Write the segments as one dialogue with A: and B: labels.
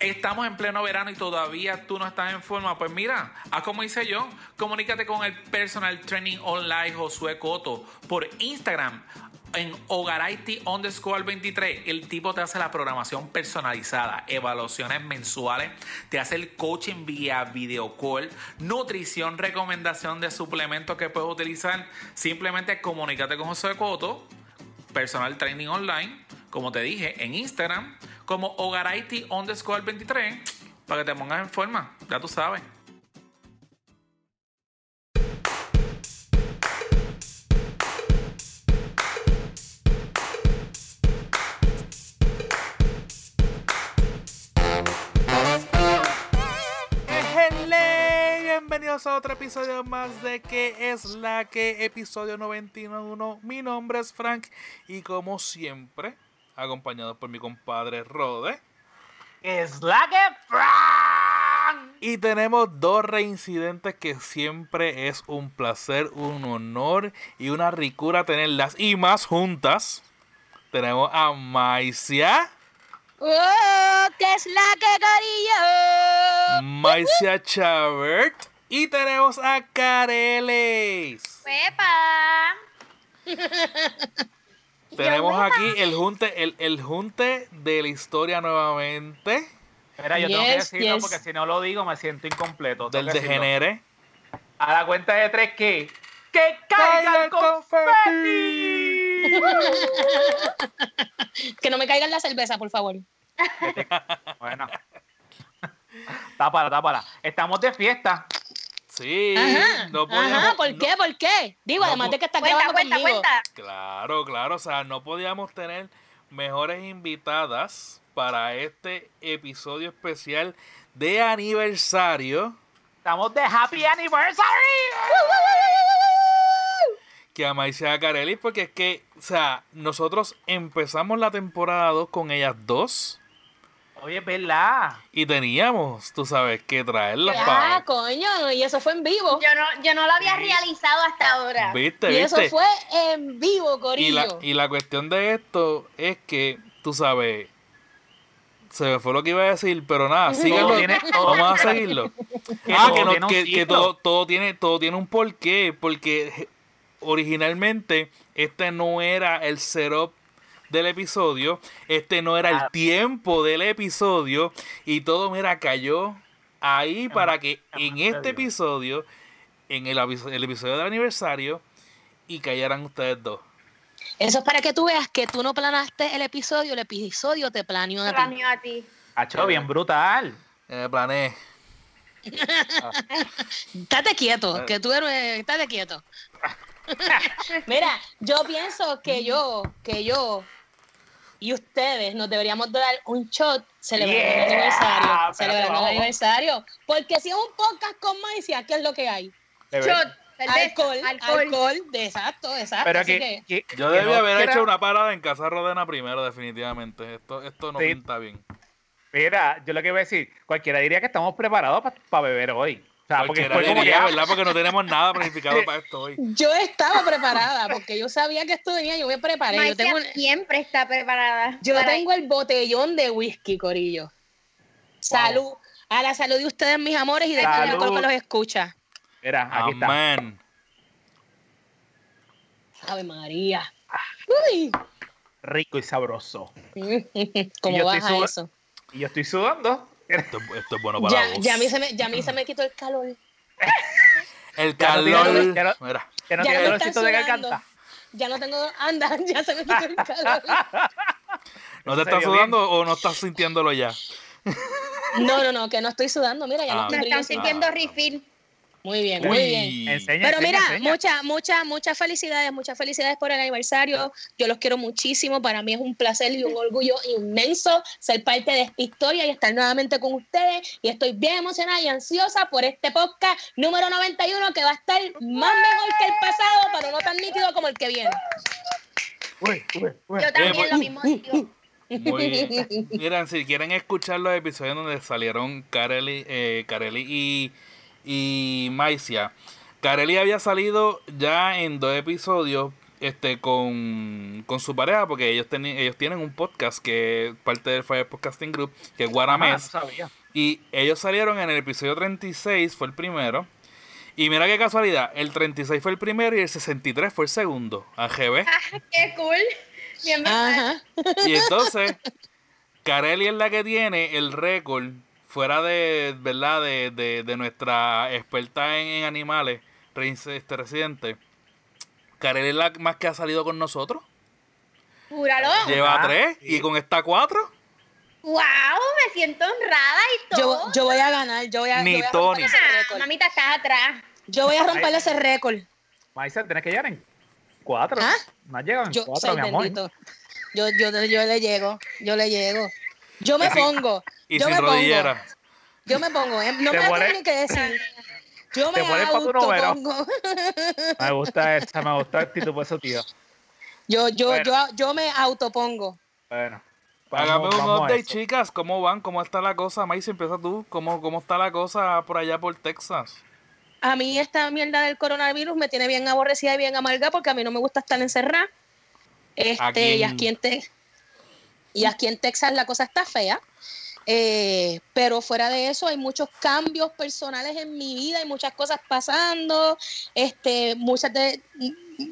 A: Estamos en pleno verano y todavía tú no estás en forma. Pues mira, haz como hice yo, comunícate con el personal training online Josué Coto por Instagram en Hogaraiti underscore 23, el tipo te hace la programación personalizada, evaluaciones mensuales, te hace el coaching vía video call, nutrición, recomendación de suplementos que puedes utilizar. Simplemente comunícate con José Coto, personal training online, como te dije, en Instagram, como Hogaraiti underscore 23, para que te pongas en forma, ya tú sabes.
B: Ejele, Bienvenidos a otro episodio más de ¿Qué es la que? Episodio 91. Mi nombre es Frank y como siempre, acompañado por mi compadre Rode.
C: Es la que Frank.
B: Y tenemos dos reincidentes que siempre es un placer, un honor y una ricura tenerlas. Y más juntas, tenemos a Maicia.
D: ¡Oh! ¿Qué es la que corillo?
B: Marcia Chabert y tenemos a Careles.
E: Pues,
D: ¡Pepa!
B: Tenemos
D: Yo, Pepa.
B: aquí el junte, el, el junte de la historia nuevamente
C: Mira, yo tengo que
E: Yes,
C: decirlo
E: yes.
C: porque si no lo digo me siento incompleto. Tengo
B: del
C: que decirlo.
B: degenere.
C: A la cuenta de tres que. ¡Que caiga el confeti!
E: Que no me caigan la cerveza, por favor.
C: Bueno. tápala, tápala. Estamos de fiesta.
B: Sí,
E: Ajá.
B: no
E: Ajá,
B: podíamos-
E: ¿por qué?
B: no-
E: ¿Por qué? Digo,
B: No,
E: además
B: por-
E: de que está
D: Cuenta,
E: grabando
D: cuenta,
E: conmigo.
D: cuenta.
B: claro, claro, o sea, no podíamos tener mejores invitadas para este episodio especial de aniversario
C: Estamos de happy anniversary.
B: que a Maicia Carelli porque es que, o sea, nosotros empezamos la temporada 2 con ellas dos.
C: Oye, es verdad.
B: Y teníamos, tú sabes, que traerlas
E: Ah,
B: para.
E: coño, y eso fue en vivo.
D: Yo no, yo no lo había realizado hasta ahora.
B: ¿Viste,
E: Y eso
B: viste?
E: fue en vivo,
B: y, la,
E: corillo.
B: y la cuestión de esto es que, tú sabes, se me fue lo que iba a decir, pero nada, síguelo.
C: Todo tiene- todo
B: Vamos a
C: tiene-
B: seguirlo.
C: que
B: ah,
C: todo
B: que, no-
C: tiene un
B: que- que
C: ciclo.
B: todo, todo tiene, todo tiene un porqué, porque originalmente este no era el setup del episodio, este no era el
C: Ah.
B: tiempo del episodio, y todo, mira, cayó ahí para que en
C: en
B: este
C: serio.
B: episodio, en el, aviso- el episodio del aniversario, y callaran ustedes dos.
E: Eso es para que tú veas que tú no planaste el episodio, el episodio te planeó a ti.
D: Planeo a ti.
C: Hacho, bien brutal.
B: Eh, planeé.
E: Estate
C: Ah.
E: quieto, que tú eres, estate quieto. Mira, yo pienso que yo, que yo y ustedes nos deberíamos dar un shot celebrando
C: Yeah,
E: el aniversario.
C: espérate,
E: Celebrando el
C: vamos.
E: aniversario. Porque si es un podcast con Maicia, ¿qué es lo que hay?
C: De
D: Shot,
C: verdad.
D: cerveza,
E: alcohol, alcohol, de- exacto, exacto.
C: Pero
E: así
C: que,
E: que-
C: que-
B: Yo
C: que
B: debía
C: no
B: haber
C: quiera-
B: hecho una parada en Casa Rodena primero, definitivamente. Esto, esto no
C: Sí.
B: pinta bien.
C: Mira, yo lo que voy a decir, cualquiera diría que estamos preparados para beber hoy. O sea, porque
B: Cualquiera
C: fue como que,
B: diría,
C: ah,
B: ¿verdad? Porque no tenemos nada planificado para esto hoy.
E: yo estaba preparada porque yo sabía que esto venía, yo me preparé.
D: Maicia
E: yo tengo,
D: siempre está preparada.
E: yo
D: para-
E: tengo el botellón de whisky, Corillo. Salud. A la salud de ustedes, mis amores, y de todo el
C: Salud.
E: pueblo que los escucha.
C: mira, aquí está.
B: Amén.
E: Ave María.
C: Ah.
E: Uy.
C: Rico y sabroso. Y
E: ¿Cómo
C: yo estoy
E: baja
C: suba-
E: eso?
C: Y yo estoy sudando.
B: Esto, esto es bueno para
E: Ya,
B: la voz.
E: ya, a mí se me, ya a mí se me quitó el calor.
B: El
C: Ya no tiene-
B: calor.
C: ya no-
B: Mira,
C: Que no
E: ya
C: tiene
E: no están
C: dolorcito de
E: sudando.
C: garganta.
E: Ya no tengo... Anda, ya se me quitó el calor.
B: ¿no
C: Eso
B: te
C: se
B: estás
C: vio
B: sudando o no estás sintiéndolo ya?
E: No, no, no, que no estoy sudando. Mira, ya
B: Ah.
E: no
D: Nos
E: estoy
D: están
E: brillosita.
D: sintiendo
B: Ah.
D: refill.
E: Muy bien, muy bien.
B: Uy.
C: Enseña,
E: Pero
C: enseña,
E: mira,
C: enseña.
E: muchas, muchas, muchas felicidades, muchas felicidades por el aniversario. Yo los quiero muchísimo. Para mí es un placer y un orgullo inmenso ser parte de esta historia y estar nuevamente con ustedes. Y estoy bien emocionada y ansiosa por este podcast número 91 que va a estar más mejor que el pasado, pero no tan nítido como el que viene.
C: Uy, uy, uy.
D: Yo también
B: pues-
D: lo mismo
C: uh,
D: digo.
B: Muy bien. Miren, si quieren escuchar los episodios donde salieron Kareli, eh, Kareli y, y Maicia, Kareli había salido ya en dos episodios, este, con, con su pareja, porque ellos, teni- ellos tienen un podcast que es parte del Fire Podcasting Group, que es
C: Ah, no
B: Guaramés.
C: sabía.
B: Y ellos salieron en el episodio 36, fue el primero. Y mira qué casualidad, el 36 fue el primero y el 63 fue el segundo. A GB.
D: Qué cool. Bien, ¿verdad?
E: Ajá.
B: Y entonces, Carelli es la que tiene el récord fuera de, ¿verdad? De, de, de nuestra experta en, en animales, Reins- este, residente. Carelli es la más que ha salido con nosotros.
D: Júralo.
B: Lleva
C: Ah,
B: tres sí. y con esta cuatro.
D: Wow, me siento honrada y todo.
E: Yo, yo voy a ganar, yo voy a,
B: Ni
E: yo voy a
B: Tony.
E: romper ese
D: Ah,
E: récord.
D: mamita, estás atrás.
E: Yo voy a romper ese récord.
C: Maicel, tienes que llegar en cuatro.
E: ¿Ah?
C: No has llegado en
E: Yo
C: cuatro,
E: soy
C: mi amor.
E: bendito. Yo, yo, yo le llego, yo le llego. Yo me
B: Y sin-
E: pongo.
B: Y
E: yo
B: sin
E: me
B: rodillera.
E: pongo. Yo me pongo, eh, no
C: Te
E: me lo
C: mueres-
E: tienen que decir. Yo
C: te
E: me
C: mueres pa' tu número.
E: autopongo.
C: Me gusta esta, me gusta la actitud por eso, tío.
E: Yo, yo,
C: Bueno.
E: yo, yo me autopongo.
C: Bueno.
B: Hágame un
C: vamos a
B: update,
C: eso.
B: chicas. ¿Cómo van? ¿Cómo está la cosa? Maíz, empieza tú. ¿Cómo, ¿Cómo está la cosa por allá por Texas?
E: A mí esta mierda del coronavirus me tiene bien aborrecida y bien amarga porque a mí no me gusta estar encerrada. Este,
B: Aquí en-
E: y aquí en Te- y aquí en Texas la cosa está fea. Eh, pero fuera de eso hay muchos cambios personales en mi vida y muchas cosas pasando. Este, muchas de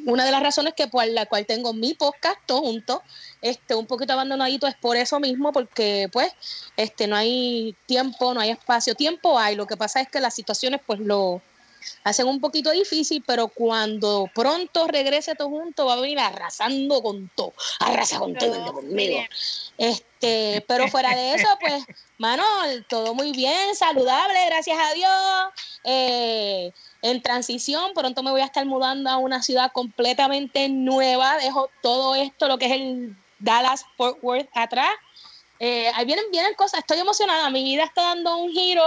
E: una de las razones que por la cual tengo mi podcast todo junto, este, un poquito abandonadito es por eso mismo, porque pues, este, no hay tiempo, no hay espacio, tiempo hay. Lo que pasa es que las situaciones pues lo, hacen un poquito difícil, pero cuando pronto regrese todo junto, va a venir arrasando con todo, arrasa con todo, vente conmigo.
D: Bien.
E: Este, pero fuera de eso, pues, mano, todo muy bien, saludable, gracias a Dios. Eh, en transición, pronto me voy a estar mudando a una ciudad completamente nueva. Dejo todo esto, lo que es el Dallas Fort Worth atrás. Eh, ahí vienen, vienen cosas, estoy emocionada, mi vida está dando un giro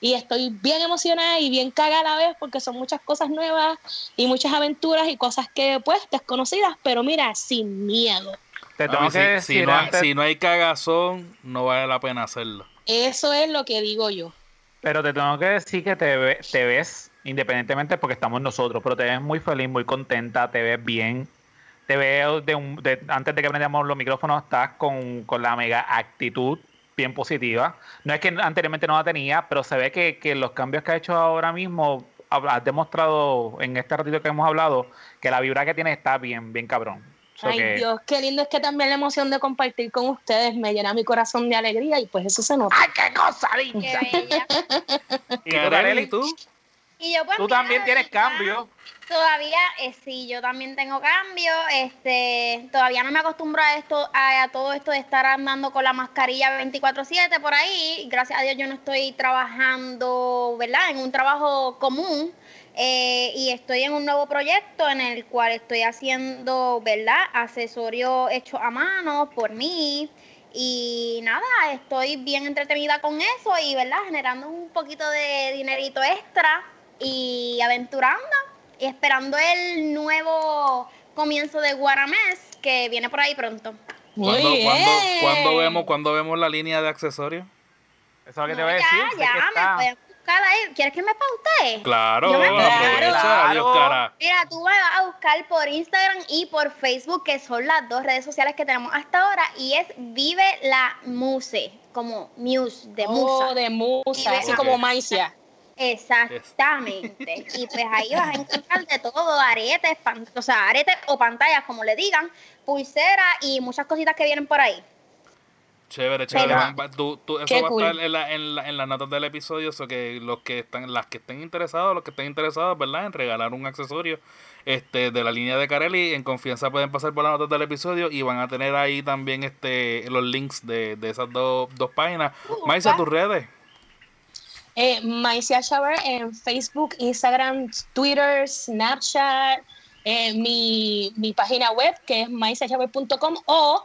E: y estoy bien emocionada y bien cagada a la vez porque son muchas cosas nuevas y muchas aventuras y cosas que pues desconocidas, pero mira, sin miedo.
C: Te
B: No,
C: tengo
B: si,
C: que
B: si
C: decir
B: no, hay-
C: antes-
B: si no hay cagazón, no vale la pena hacerlo.
E: Eso es lo que digo yo.
C: Pero te tengo que decir que te, ve- te ves, independientemente porque estamos nosotros, pero te ves muy feliz, muy contenta, te ves bien. Te veo de un, de- antes de que prendamos los micrófonos, estás con, con la mega actitud bien positiva. No es que anteriormente no la tenía, pero se ve que, que los cambios que has hecho ahora mismo, hab- has demostrado en este ratito que hemos hablado, que la vibra que tienes está bien, bien cabrón. So
E: Ay
C: que-
E: Dios, qué lindo es que también la emoción de compartir con ustedes me llena mi corazón de alegría y pues eso se nota.
C: ¡Ay, qué cosa linda!
D: Qué
C: Y
D: bella.
C: tú,
B: Kareli,
C: Kareli,
B: tú?
D: Y yo, pues,
C: tú
D: mira,
C: también tienes
D: ya
C: cambios.
D: Todavía, eh, sí, yo también tengo cambio. Este, todavía no me acostumbro a esto, a, a todo esto de estar andando con la mascarilla 24/7 por ahí. Gracias a Dios yo no estoy trabajando, ¿verdad? En un trabajo común. eh, y estoy en un nuevo proyecto en el cual estoy haciendo, ¿verdad? Asesorio hecho a mano por mí. Y nada, estoy bien entretenida con eso y, ¿verdad? Generando un poquito de dinerito extra y aventurando y esperando el nuevo comienzo de Guaramés que viene por ahí pronto.
E: Muy
B: ¿Cuándo, cuándo,
E: bien.
B: cuándo vemos, cuándo vemos la línea de accesorios?
C: Eso es lo que
D: No,
C: te voy a
D: ya,
C: decir. sé que
D: ya,
C: está-
D: me pueden buscar ahí. ¿Quieres que me pautee?
B: Claro,
D: Yo me-
B: aprovecha,
C: Claro.
B: adiós, cara.
D: Mira, tú me vas a buscar por Instagram y por Facebook, que son las dos redes sociales que tenemos hasta ahora, y es Vive la Muse, como Muse, de Musa.
E: Oh, de musa,
D: Y
E: así
D: de-
E: como Maicia.
D: Exactamente. Y pues ahí vas a encontrar de todo, aretes, pan- o sea, aretes o pantallas, como le digan, pulseras y muchas cositas que vienen por ahí.
B: Chévere, chévere.
E: Mira.
B: Va- tú- tú- eso
E: Qué
B: va
E: cool.
B: a estar en, la- en la- en las notas del episodio, eso que los que están, las que estén interesados, los que estén interesados, ¿verdad? En regalar un accesorio este, de la línea de Carelli, en confianza pueden pasar por las notas del episodio y van a tener ahí también este los links de, de esas dos dos páginas.
D: Uh,
B: Maisa,
D: va.
B: tus redes.
E: Eh, Maicia Shower en Facebook, Instagram, Twitter, Snapchat, eh, mi, mi página web que es maiciashower.com o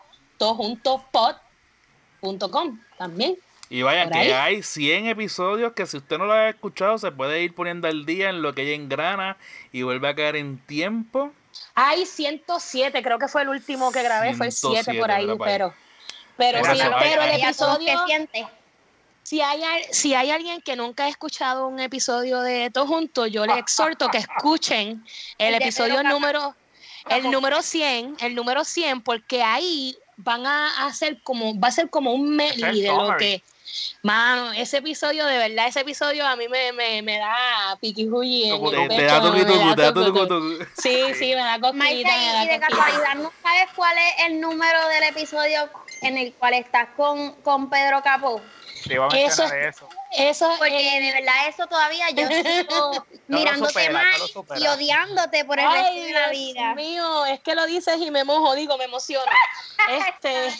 E: todojuntopod.com también.
B: Y vaya
E: Por
B: que
E: ahí.
B: hay 100 episodios que si usted no lo ha escuchado se puede ir poniendo al día en lo que ella engrana y vuelve a caer en tiempo.
E: Hay 107, creo que fue el último que grabé, fue el 7
B: 107,
E: por ahí,
B: mira pa' ahí.
E: pero... Pero
C: Mira,
E: sí,
B: eso,
E: pero el
B: ahí-
D: Ya todos
E: episodio...
D: que sientes.
E: Si hay, al- si hay alguien que nunca ha escuchado un episodio de Todo Junto, yo les exhorto que escuchen el
D: El de
E: episodio
D: Pedro Cata.
E: número el número 100, el número 100, porque ahí van a hacer como, va a ser como un
C: el
E: medley de lo
C: summary.
E: que, mano, ese episodio, de verdad, ese episodio a mí me, me, me da piqui juyi en
B: Te,
E: el
B: te da
E: pecho,
B: tucu,
E: me
B: tucu, te da tucu,
E: tucu.
B: tucu.
E: Sí, sí, me da cosquillita, me
D: Maite,
E: da
D: y, y de
E: cosquillita.
D: casualidad, ¿no sabes cuál es el número del episodio en el cual estás con, con Pedro Capó?
C: Te iba a mencionar
E: Eso-
C: eso.
E: Eso es-
D: Porque de verdad eso todavía yo sigo
C: lo
D: mirándote
C: supera, no
D: mal
C: lo supera.
D: y odiándote por el
E: Ay,
D: resto de la
E: Dios
D: vida.
E: mío, es que lo dices y me mojo, digo, me emociono. Este,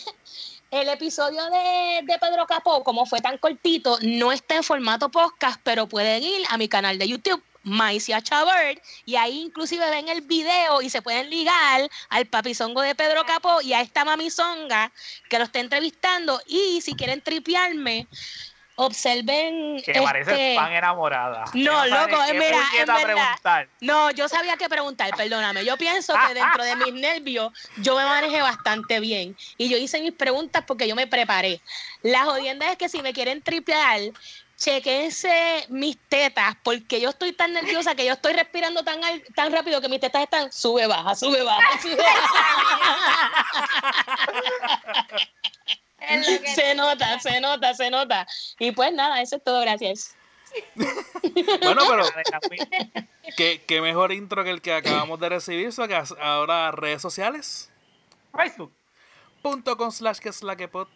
E: el episodio de, de Pedro Capó, como fue tan cortito, no está en formato podcast, pero pueden ir a mi canal de YouTube. Maicia Chabert, y ahí inclusive ven el video y se pueden ligar al papizongo de Pedro Capó y a esta mamizonga que lo está entrevistando. Y si quieren tripearme, observen.
C: Que parece
E: este,
C: pan enamorada.
E: No,
C: Ella sabe
E: loco,
C: qué
E: es verdad, es
C: puñeta
E: verdad.
C: preguntar.
E: No, yo sabía que preguntar, perdóname. Yo pienso que dentro de mis nervios yo me manejé bastante bien. Y yo hice mis preguntas porque yo me preparé. La jodienda es que si me quieren triplear, chequense mis tetas, porque yo estoy tan nerviosa que yo estoy respirando tan, al- tan rápido que mis tetas están sube, baja, sube, baja, sube, baja.
D: Es lo que-
E: se nota, se nota, se nota. Y pues nada, eso es todo, gracias.
B: Bueno, pero
C: La fui-
B: ¿qué, qué mejor intro que el que acabamos de recibir. So que as- ahora redes sociales.
C: Facebook,
B: Punto con slash que es la que pod.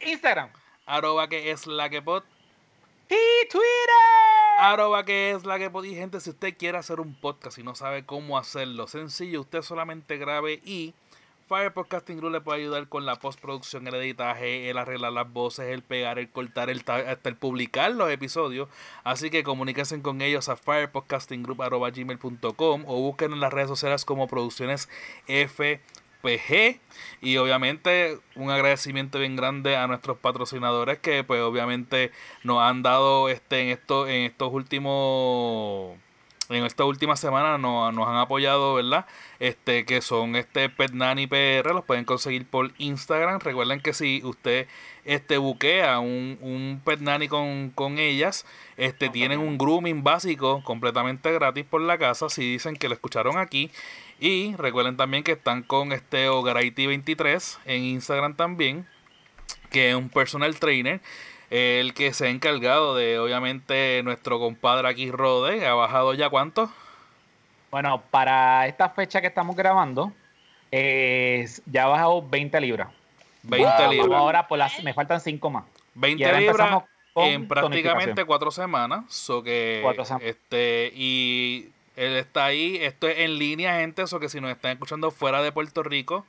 C: Instagram,
B: Arroba que es la que pod.
C: y Twitter.
B: Arroba que es la que pod. Y gente, si usted quiere hacer un podcast y no sabe cómo hacerlo, sencillo, usted solamente grabe y Fire Podcasting Group le puede ayudar con la postproducción, el editaje, el arreglar las voces, el pegar, el cortar, el ta- hasta el publicar los episodios. Así que comuníquense con ellos a firepodcastinggroup.com o busquen en las redes sociales como Producciones FPG. Y obviamente un agradecimiento bien grande a nuestros patrocinadores que pues obviamente nos han dado este en esto en estos últimos en esta última semana nos, nos han apoyado, ¿verdad? Este, que son este Petnani PR, los pueden conseguir por Instagram. Recuerden que si usted este buquea un, un Petnani con, con ellas, este tienen un grooming básico completamente gratis por la casa. Si dicen que lo escucharon aquí. Y recuerden también que están con este Ogaraiti23 en Instagram también que es un personal trainer, eh, el que se ha encargado de, obviamente, nuestro compadre aquí Rode, que ha bajado ya cuánto.
C: Bueno, para esta fecha que estamos grabando, eh, ya ha bajado 20 libras.
B: 20
C: Ah, vamos
B: libras.
C: Ahora por las, me faltan 5 más. Y
B: 20
C: ahora
B: libras
C: empezamos con
B: en prácticamente
C: tonificación.
B: cuatro semanas. So que,
C: Cuatro semanas.
B: Este, y él está ahí. Esto es en línea, gente. Eso que si nos están escuchando fuera de Puerto Rico,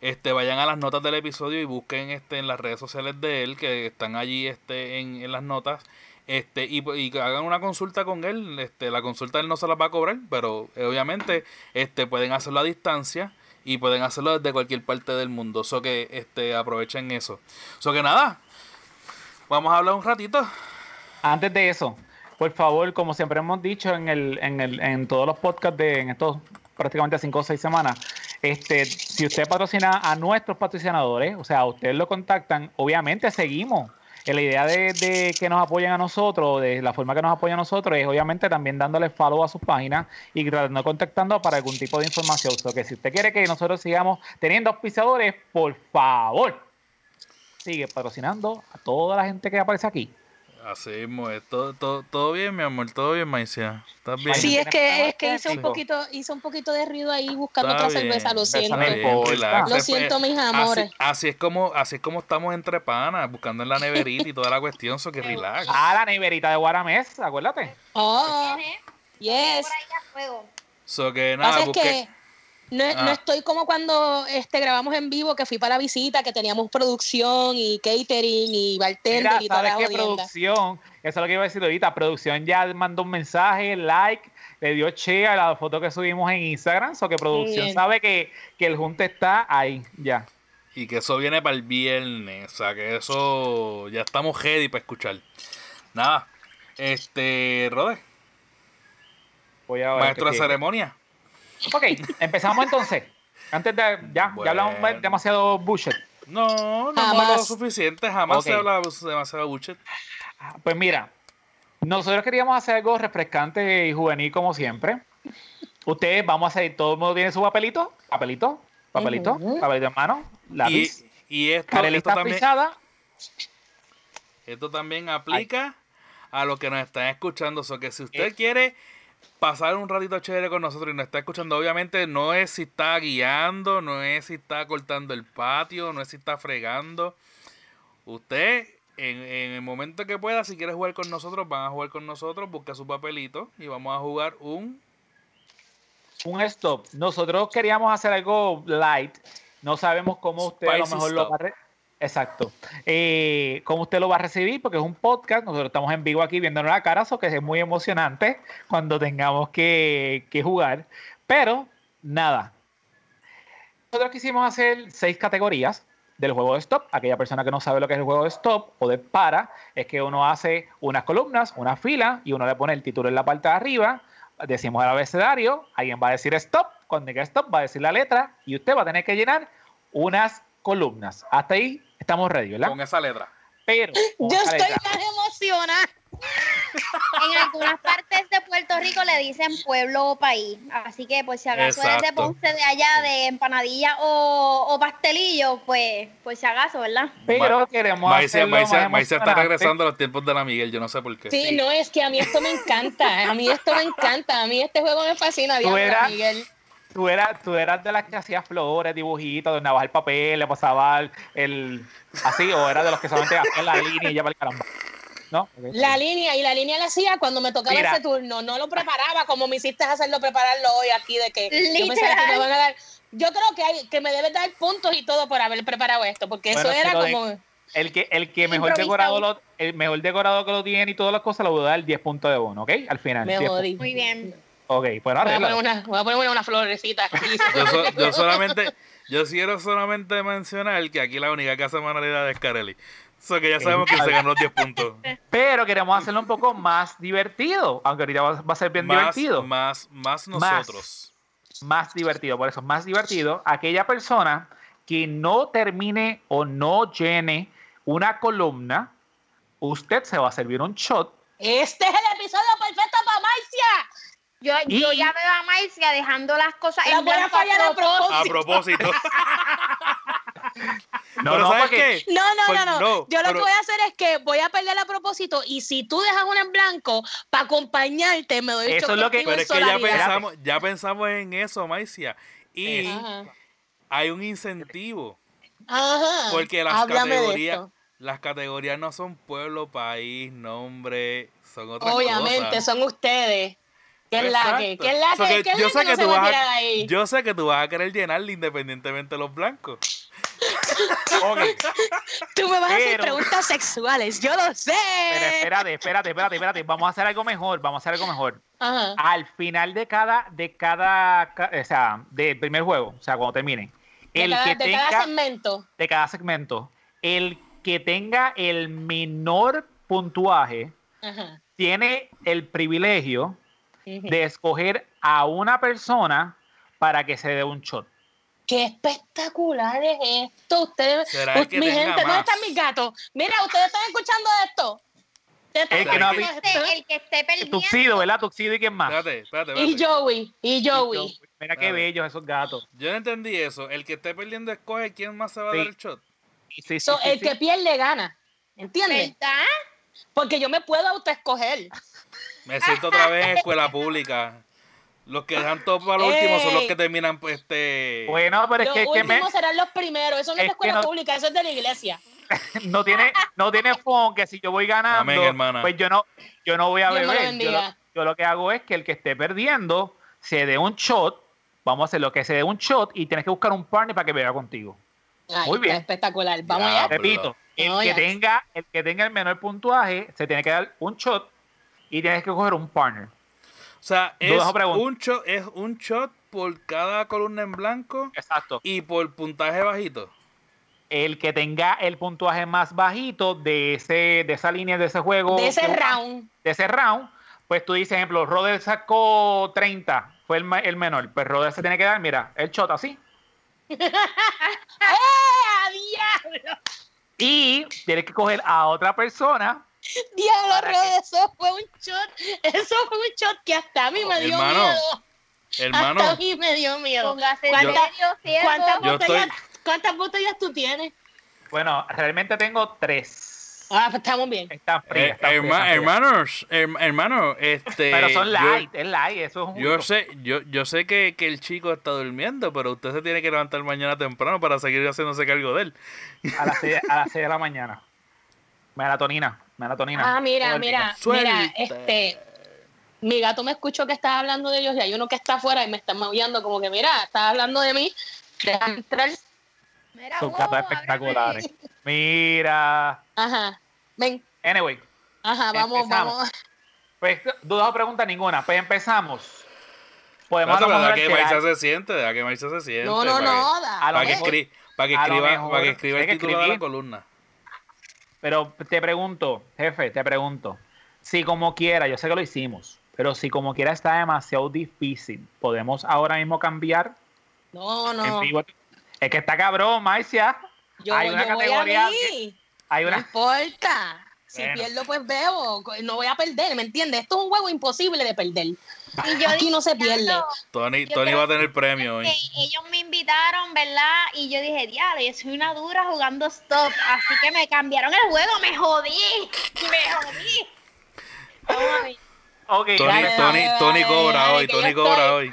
B: este, vayan a las notas del episodio y busquen este, en las redes sociales de él, que están allí este, en, en las notas. Este, y, y que hagan una consulta con él. Este, la consulta él no se la va a cobrar, pero eh, obviamente este, pueden hacerlo a distancia y pueden hacerlo desde cualquier parte del mundo. So que este, aprovechen eso. So que nada, Vamos a hablar un ratito.
C: Antes de eso, por favor, como siempre hemos dicho en, el, en, el, en todos los podcasts de en estos prácticamente 5 o 6 semanas, este, si usted patrocina a nuestros patrocinadores, o sea, a ustedes lo contactan, obviamente seguimos. Eh, La idea de, de que nos apoyen a nosotros, de la forma que nos apoyan a nosotros, es obviamente también dándole follow a sus páginas y tratando de contactando para algún tipo de información. O sea, que si usted quiere que nosotros sigamos teniendo auspiciadores, por favor, sigue patrocinando a toda la gente que aparece aquí.
B: Así mismo, es. eh, Todo, todo, todo bien, mi amor, todo bien, Maicia. ¿Estás bien?
E: Sí, es que, es que hice
B: Sí.
E: un poquito, hice un poquito de ruido ahí buscando
B: Está
E: otra
B: bien,
E: cerveza, lo
B: está
E: siento.
C: bien. Lo
B: relax.
E: siento, mis
B: así-
E: amores.
B: Así, es como, así es como estamos entre panas, buscando en la neverita y toda la cuestión, so que relax.
C: Ah, la neverita de Guaramés, acuérdate.
E: Oh, yes.
D: Por ahí a fuego.
B: So que
E: Pasa
B: nada,
E: es
B: Ah, busqué.
E: que no, no
B: Ah.
E: estoy como cuando este grabamos en vivo que fui para la visita, que teníamos producción y catering y bartender
C: Mira,
E: y toda
C: ¿sabes
E: la
C: qué
E: jodienda.
C: producción? Eso es lo que iba a decir ahorita. Producción ya mandó un mensaje, like, le dio che a la foto que subimos en Instagram. So que producción
E: bien.
C: sabe que, que el junte está ahí, ya.
B: Y que eso viene para el viernes. O sea, que eso ya estamos ready para escuchar. Nada, este, Rode,
C: Voy a ver
B: maestro de
C: qué-
B: ceremonia.
C: Ok, empezamos entonces. Antes de. Ya, ya
B: Bueno.
C: hablamos de- demasiado bullshit.
B: No, no hemos
E: Jamás.
B: hablado suficiente, jamás se
C: Ok.
B: habla demasiado buchet.
C: Pues mira, nosotros queríamos hacer algo refrescante y juvenil como siempre. Ustedes, vamos a hacer, todo el mundo tiene su papelito, papelito, papelito,
E: Ujú.
C: papelito en mano,
B: Y,
C: lápiz,
B: y esto, esto,
C: carelita
B: también,
C: pisada.
B: esto también aplica a los que nos están escuchando. O sea, que si usted
C: Eh.
B: quiere pasar un ratito chévere con nosotros y nos está escuchando, obviamente no es si está guiando, no es si está cortando el patio, no es si está fregando. Usted, en, en el momento que pueda, si quiere jugar con nosotros, van a jugar con nosotros, busca su papelito y vamos a jugar un...
C: un stop. Nosotros queríamos hacer algo light. No sabemos cómo usted a lo
B: Spicy
C: mejor lo
B: stop.
C: va a re- Exacto. Eh, ¿Cómo usted lo va a recibir? Porque es un podcast. Nosotros estamos en vivo aquí viéndonos la cara, eso que es muy emocionante cuando tengamos que, que jugar. Pero, nada. Nosotros quisimos hacer seis categorías del juego de stop. Aquella persona que no sabe lo que es el juego de stop o de para, es que uno hace unas columnas, una fila, y uno le pone el título en la parte de arriba, decimos el abecedario, alguien va a decir stop, cuando diga stop va a decir la letra y usted va a tener que llenar unas columnas. Hasta ahí estamos ready, ¿verdad?
B: Con esa letra.
C: Pero con
E: Yo
C: esa
E: estoy
C: letra,
E: tan emocionada.
D: En algunas partes de Puerto Rico le dicen pueblo o país. Así que, pues, si acaso eres de
B: Exacto.
D: Ponce de allá, de empanadilla o, o pastelillo, pues, pues, si acaso, ¿verdad?
C: pero queremos
B: Maicea,
C: hacerlo más
B: Maicea, Maicea está
C: emocionante.
B: regresando a los tiempos de la Miguel, yo no sé por qué.
E: Sí, no, es que a mí esto me encanta. A mí esto me encanta. A mí este juego me fascina.
C: Tú
E: diablo,
C: eras-
E: Miguel.
C: Tú eras, tú eras de las que hacía flores, dibujitos, donde abajo el papel, le pasaba el, el- así, o era de los que solamente hacían la línea y ya para el caramba. ¿No? Ok.
E: La línea, y la línea la hacía cuando me tocaba
C: Mira.
E: ese turno. No lo preparaba como me hiciste hacerlo prepararlo hoy aquí de que yo pensaba que
D: Literal.
E: me van a dar. Yo creo que, hay, que me debes dar puntos y todo por haber preparado esto, porque
C: Bueno,
E: eso era
C: pero de-
E: como.
C: El que, el que mejor
D: Improvisado.
C: decorado lo, el mejor decorado que lo tiene y todas las cosas, lo voy a dar 10 puntos de bono, ¿ok? Al final.
E: Me
C: 10
E: jodí.
D: Muy bien.
C: puntos. Ok, bueno,
E: Voy a, poner
C: arréglalo.
E: una, voy a poner una- una florecita aquí.
B: Yo, so- yo solamente, yo quiero solamente mencionar que aquí la única casa hace manualidades es Carelli. Eso que ya sabemos que se ganó los 10 puntos.
C: Pero queremos hacerlo un poco más divertido, aunque ahorita va, va a ser bien
B: más,
C: divertido. Más.
B: Más, más nosotros.
C: divertido, por eso es más divertido. Aquella persona que no termine o no llene una columna, usted se va a servir un shot.
E: Este es el episodio perfecto para Maicia.
D: Yo, yo
C: Y-
D: ya veo a Maicia dejando las cosas
E: La
D: en
E: voy a
D: blanco a
E: fallar a
D: propósito.
E: propósito.
B: A propósito.
C: No,
B: Pero
C: no,
B: ¿sabes
C: porque
B: qué?
E: No, no,
B: Pues
E: no, no.
B: no,
E: Yo lo
B: pero-
E: que voy a hacer es que voy a perder a propósito y si tú dejas una en blanco para acompañarte, me doy
C: Eso es lo
E: contigo
C: que-
B: Pero
E: en
B: es que ya
E: solidaridad.
B: pensamos, ya pensamos en eso, Maicia. Y
E: Ajá.
B: hay un incentivo.
E: Ajá.
B: Porque las
E: Háblame de
B: categorías,
E: esto.
B: las categorías no son pueblo, país, nombre, son otras
E: Obviamente,
B: cosas.
E: son ustedes. ¿Qué es la que?
B: Exacto.
E: ¿Qué es la
B: So
E: que?
B: que
E: ¿Qué es
B: yo
E: la
B: sé
E: que no
B: que
E: se
B: tú
E: va a
B: vas a-
E: tirar ahí?
B: Yo sé que tú vas a querer llenarla independientemente de los blancos.
C: Ok.
E: Tú me vas a hacer
C: Pero-
E: preguntas sexuales, yo lo sé.
C: Pero espérate, espérate, espérate, espérate. Vamos a hacer algo mejor, vamos a hacer algo mejor.
E: Ajá.
C: Al final de cada, de cada, ca- o sea, del primer juego, o sea, cuando termine,
E: De
C: el
E: cada-
C: que
E: de
C: tenga
E: cada segmento.
C: de cada segmento, el que tenga el menor puntuaje
E: Ajá.
C: tiene el privilegio
E: Ujú.
C: de escoger a una persona para que se dé un shot.
E: Qué espectacular es esto. Ustedes,
B: ¿Será
E: Ut-
B: que
E: Pues mi
B: tenga
E: gente, ¿dónde
B: más?
E: están mis gatos? Mira, ustedes están escuchando esto. Ustedes están
C: El que no
E: escuchando
C: ha
D: Este,
E: esto.
D: el que esté perdiendo.
C: Tuxido, Eh, ¿verdad? Tuxido Ah. y quién más.
B: Espérate, espérate, espérate.
E: Y Joey, y Joey.
C: Mira qué
B: Dale.
C: bellos esos gatos.
B: Yo no entendí eso. El que esté perdiendo escoge quién más se va a
C: Sí.
B: dar el shot.
C: Sí, sí,
E: So,
C: sí,
E: el
C: sí.
E: que pierde gana. ¿Entiendes?
D: ¿Verdad?
E: Porque yo me puedo autoescoger.
B: Me siento otra vez en escuela pública. Los que dejan todo para lo último son los que terminan pues, este.
C: Bueno, pero es
E: Los
C: que, es que
E: últimos
C: me-
E: serán los primeros. Eso no es de
C: es que
E: escuela
C: no-
E: pública, eso es de la iglesia.
C: no tiene, no tiene fondo que si yo voy ganando,
B: Amén, hermana.
C: pues yo no, yo no voy a
E: Dios me lo
C: beber. Yo lo,
E: bendiga.
C: yo lo que hago es que el que esté perdiendo se dé un shot. Vamos a hacer lo que se dé un shot y tienes que buscar un partner para que beba contigo.
E: Ay,
C: Muy bien.
E: está espectacular. Vamos
B: Ya.
E: allá.
C: Repito, el
E: No,
C: que
E: ya.
C: tenga, el que tenga el menor puntuaje se tiene que dar un shot y tienes que coger un partner.
B: O sea, es
C: Dudas o preguntas.
B: un, shot, es un shot por cada columna en blanco
C: Exacto.
B: y por puntaje bajito.
C: El que tenga el puntuaje más bajito de ese, de esa línea, de ese juego,
E: De ese round.
C: de ese round, pues tú dices, ejemplo, Roder sacó 30, fue el, ma- el menor, pues Roder se tiene que dar, mira, el shot así.
E: ¡Eh, a diablo!
C: Y tienes que coger a otra persona.
E: Diablo,
C: ¿Para qué?
E: Rod, eso fue un shot. Eso fue un shot que hasta a mí me dio
B: Hermano.
E: miedo.
B: Hermano,
E: Hasta a mí me dio miedo.
D: Póngase
E: Yo-
D: serio, ciego.
E: ¿Cuántas
B: Yo estoy-
E: botellas, ¿Cuántas botellas tú tienes?
C: Bueno, realmente tengo tres.
E: Ah, pues estamos bien.
C: Están frías.
B: eh,
C: están frías,
B: herma-
C: están frías.
B: hermanos, herm- hermano, este.
C: Pero
B: yo-
C: son light, es light, eso es un
B: Yo
C: jugo.
B: sé, yo, yo sé que, que el chico está durmiendo, pero usted se tiene que levantar mañana temprano para seguir haciéndose cargo de él.
C: a las 6 de la mañana. Melatonina, melatonina.
E: Ah, mira,
C: Todo el día.
E: mira,
B: Suelta.
E: mira, este. Mi gato me escuchó que estaba hablando de ellos y hay uno que está afuera y me está maullando como que, mira, estás hablando de mí. Déjame entrar.
D: Mira, uh,
C: Sus
D: wow,
E: Oh,
C: gatos
D: ábreme.
C: espectaculares. Mira.
E: Ajá, ven,
C: Anyway,
E: ajá, vamos,
C: Empezamos.
E: vamos.
C: pues dudas o preguntas ninguna. Pues empezamos. Podemos
B: Espérate,
C: a lo
B: pero deja
C: mejor
B: que
C: alterar.
B: Maisa se siente, deja que Maisa se siente.
E: No, no,
B: para
E: no, da.
C: A lo
B: que- Para que,
C: mejor-
B: escri- para que
C: a lo
B: escriba,
C: mejor
B: para que escriba
C: hay
B: el
C: que
B: título de la
C: escribir.
B: columna.
C: Pero te pregunto, jefe, te pregunto. Si como quiera, yo sé que lo hicimos, pero si como quiera está demasiado difícil, ¿podemos ahora mismo cambiar?
E: No,
C: En
E: no.
C: vivo. Es que está cabrón, Maicia.
E: Yo,
C: hay una
E: yo voy a
C: categoría
E: mí.
C: Hay
E: No
C: una...
E: importa. Si
C: Bueno.
E: pierdo, pues bebo. No voy a perder, ¿me entiendes? Esto es un juego imposible de perder.
D: Y yo
E: Aquí no se pierde.
D: digo,
B: Tony,
D: Yo
B: Tony
D: creo
B: va a tener premio hoy.
D: que ellos me invitaron, ¿verdad? Y yo dije, diablo, yo soy una dura jugando stop, así que me cambiaron el juego, me jodí, me jodí. Vamos a ver.
C: Ok,
B: Tony,
E: dale,
B: Tony,
E: dale,
B: Tony
E: dale,
B: cobra
E: dale,
B: hoy,
E: que yo
B: Tony
E: estoy-
B: cobra hoy.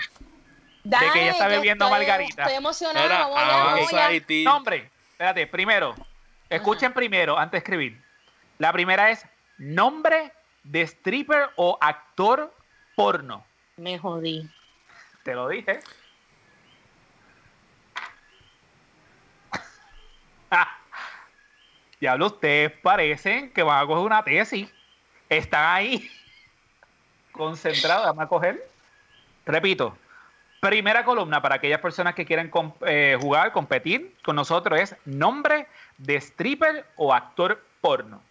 E: Dale,
C: que ya está
E: yo
C: bebiendo
E: estoy-
C: margarita.
E: Estoy emocionada.
B: Mira,
E: vamos allá, vamos
B: avanza
E: allá.
B: y ti.
C: No, hombre, espérate, primero, escuchen primero antes de escribir. La primera es nombre de stripper o actor porno.
E: Me jodí.
C: Te lo dije. Ah, Diablo, ustedes parecen que van a coger una tesis. Están ahí. Concentrados, van a coger. Repito, primera columna para aquellas personas que quieran com- eh, jugar, competir con nosotros es nombre de stripper o actor porno.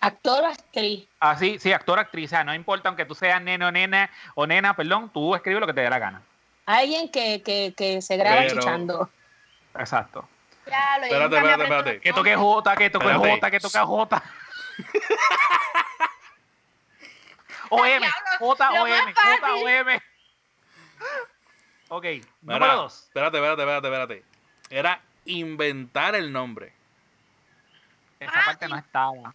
E: Actor o actriz.
C: Así, sí, actor, actriz, o sea, no importa aunque tú seas neno, nena o nena, perdón, tú escribes lo que te dé la gana.
E: Alguien que, que, que se graba
B: Pero-
E: chichando.
C: Exacto.
D: Diablo, yo
B: Espérate,
D: nunca me
B: espérate,
D: aprendo
B: espérate.
C: Que
D: los
C: toque Jota, que toque
B: Espérate.
C: Jota, que toque Jota. O M, Jota
D: Lo
C: o M,
D: más fácil.
C: Jota o M. Ok,
B: Mira,
C: número dos.
B: Espérate, espérate, espérate, espérate. Era inventar el nombre.
C: Esa parte
D: Ah,
C: no estaba.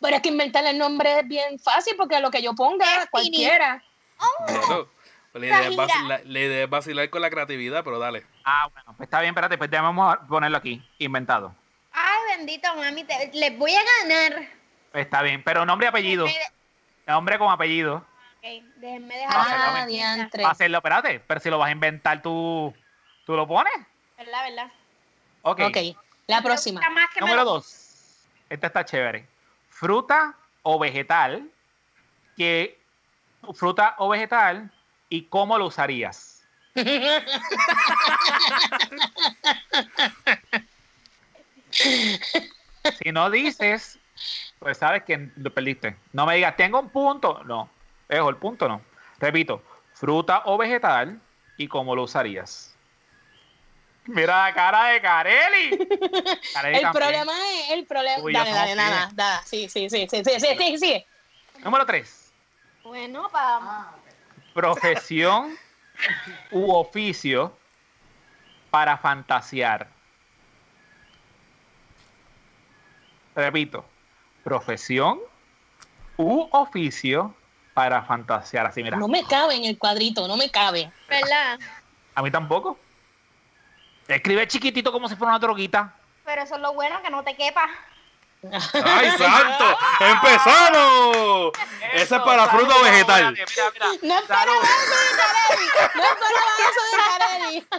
E: Pero es que inventar el nombre es bien fácil porque lo que yo ponga,
D: Destiny.
E: cualquiera.
B: Bueno, pues la, idea es
D: Gira.
B: vacilar, la idea es vacilar con la creatividad, pero dale.
C: Ah, bueno, pues está bien, espérate, pues ya vamos a ponerlo aquí, inventado.
D: nombres. Ay, bendito mami, te- les voy a ganar.
C: Está bien, pero nombre y apellido.
D: Ok,
C: Nombre con apellido.
D: déjenme dejar.
E: Ah,
C: Ah,
E: diantre.
C: Va a Hacerlo, espérate, pero si lo vas a inventar tú, tú lo pones.
D: ¿Verdad, verdad?
C: Ok.
E: Ok, la próxima.
D: Nunca más que me
C: Número
D: lo-
C: dos. Esta está chévere. Fruta o vegetal. Que, fruta o vegetal y cómo lo usarías. si no dices, pues sabes que lo perdiste. No me digas, tengo un punto. No, dejo el punto, no. Repito, fruta o vegetal y cómo lo usarías. Mira la cara de Carelli. Carelli
E: El
C: también.
E: problema es, el problema.
C: Uy, ya
E: dale, dale,
C: somos
E: nada,
C: bien.
E: nada. Sí, sí, sí, sí, sí, sí, sí, sí.
C: Número 3.
D: Bueno, vamos.
C: profesión u oficio para fantasear. Repito, profesión u oficio para fantasear. Así, mira,
E: No me cabe en el cuadrito, no me cabe.
D: ¿Verdad?
C: a mí tampoco. Escribe chiquitito como si fuera una droguita.
D: Pero eso es lo bueno, que no te quepa.
B: ¡Ay, santo! ¡Empezamos! Ese es para fruta o vegetal.
E: No es para
C: Salud.
E: eso de Carelli. No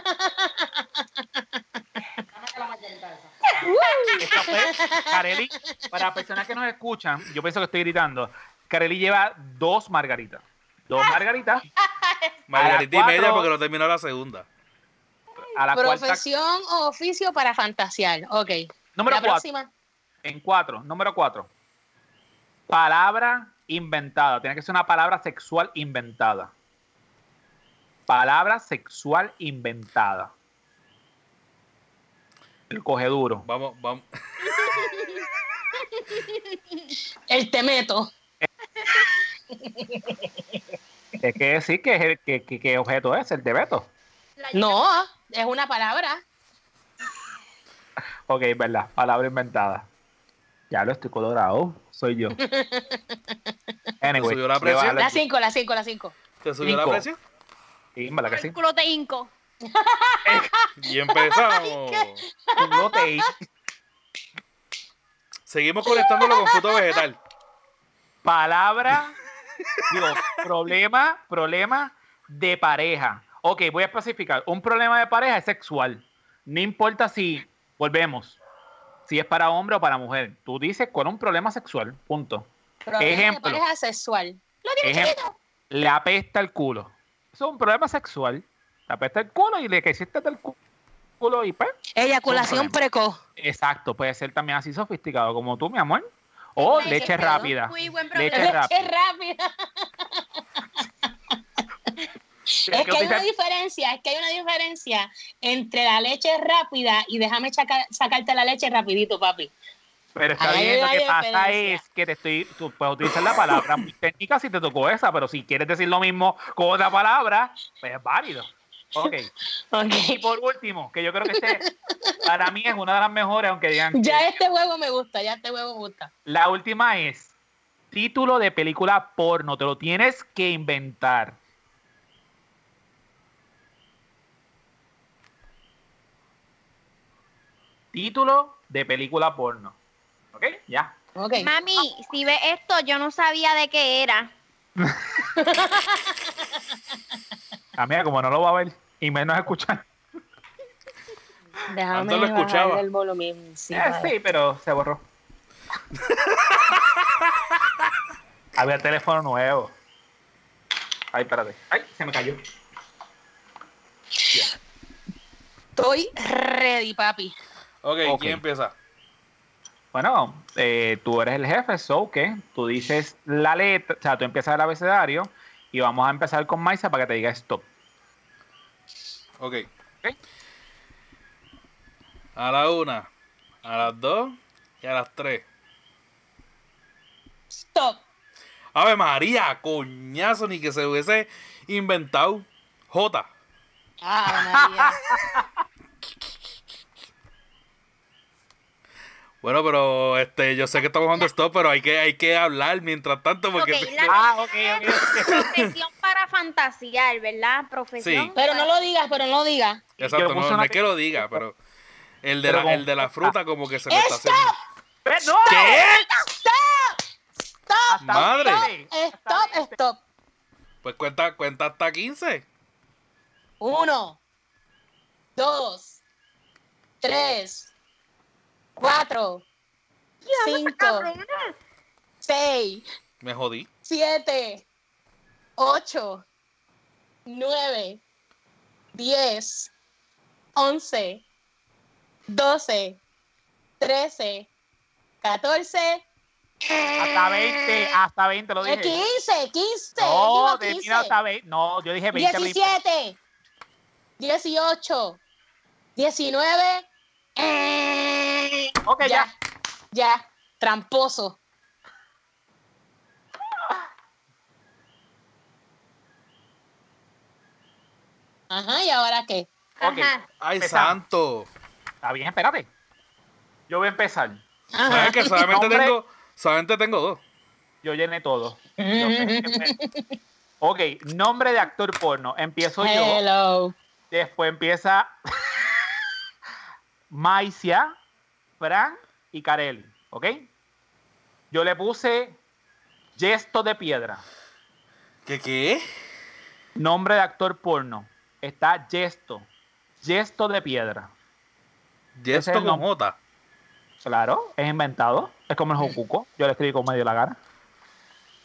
E: es para eso de Carelli.
C: Esta fue- Carelli, para las personas que nos escuchan, yo pienso que estoy gritando. Carelli lleva dos margaritas. Dos
E: Ah,
C: margaritas.
B: Margarita y
C: cuatro.
B: media porque no terminó la segunda.
C: A la cuarta
E: Profesión o oficio para fantasear. Ok.
C: Número
E: la
C: cuatro.
E: próxima.
C: En cuatro, número cuatro. Palabra inventada. Tiene que ser una palabra sexual inventada. Palabra sexual inventada. El coge duro.
B: Vamos, vamos.
E: El temeto.
C: Es que decir que, es el- que, que- que objeto es el de Beto.
E: No, es una palabra.
C: Ok, es verdad. Palabra inventada. Ya lo estoy colorado. Soy yo. Anyway.
B: Subió la
C: le
B: presión.
C: va a
E: La 5, la 5, la 5.
B: ¿Te subió la
C: Cinco.
B: presión?
C: Sí, en verdad que
D: Por
C: sí.
D: el culo te hinco.
B: Y empezamos.
C: Culo te-
B: Seguimos conectándolo con fruto vegetal.
C: Palabra. digo, problema, problema de pareja. Ok, voy a especificar. Un problema de pareja es sexual. No importa si volvemos. Si es para hombre o para mujer. Tú dices con un problema sexual. Punto. Ejemplo.
E: De pareja sexual.
C: Ejemplo, le apesta el culo. Eso es un problema sexual. Le apesta el culo y le que hiciste del cu- culo y pues.
E: Eyaculación
C: Un problema.
E: precoz.
C: Exacto, puede ser también así sofisticado como tú, mi amor. O
E: Ay,
C: leche
E: qué pedo.
C: rápida.
D: Muy buen
C: Leche
D: problema.
C: rápida.
E: Es rápida. Es que hay una diferencia, es que hay una diferencia entre la leche rápida y déjame chaca- sacarte la leche rapidito, papi.
C: Pero está
E: Ahí hay
C: bien, lo
E: una
C: que pasa
E: diferencia.
C: es que te estoy, tú puedes utilizar la palabra muy técnica si te tocó esa, pero si quieres decir lo mismo con otra palabra, pues es válido. Ok. Y
E: Ok.
C: por último, que yo creo que este, para mí es una de las mejores, aunque digan que-
E: Ya este juego me gusta, ya este juego me gusta.
C: La última es título de película porno. Te lo tienes que inventar. Título de película porno. ¿Ok? Ya.
E: Ok.
D: Mami, si ves esto, yo no sabía de qué era.
C: Ah, mira, como no lo va a ver y menos escuchar.
E: Déjame
B: Antes lo escuchaba.
E: bajarle el volumen. Sí,
C: Eh,
E: vale.
C: sí, pero se borró. Había teléfono nuevo. Ay, espérate. Ay, se me cayó.
E: Estoy ready, papi.
B: ok,
C: Ok.
B: ¿quién empieza?
C: Bueno, eh, tú eres el jefe, so que tú dices la letra, o sea, tú empiezas el abecedario y vamos a empezar con Maisa para que te diga stop.
B: Ok.
C: Ok.
B: A la una, a las dos y a las tres.
E: Stop.
B: Ave María, coñazo, ni que se hubiese inventado J.
E: Ah, María.
B: Bueno, pero este, yo sé que estamos jugando stop, pero hay que, hay que hablar mientras tanto porque...
D: Ok, la-
C: Ah, ok, ok.
D: Profesión para fantasear, ¿verdad? Profesión.
B: Sí.
E: Pero no lo digas, pero no lo digas.
C: Yo
B: Exacto,
C: puse
B: no,
C: una
B: no es que lo diga, pero... El de,
C: Pero
B: la,
C: con-
B: el de la fruta como que se me está
E: ¡Stop!
B: haciendo...
C: Eh, ¡No!
B: ¿Qué?
E: ¡Stop!
C: Hasta
B: Madre.
C: ahí.
E: ¡Stop! ¡Stop!
B: Pues cuenta, cuenta hasta 15.
E: Uno, dos, tres, cuatro, cinco, seis,
B: Me jodí.
E: siete, ocho, nueve, diez, once, doce, trece, catorce, Eh,
C: Hasta 20, hasta 20 lo dije.
E: quince, quince,
C: no,
E: digo
C: termina
E: quince.
C: hasta 20. No, yo dije 20. primero.
E: 17, 18, 19. eh,
C: Ok, ya.
E: ya, ya, tramposo. Ajá, ¿y ahora qué?
C: Ok.
D: Ajá.
B: ¡Ay,
C: Empezamos.
B: santo!
C: Está bien, espérate. Yo voy a empezar.
E: Ajá.
B: ¿Sabes que solamente
C: Nombre.
B: tengo, solamente tengo dos?
C: Yo llené todo. Yo sé que me- ok, nombre de actor porno. Empiezo yo.
E: Eh, Hello.
C: Después empieza Maicia, Fran y Karel, ¿ok? Yo le puse Gesto de Piedra,
B: ¿Qué qué?
C: nombre de actor porno. Está Gesto, Gesto de Piedra.
B: ¿Y
C: Ese es
B: esto
C: el
B: con
C: nombre.
B: J?
C: Claro, es inventado, es como el Hokuko. Yo le escribí como medio la gana.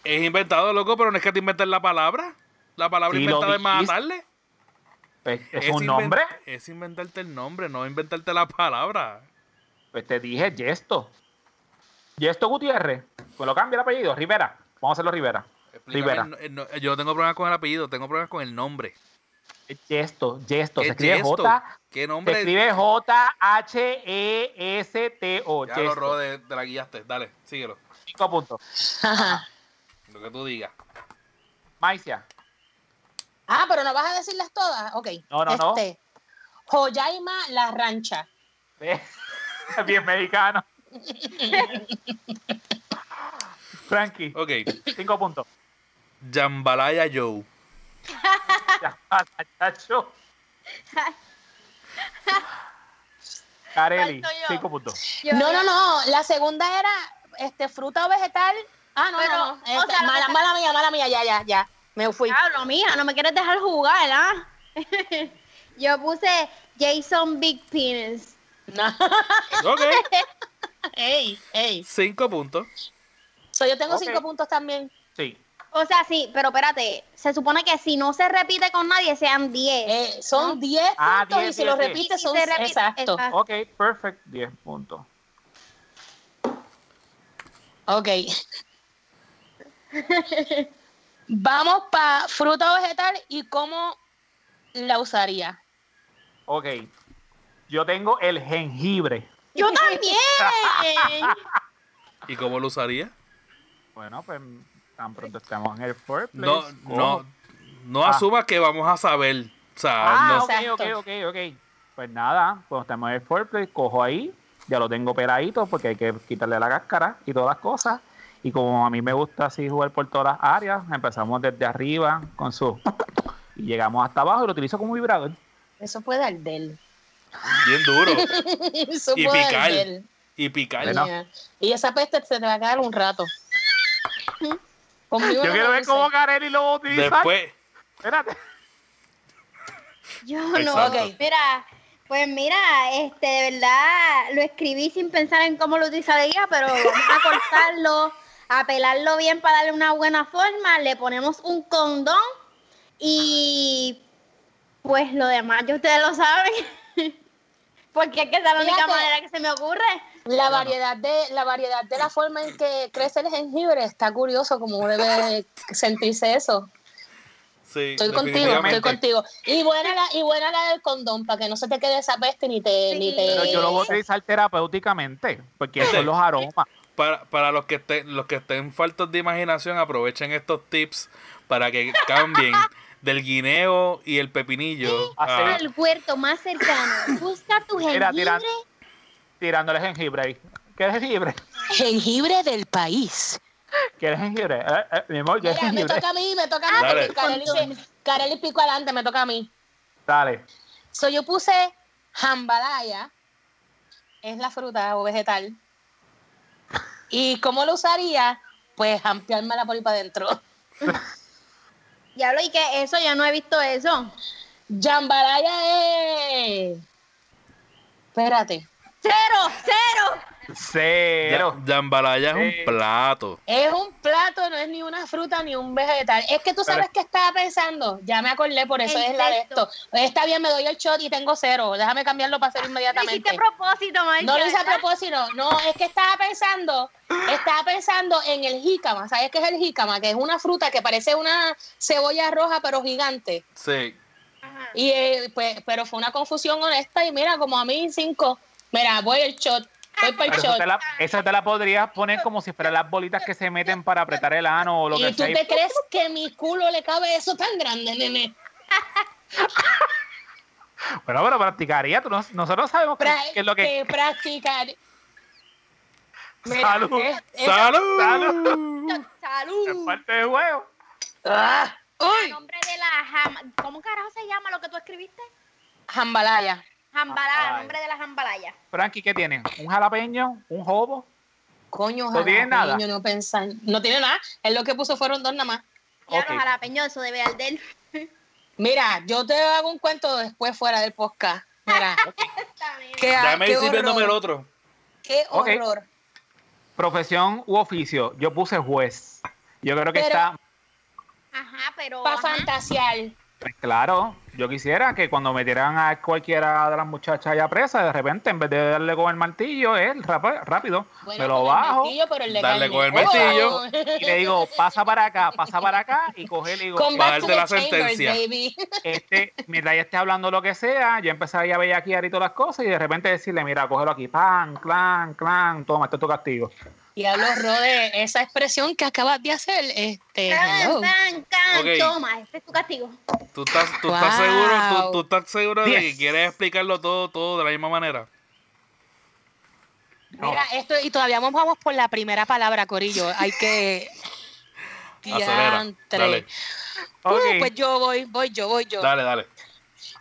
B: Es inventado, loco, pero no es que te inventen la palabra. La palabra
C: Sí, lo
B: inventada es
C: dijiste.
B: matarle.
C: Pues, es, un
B: inven-
C: nombre.
B: Es inventarte el nombre, no inventarte la palabra.
C: Pues te dije Gesto. Gesto Gutiérrez. Pues lo cambia el apellido, Rivera. Vamos a hacerlo Rivera.
B: Explícame
C: Rivera.
B: el no- el no- yo no tengo problemas con el apellido, tengo problemas con el nombre.
C: Gesto, Gesto.
B: ¿Qué
C: Se escribe
B: gesto?
C: J.
B: ¿Qué
C: Se
B: nombre?
C: escribe E J-H-E-S-T-O.
B: ya lo
C: Chesto.
B: rode, te la guiaste. Dale, síguelo.
C: Cinco puntos.
E: Ajá.
B: Lo que tú digas.
C: Maicia,
E: Ah, pero no vas a decirlas todas. Ok.
C: No, no, no.
E: Este, Joyaima La Rancha.
C: Bien mexicano. Frankie,
B: Ok.
C: cinco puntos.
B: Jambalaya Joe.
C: Ya, chacho. Carelli,
D: Falto yo.
C: cinco puntos.
D: Yo-
E: no, no, no. La segunda era este, fruta o vegetal. Ah, no,
D: Pero,
E: no, no.
D: o
E: Este,
D: sea, lo
E: mala,
D: que- Ah.
E: mala mía, mala mía. Ya, ya, ya. Me fui.
D: Diablo, mija, no me quieres dejar jugar, ¿ah? Yo puse Jason Big Penis.
E: No.
B: Ok.
E: ey, ey.
B: Cinco puntos.
E: So, yo tengo
C: Ok.
E: cinco puntos también.
C: Sí.
D: O sea, sí, pero espérate. Se supone que si no se repite con nadie, sean 10.
E: Eh, son 10
C: Ah,
E: puntos
C: diez,
E: y si
C: diez,
E: lo
C: diez.
E: repites
D: Y
E: son
D: se repite-
E: exacto.
D: exacto.
C: Ok, perfect. Diez puntos.
E: Ok. Vamos para fruta o vegetal y cómo la usaría.
C: Ok. Yo tengo el jengibre.
D: ¡Yo
E: Eh.
D: también!
B: ¿Y cómo lo usaría?
C: Bueno, pues tan pronto estamos en el fourth place.
B: No, no, no
C: Ah.
B: asumas que vamos a saber. O sea,
C: Ah,
B: no-
C: ok, ok,
E: Exacto.
C: ok, ok. Pues nada, cuando estamos en el foreplay, cojo ahí, ya lo tengo peladito porque hay que quitarle la cáscara y todas las cosas. Y como a mí me gusta así jugar por todas las áreas, empezamos desde arriba con su... Y llegamos hasta abajo y lo utilizo como vibrador.
E: Eso puede arder.
B: bien duro.
E: Eso
B: Y
E: puede
B: picar.
E: arder.
B: Y picar.
C: Bueno.
E: Yeah. Y esa peste se te va a quedar un rato. Conmigo
C: Yo
E: no
C: quiero
E: lo
C: ver
E: hice.
C: cómo Kareli lo va a utilizar.
B: Después,
C: Espérate.
D: Yo no.
B: Exacto.
E: Ok.
D: Mira, pues mira, este, de verdad, lo escribí sin pensar en cómo lo utilizaría, pero vamos a cortarlo, a pelarlo bien para darle una buena forma, le ponemos un condón y pues lo demás ya ustedes lo saben. Porque es que es la única
E: Fíjate.
D: manera que se me ocurre.
E: La variedad de la variedad de la forma en que crece el jengibre está curioso cómo debe sentirse eso.
B: sí,
E: Estoy contigo,
B: definitivamente.
E: estoy contigo. Y buena la y buena la del condón para que no se te quede esa peste ni te ni te
C: Pero yo lo voy a utilizar terapéuticamente, porque esos son los aromas.
B: Para, para los que estén, los que estén faltos de imaginación, aprovechen estos tips para que cambien del guineo y el pepinillo.
C: Hacer
B: a-
D: El huerto más cercano. Busca tu
C: Mira, tira-
D: jengibre.
C: Tirándole jengibre ahí. ¿Quieres jengibre?
E: jengibre del país.
C: ¿Quieres jengibre? Eh, eh, mi amor, ¿quieres
E: Mira, me
C: jengibre?
E: toca a mí, me toca a mí.
B: Dale.
E: porque Kareli se- Kareli pico adelante, me toca a mí.
C: Dale.
E: So, yo puse jambalaya, es la fruta o vegetal. ¿Y cómo lo usaría? Pues ampliármela por ahí para adentro.
D: Diablo, y que eso, yo no he visto eso.
E: Jambalaya es. Espérate.
D: ¡Cero! ¡Cero!
C: Cero.
B: Ya- Jambalaya es
C: Sí.
B: un plato.
E: Es un plato, no es ni una fruta ni un vegetal. Es que tú
C: Pero-
E: sabes que estaba pensando. Ya me acordé, por eso
D: El
E: es la de esto. Pues
D: texto.
E: Está bien, me doy el shot y tengo cero. Déjame cambiarlo para hacer
D: Ah, Lo hiciste
E: inmediatamente.
D: a propósito, Marcia,
E: No lo hice a
D: ¿verdad?
E: propósito, no, es que estaba pensando, estaba pensando en el jícama, ¿sabes qué es el jícama? Que es una fruta que parece una cebolla roja pero gigante.
B: Sí.
D: Ajá.
E: Y eh, pues, pero fue una confusión honesta y mira, como a mí cinco, mira, voy el shot,
D: Ah,
E: voy para el
C: Pero esa,
E: shot.
C: te la, esa te la podrías poner como si fueran las bolitas que se meten para apretar el ano o lo
E: ¿Y
C: que
E: tú
C: sea.
E: te crees que mi culo le cabe eso tan grande, nene?
C: Bueno, pero practicaría. Tú no- nosotros sabemos qué,
E: Pra- este,
C: qué es lo que.
E: practicar. Mira,
C: Salud.
E: es- es-
B: ¡Salud!
C: ¡Salud! Es
D: ¡Salud!
C: parte del juego.
E: ¡Ah!
D: El nombre de la jama... ¿Cómo carajo se llama lo que tú escribiste?
E: Jambalaya.
D: Jambalaya,
C: Ay.
D: el nombre de la jambalaya.
C: Frankie, ¿qué tienen? ¿Un jalapeño? ¿Un jobo?
E: Coño,
C: No tiene nada.
E: jalapeño, no pensan, no tiene nada. Él lo que puso fueron dos nada más.
D: Claro,
C: Ok.
D: jalapeño, eso debe arder.
E: Mira, yo te hago un cuento después fuera del podcast. Mira, qué,
B: Déjame
E: qué
B: ir sirviéndome el
E: horror,
B: otro.
E: qué
C: Ok.
E: horror.
C: Profesión u oficio. Yo puse juez. Yo creo que
E: Pero-
C: está.
D: Ajá, pero...
E: Para
D: ajá.
E: fantasear.
C: pues, Claro, yo quisiera que cuando metieran a cualquiera de las muchachas allá presa, de repente, en vez de darle con el martillo, él rap- rápido
E: Bueno,
C: me
E: con
C: lo
E: el
C: bajo
E: martillo, pero el de
B: Dale
E: carne.
B: con el
E: Oh.
B: martillo.
C: y le digo, pasa para acá, pasa para acá, y coge y le digo,
E: Con
B: Bajarte
E: back to the
B: la
E: chambers,
B: sentencia.
E: baby.
C: este, mientras ya esté hablando lo que sea, yo empezaría a bellaquear y todas las cosas, y de repente decirle, mira, cógelo aquí, pan, clan, clan, toma, esto este es tu castigo.
E: Diablo, Rode, esa expresión que acabas de hacer, este, hello.
D: Can, can, can.
B: Ok.
D: Toma, este es tu castigo.
B: ¿Tú estás, tú estás seguro, tú,
E: Wow.
B: tú estás seguro de que
C: Diez.
B: quieres explicarlo todo, todo de la misma manera?
E: Mira, esto, y todavía vamos por la primera palabra, Corillo. Hay que.
B: Acelera,
E: Diantre.
B: dale.
E: Uh,
C: Ok.
E: pues yo voy, voy yo, voy yo.
B: Dale, dale.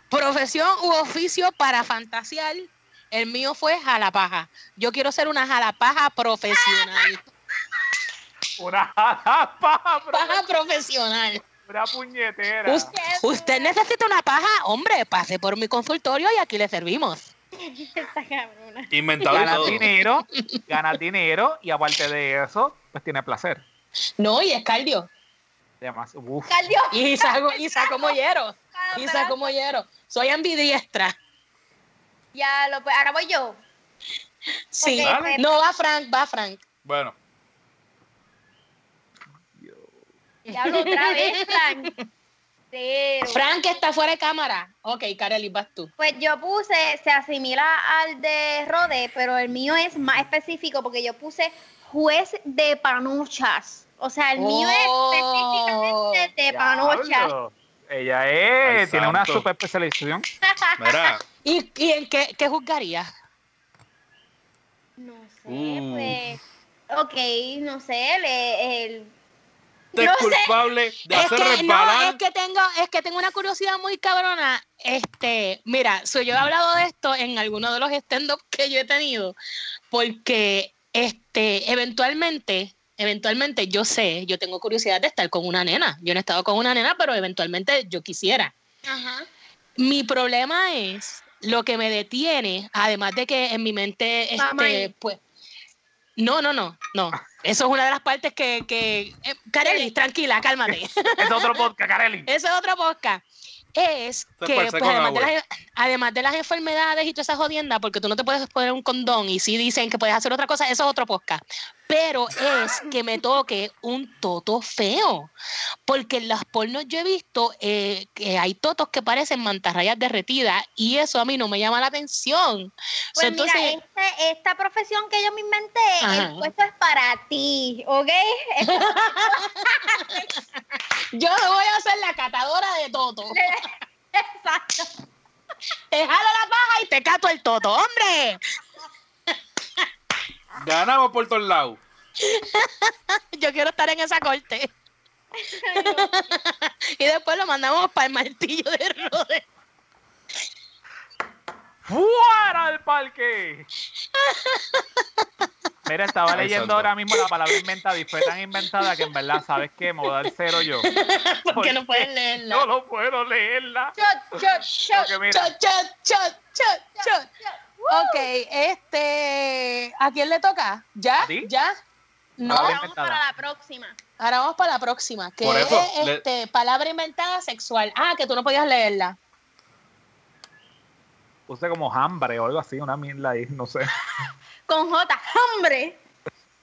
E: Profesión u oficio para fantasear. El mío fue jalapaja. Yo quiero ser una jalapaja profesional.
C: Una paja, bro,
E: Paja profesional.
C: una puñetera.
E: Usted, usted necesita una paja, hombre, pase por mi consultorio y aquí le servimos.
D: Esta cabrona.
B: Inventado y
C: Ganas
B: todo.
C: dinero, ganas dinero y aparte de eso, pues tiene placer.
E: No, y es cardio.
C: Además, uf,
D: Caldió.
E: Y saco, y saco mollero.
D: ah,
E: Y saco mollero. Soy ambidiestra.
D: Ya lo pues, ahora voy yo.
E: Sí.
D: Ok,
B: Dale.
D: pues,
E: No, va Frank, va Frank.
B: Bueno,
D: Ya lo otra vez, Frank. Pero,
E: Frank está fuera de cámara. Ok, Kareli, vas tú.
D: Pues yo puse, se asimila al de Rode, pero el mío es más específico porque yo puse juez de panuchas. O sea, el mío
E: Oh,
D: es específicamente de panuchas.
C: diablo. Ella
B: Ay,
C: es, tiene
B: santo.
C: una super especialización.
B: mira.
E: ¿Y, y en qué, qué juzgarías?
D: No sé,
B: Uh.
D: pues. Ok, no sé, el. el-
B: Te
D: no
B: es
D: sé.
B: culpable de
E: es
B: hacer
E: que, no,
B: resbalar.
E: es que tengo, es que tengo una curiosidad muy cabrona. Este, mira, so, yo he hablado de esto en alguno de los stand-ups que yo he tenido, porque este, eventualmente, eventualmente yo sé, yo tengo curiosidad de estar con una nena. Yo no he estado con una nena, pero eventualmente yo quisiera.
D: Ajá.
E: Mi problema es lo que me detiene, además de que en mi mente,
D: Mamá
E: este,
D: y-
E: pues, no, no, no, no. Eso es una de las partes que, que eh, Kareli, tranquila, cálmate.
C: Es otro podcast, Carelli.
E: Eso es otra boca. Es que
B: parece
E: pues,
B: con
E: además, de
B: agua.
E: las, además de las enfermedades y todas esas jodiendas, porque tú no te puedes poner un condón y si dicen que puedes hacer otra cosa, eso es otro podcast. Pero es que me toque un toto feo. Porque en las pornos yo he visto eh, que hay totos que parecen mantarrayas derretidas y eso a mí no me llama la atención. So,
D: Pues
E: entonces,
D: mira, este- esta profesión que yo me inventé,
E: Ajá.
D: el puesto es para ti, ¿ok? Esto-
E: yo no voy a ser la catadora de toto.
B: Ah,
D: Exacto.
E: Te jalo la paja y te cato el toto, hombre.
B: Ganamos por todos lados.
E: Yo quiero estar en esa corte. Y después lo mandamos para el martillo de Rode.
C: ¡Fuera del parque! Mira, estaba
B: Ay,
C: leyendo
B: santo.
C: ahora mismo la palabra inventada y fue tan inventada que en verdad, ¿sabes qué? Me voy a dar cero yo.
E: Porque no pueden
C: No
E: leerla.
C: lo puedo leerla.
D: Shot, shot, shot,
C: Porque mira,
E: Chot, chot, chot, chot, chot.
D: shot.
E: Ok, este. ¿A quién le toca? ¿Ya?
C: ¿A ti? Ah.
E: ¿Ya? No.
C: Palabra
D: Ahora vamos
C: inventada.
D: para la próxima.
E: Ahora vamos para la próxima. Que
B: Por eso,
E: es
B: le-
E: este, palabra inventada sexual. Ah, que tú no podías leerla.
C: puse como hambre o algo así, una mierda ahí, no sé.
D: Con J, hombre.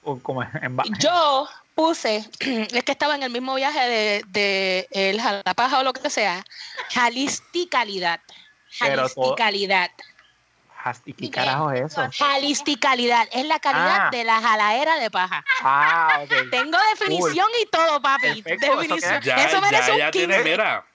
C: O como en, ba-
E: Yo puse, es que estaba en el mismo viaje de, de el jalapaja o lo que sea. Jalisticalidad.
C: Pero todo-
E: Jalisticalidad.
C: Has- ¿Y qué carajo es eso?
E: Jalisticalidad es la calidad
C: Ah.
E: de la jalaera de paja.
C: Ah, ok.
E: Tengo definición y todo, papi.
C: Perfecto, eso
E: definición.
B: Ya,
E: eso merece
B: ya,
E: un
B: ya tiene,
E: quince.
B: mira.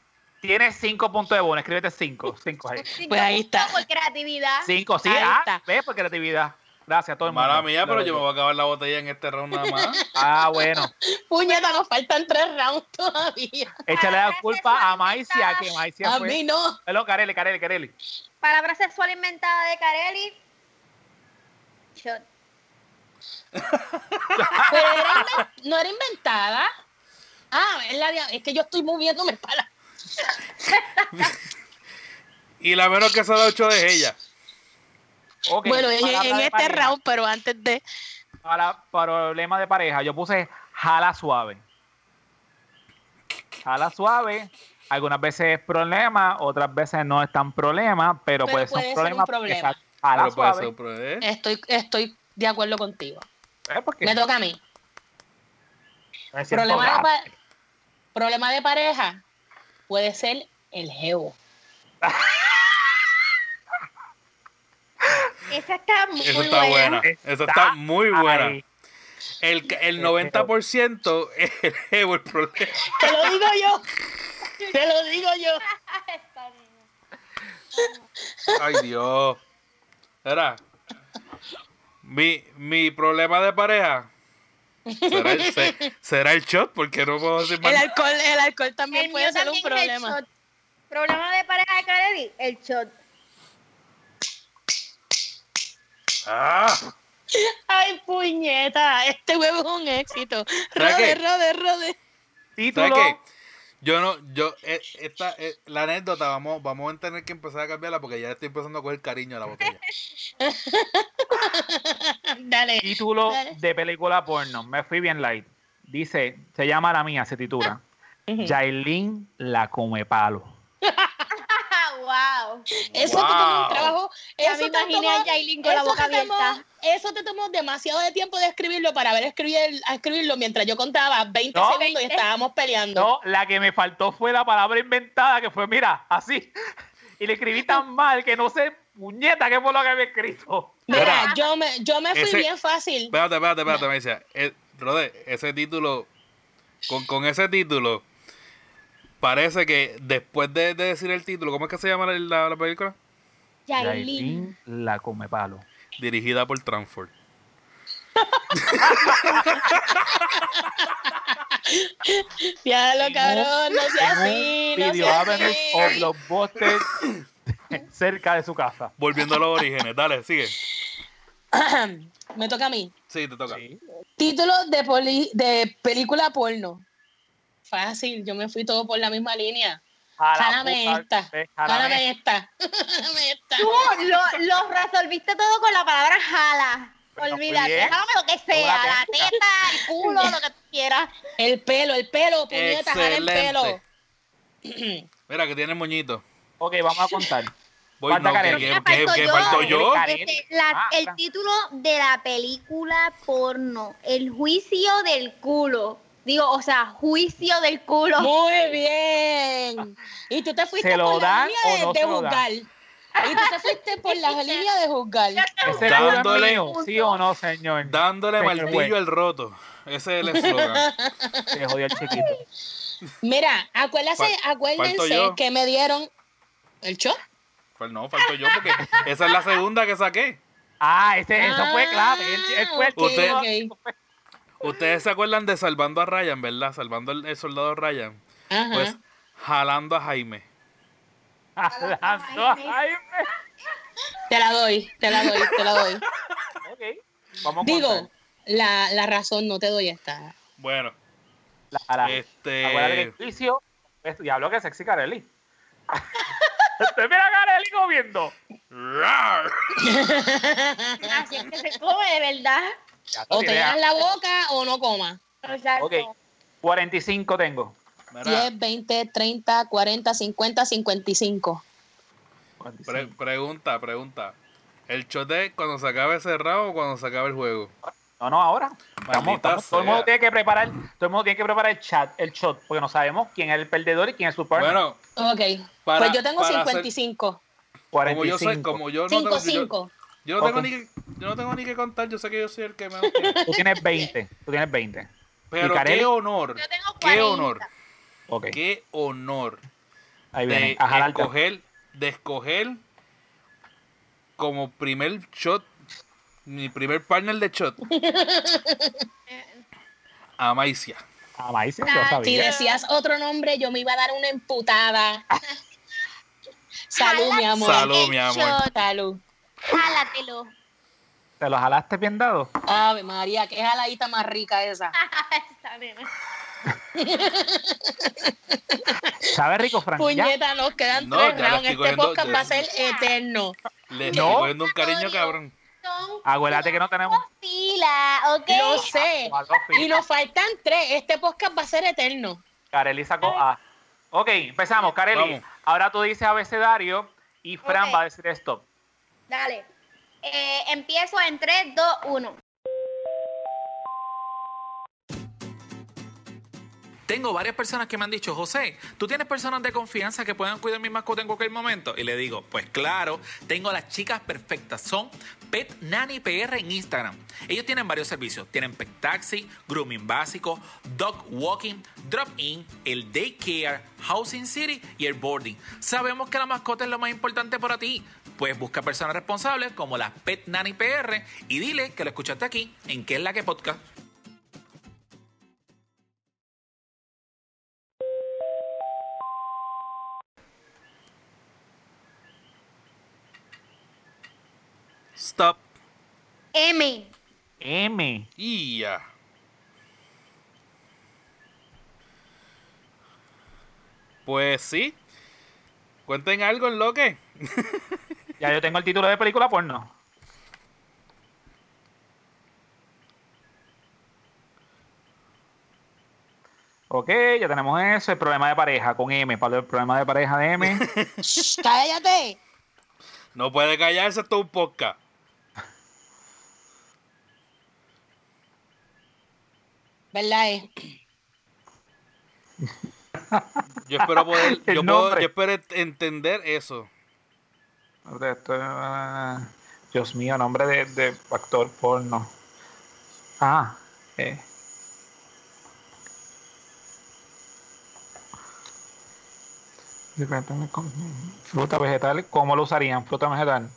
C: Tienes cinco puntos de bono, escríbete cinco. Cinco ahí.
E: Pues ahí está.
D: Por creatividad.
C: Cinco, sí.
E: Ahí
C: Ah,
E: está.
C: ve por creatividad. Gracias a todo el mundo.
B: Mala mía, pero yo me
C: voy.
B: voy a acabar la botella en este round nada más.
C: Ah, bueno.
E: Puñeta, nos faltan tres rounds todavía.
C: Échale la culpa a Maicia, que Maicia
E: A
C: fue.
E: mí no.
C: Hello, Carelli, Carelli, Carelli.
D: Palabra sexual inventada de Carelli. Shot.
E: Pero era inven- no era inventada. Ah, es, la de- es que yo estoy moviéndome para.
B: Y la menos que se ha dado ocho es ella.
C: Ok,
E: bueno, en,
C: palabra
E: en
C: de
E: este
C: pareja.
E: round, pero antes de.
C: Para problema de pareja, yo puse jala suave. Jala suave. Algunas veces es problema, otras veces no es tan problema, pero,
E: Pero
C: puede ser
E: puede
C: un
E: ser un
C: problema.
E: problema.
C: porque Jala
B: Pero puede
C: suave.
B: ser un problema, ¿eh?
E: Estoy, estoy de acuerdo contigo.
C: Eh, porque
E: Me toca a mí.
C: me siento
E: Problema de,
C: raro.
E: pa- problema de pareja puede ser el geo.
D: Esa está muy
B: Eso está buena.
C: buena.
B: Eso está muy buena.
C: Ay,
B: El,
C: Eh,
B: el 90% es el ego el problema.
E: Te lo digo yo. Te lo digo yo.
D: Está bien.
B: Ay, Dios. Era. Mi, mi problema de pareja. Será el, se- será el shot, porque no puedo decir más.
E: El
B: nada.
E: alcohol, el alcohol también
D: El
E: puede
D: mío
E: ser un
D: también es el
E: problema.
D: shot. Problema de pareja de Kareli, el shot.
B: Ah,
E: Ay, puñeta. Este huevo es un éxito.
B: ¿Sabes
E: Rode,
B: qué?
E: rode, rode.
B: ¿Sabes
C: Título.
B: qué? Yo no, yo, eh, esta, eh, la anécdota, vamos, vamos a tener que empezar a cambiarla porque ya le estoy empezando a coger cariño a la botella.
E: Dale.
C: Título
E: Dale.
C: de película porno. Me fui bien light. Dice, se llama la mía, se titula. Yailin la come palo.
D: Ah, wow.
E: Eso te tomó
B: Wow.
E: un trabajo.
D: Ya
E: Eso
D: me
E: te
D: imaginé
E: tomó-
D: a Yailin con la
E: eso
D: boca
E: te tomó-
D: abierta.
E: Eso te tomó demasiado de tiempo de escribirlo para ver escribir, a escribirlo mientras yo contaba 20
C: No.
E: segundos y estábamos peleando.
C: No, la que me faltó fue la palabra inventada, que fue, mira, así. Y le escribí tan mal que no sé, puñeta, qué fue lo que había escrito.
E: Mira,
B: Mira.
E: yo me, yo me fui
B: Ese-
E: bien fácil.
B: Espérate, espérate, espérate, me dice. eh, Rode, ese título, con, con ese título, parece que después de, de decir el título, ¿cómo es que se llama la, la- la película?
D: Yailin.
C: la come palo.
B: Dirigida por Transford.
E: Ya lo cabrón, no sea así, no
C: Video
E: sea
C: Avenue o
E: así.
C: Blockbuster cerca de su casa.
B: Volviendo a los orígenes, dale, sigue.
E: Me toca a mí.
B: Sí, te toca.
E: Título de, poli- de película porno. Fácil, yo me fui todo por la misma línea.
C: A la
E: Jálame
C: puta,
E: esta,
C: eh, jálame
E: jálame esta, jálame esta.
D: Tú lo, lo resolviste todo con la palabra jala.
C: Pero muy
D: Olvídate,
C: bien.
D: jálame lo que
C: Una
D: sea, la
C: técnica.
D: teta, el culo, lo que tú quieras.
E: El pelo, el pelo, puñeta, jala el pelo.
B: Excelente. Mira, que tiene el moñito.
C: Ok, vamos a contar.
B: Voy,
C: Falta
B: no, que,
C: Karen.
B: que-
D: Me
B: que- que faltó yo.
C: Karen.
D: Este, la-
C: Ah,
D: el
C: está.
D: título de la película porno, El juicio del culo. Digo, o sea, juicio del culo.
E: Muy bien. Y tú te fuiste
C: ¿Se lo
E: por la
C: dan
E: línea
C: o
E: de,
C: no
E: de
C: se lo dan?
E: juzgar. Y tú te fuiste por la línea de juzgar.
C: Ese culo es
B: Dándole-
C: mío, sí o no, señor.
B: Dándole
C: Señor juez.
B: martillo al roto. Ese es el eslogan.
C: Se jodió el chiquito.
E: Mira, acuérdense,
B: Fal- falto
E: acuérdense
B: yo.
E: que me dieron el show.
B: Pues no, faltó yo porque esa es la segunda que saqué.
C: Ah, ese, eso fue clave. Él, él fue el
E: Ah, ok,
C: título.
E: ok.
B: Ustedes se acuerdan de Salvando a Ryan, ¿verdad? Salvando al el soldado Ryan.
E: Ajá.
B: Pues jalando a Jaime.
C: Jalando a Jaime.
E: Te la doy, te la doy, te la doy.
C: Ok, vamos a
E: Digo,
C: contar.
E: la, la razón no te doy esta.
B: Bueno,
C: La- la- Acuérdate que el
B: este.
C: juicio. es- Pues, Y habló que sexy Carelli. Mira a Carelli comiendo.
B: ¡Rar!
D: Así Ah, es que se come, de verdad.
C: Ya tú
E: O te
C: tienes-
E: llenas la boca o no comas.
D: Exacto.
C: Ok, 45 tengo.
B: Mira,
E: 10, 20, 30, 40, 50, 55.
B: pre- pregunta, pregunta. ¿El shot es cuando se acabe cerrado o cuando se acabe el juego?
C: No, no, ahora. Estamos-
B: Maldita
C: estamos- todo el mundo
B: sea.
C: tiene que preparar, todo el mundo tiene que preparar el chat, el shot, porque no sabemos quién es el perdedor y quién es su partner.
B: Bueno,
E: Ok.
B: Para-
E: pues yo tengo
B: para hacer-
E: 55.
B: como yo soy,
C: 45.
B: como yo no tengo. yo-
E: 5, 5.
B: Yo no, tengo
C: Ok.
B: ni que, yo no tengo ni que contar, yo sé que yo soy el que menos tiene.
C: Tú tienes 20, tú tienes 20.
B: Pero
C: ¿Y Carelli?
B: qué honor,
D: Yo tengo
B: qué
D: 40.
B: honor,
C: Ok,
B: qué honor
C: ahí viene.
B: de
C: A jalarte.
B: escoger, de escoger como primer shot, mi primer partner de shot, a Maicia.
C: A maíz, lo
D: Ah,
E: Si
C: sabía.
E: decías otro nombre, yo me iba a dar una emputada. Salud, mi amor.
B: Salud.
D: El
B: mi amor.
D: shot,
E: Salud.
D: Jálatelo.
C: ¿Te lo jalaste bien dado?
E: Ave María, qué jaladita más rica esa.
D: Esa nena.
C: ¿Sabe rico, Frank? Ya.
E: Puñeta, nos quedan
B: Pues No,
E: tres
B: ya la
E: rounds.
B: estoy
E: Este
B: cogiendo-
E: podcast
B: yo-
E: va a ser eterno.
B: Le estoy
C: No.
B: cogiendo un cariño cabrón.
D: Son
C: Acuérdate que no tenemos.
D: fila, ¿ok?
E: Lo sé.
C: Guardo fin.
E: Y nos faltan tres. Este podcast va a ser eterno.
C: Carelli sacó A. Ok, empezamos, Carelli.
B: Vamos.
C: Ahora tú dices abecedario y Fran
D: Ok.
C: va a decir stop.
D: Dale. Eh, empiezo en 3, 2, 1.
A: Tengo varias personas que me han dicho, José, ¿tú tienes personas de confianza que puedan cuidar mi mascota en cualquier momento? Y le digo, pues claro, tengo a las chicas perfectas. Son Pet Nanny PR en Instagram. Ellos tienen varios servicios. Tienen Pet Taxi, Grooming Básico, Dog Walking, Drop In, el Daycare, Housing City y el Boarding. Sabemos que la mascota es lo más importante para ti. Pues busca personas responsables como las Pet Nanny PR y dile que lo escuchaste aquí en ¿Qué es la que podcast?
B: Stop.
D: M.
C: M.
B: Y ya. Pues sí. Cuenten algo en lo que.
C: Ya yo tengo el título de película pues porno. Ok, ya tenemos eso. El problema de pareja con M. Pablo, el problema de pareja de M.
E: Shh, cállate.
B: No puede callarse todo un podcast.
E: ¿Verdad? eh?
B: Yo espero poder.
C: El
B: yo, puedo-
C: nombre.
B: yo espero ent- entender eso.
C: Esto, eh, Dios mío, nombre de, de actor porno. Ah, eh. Fruta vegetal, ¿cómo lo usarían? Fruta vegetal.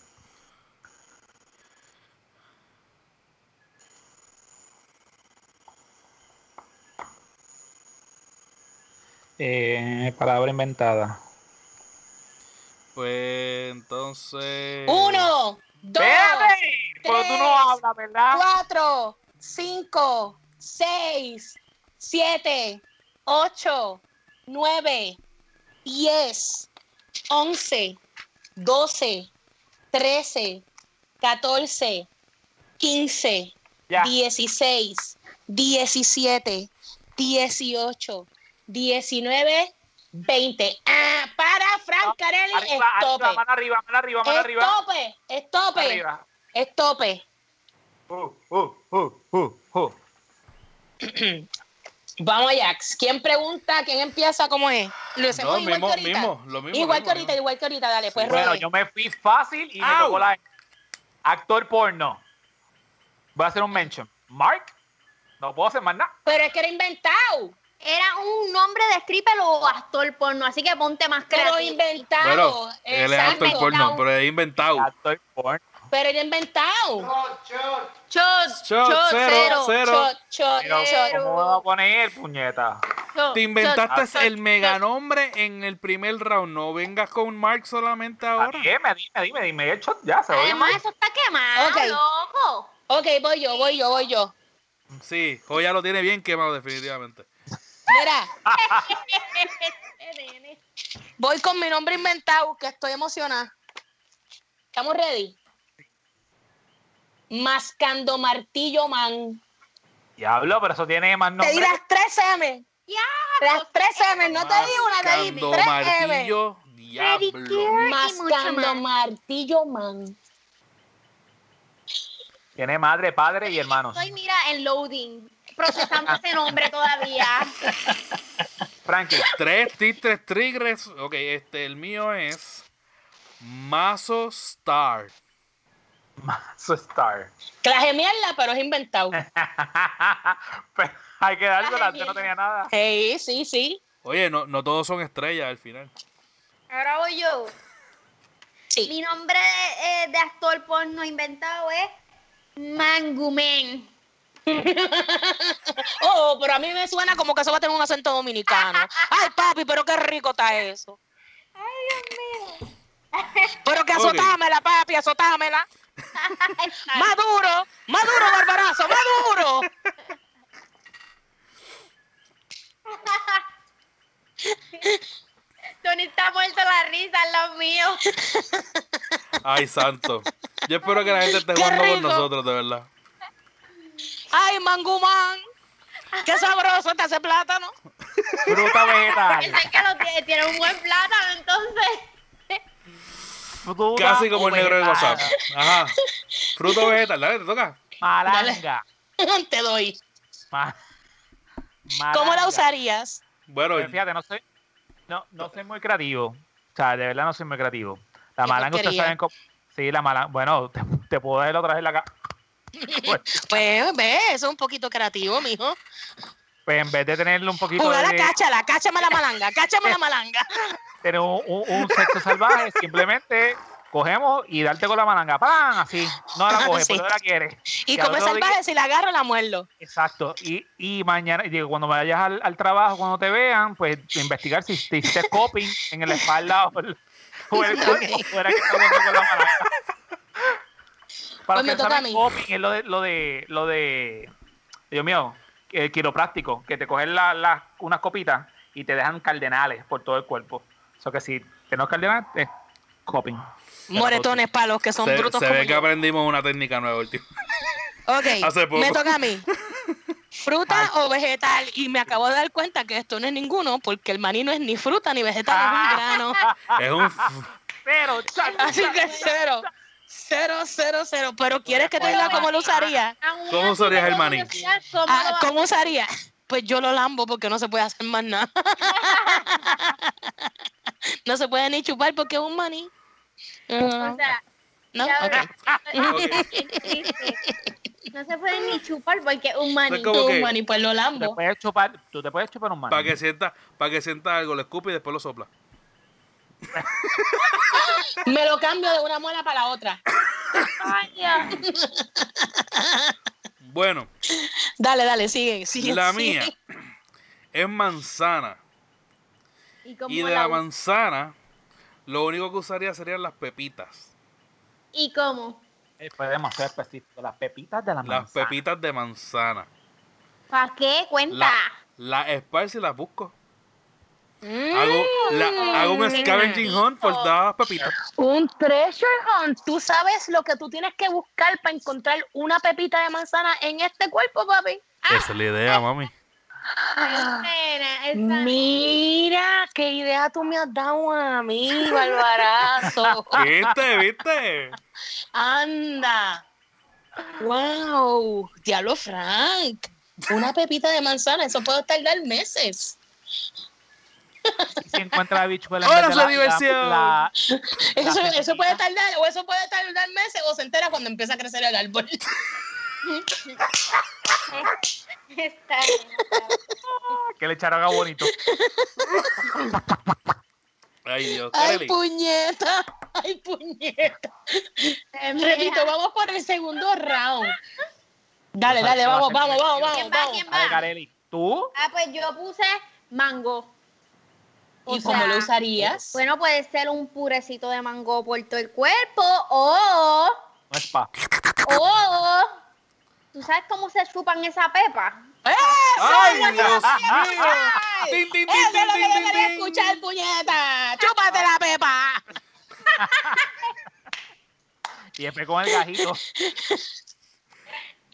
C: Eh, palabra inventada.
B: Pues entonces.
E: Uno, dos,
C: Espérate, pero tú no
E: tres,
C: hablas, ¿verdad?
E: cuatro, cinco, seis, siete, ocho, nueve, diez, once, doce, trece, catorce, quince,
C: Ya.
E: 16, 17, 18, 19, 20. ¡Ah! ¡Para, Frank Carelli!
C: Arriba,
E: ¡Es tope!
C: arriba, mano arriba, mano arriba, mano
E: ¡Es
C: arriba.
E: tope! ¡Es tope!
C: Arriba.
E: ¡Es tope!
C: Uh, uh, uh, uh, uh.
E: Vamos allá. ¿Quién pregunta? ¿Quién empieza? ¿Cómo es? Lo hacemos
B: No,
E: igual
B: mismo-
E: que ahorita.
B: mismo, lo mismo,
E: igual
B: mismo,
E: que ahorita,
B: mismo.
E: igual que ahorita. Dale, pues
C: Bueno,
E: Rode.
C: yo me fui fácil y me
B: Au.
C: tocó la actor porno. Voy a hacer un mention. Mark, no puedo hacer más nada.
E: Pero es que era inventado.
D: Era un nombre de stripper o actor porno, así que ponte más
E: Pero
D: creativo.
E: inventado. eh,
B: Bueno, él es
E: Exacto.
B: actor porno, pero es inventado.
C: Actor porno.
E: Pero era inventado.
D: Shot,
B: Shot, cero, cero.
E: Shot, shot,
C: Pero,
E: shot.
C: ¿cómo me voy a poner, puñeta?
D: shot,
B: Te
D: shot, shot,
B: inventaste el
D: shot.
B: meganombre en el primer round. No vengas con Mark solamente ahora.
C: Dime, dime, dime, dime el shot ya, se oye
D: Además,
C: mal.
D: eso está quemado,
E: Ok.
D: loco.
E: Ok, voy yo, voy yo, voy yo.
B: Sí, hoy ya lo tiene bien quemado, definitivamente.
E: Mira, voy con mi nombre inventado, que estoy emocionada. ¿Estamos ready? Mascando martillo man.
C: Diablo, pero eso tiene más
E: Te di
C: nombre.
E: las tres M. Las tres M, no te di una, te di
B: Mascando
E: tres M.
B: martillo, diablo.
D: Pedicure y
E: Mascando
D: mucho más.
E: martillo man.
C: Tiene madre, padre y hermanos.
D: Estoy, mira, en loading, procesando ese nombre todavía.
C: Frankie,
B: Tres tigres, tigres. Ok, este, el mío es Mazo Star.
C: Mazo Star.
E: Clase mierda, pero es inventado.
C: Pero hay que darse
E: Ay,
C: antes no tenía nada.
E: Hey, sí, sí.
B: Oye, no, no todos son estrellas al final.
D: Ahora voy yo.
E: Sí.
D: Mi nombre eh, de actor porno inventado es Mangumen.
E: Oh, pero a mí me suena como que eso va a tener un acento dominicano. Ay, papi, pero qué rico está eso.
D: Ay, Dios mío.
E: Pero que
B: Ok.
E: azotámela, papi, azotámela. Más duro, más duro, barbarazo, más duro.
D: Tony está muerto la risa al lado mío.
B: Ay, santo. Yo espero que la gente esté
E: Qué
B: jugando con
E: rico.
B: nosotros, de verdad.
E: Ay, mangumán. Qué sabroso te hace plátano.
C: Fruta vegetal.
D: Pensé que lo tiene, tiene un buen plátano, entonces.
C: Fruta
B: Casi como el negro de
C: vegetal.
B: WhatsApp. Ajá. Fruto vegetal, dale, te toca.
C: Malanga.
E: te doy.
C: Ma- Malanga.
E: ¿Cómo la usarías?
B: Bueno,
C: Pero fíjate, no soy, no, no soy muy creativo. O sea, de verdad no soy muy creativo. La
E: Qué
C: malanga, ustedes
E: porquería.
C: saben cómo. Sí, la malanga. Bueno, te, te puedo dar otra vez la cara.
E: Pues ve, eso es un poquito creativo, mijo.
C: Pues en vez de tenerle un poquito
E: Jugar a
C: de-
E: cáchala, cáchame la malanga, cáchame la malanga.
C: tener un, un- un sexo salvaje, simplemente cogemos y darte con la malanga. ¡Pam! Así. No la coges,
E: Sí.
C: pero la quieres.
E: Y
C: Y al
E: como es
C: otro día-
E: salvaje, si la agarro, la muerdo.
C: Exacto. Y, y mañana, digo, cuando vayas al, al trabajo, cuando te vean, pues investigar si te hiciste coping en la espalda o, el- o el cuerpo
E: Ok.
C: fuera que está jugando con la malanga. Para
E: Pues me
C: pensar
E: toca
C: en
E: a mí.
C: coping es lo de, lo de, lo de, Dios mío, el quiropráctico, que te cogen la, la- unas copitas y te dejan cardenales por todo el cuerpo. O sea que si tenemos cardenales, es coping.
E: Moretones para los que son
B: se,
E: brutos
B: se
E: como
B: ve que
E: yo.
B: aprendimos una técnica nueva último. hace
E: Ok,
B: poco.
E: me toca a mí. ¿Fruta o vegetal? Y me acabo de dar cuenta que esto no es ninguno, porque el maní no es ni fruta ni vegetal,
D: Ah.
E: es un grano.
B: Es un f-
C: Pero,
E: Así que cero. Cero, cero, cero. Pero
D: Pues
E: ¿quieres que te diga cómo lo usaría?
B: ¿Cómo usarías el maní?
D: ¿Cómo
E: Ah,
D: lo
E: ¿Cómo usaría? Pues yo lo lambo porque no se puede hacer más nada. No se puede ni chupar porque es un maní.
D: vas-
E: Ajá.
D: O sea,
E: ¿No?
D: ya
E: Ok.
D: verás.
B: Ok.
D: no se puede ni chupar porque es un
B: Es
D: maní.
B: como
E: Un
B: que
E: maní, pues lo
C: tú te
E: lambo.
C: puedes chupar, tú te puedes chupar un man.
B: para que sienta, para que sienta algo, lo escupe y después lo sopla.
E: Me lo cambio de una muela para la otra.
B: Bueno,
E: Dale, dale, sigue, sigue.
B: la
E: sigue.
B: mía es manzana.
D: Y, cómo
B: Y de
D: la
B: la
D: usas?
B: manzana, lo único que usaría serían las pepitas.
D: ¿Y cómo?
C: Eh, Podemos ser específicos. Las pepitas de la
B: Las
C: manzana.
B: pepitas de manzana.
D: ¿Para qué? Cuenta.
B: La, la esparzo y las busco.
E: Mm.
B: Hago, la- hago un scavenging hunt por todas las pepitas.
E: Un treasure hunt. Tú sabes lo que tú tienes que buscar para encontrar una pepita de manzana en este cuerpo, papi.
B: Esa es la
E: Ah.
B: idea, mami.
D: Nena, esa-
E: Mira, qué idea tú me has dado a mí, Barbarazo.
B: ¿Viste? ¿Viste?
E: Anda. Wow. Diablo, Frank. Una pepita de manzana, eso puede tardar meses.
C: Y si encuentra la bichuela
B: ¡Ahora
C: de
B: es la diversión!
C: la-
E: Eso, eso puede tardar, o eso puede tardar meses, o se entera cuando empieza a crecer el árbol.
D: esta nena, esta-
C: que le echaron a bonito.
B: Ay, Dios.
E: Ay,
B: Kelly.
E: puñeta. Ay, puñeta. Repito, vamos por el segundo round. Dale,
C: Ojalá
E: dale,
C: que
E: vamos,
C: va a
E: vamos,
C: ser
E: vamos,
D: ¿Quién
E: vamos,
D: va?
E: vamos.
D: ¿Quién
C: A ver,
D: va?
C: Kareli, ¿tú?
D: Ah, pues yo puse mango. O
E: ¿Y cómo
D: sea,
E: lo usarías?
D: Bueno, puede ser un purecito de mango por todo el cuerpo o...
C: No es pa.
D: o ¿Tú sabes cómo se chupan esa pepa?
B: ¡Ay, Dios mío!
E: ¡Ay!
B: Ah, ¡Tin, tin, tin,
E: Eso es lo que
B: tin,
E: yo
B: tin,
E: quería
B: tin!
E: escuchar, puñeta. Chúpate la pepa.
C: Y después con el gajito.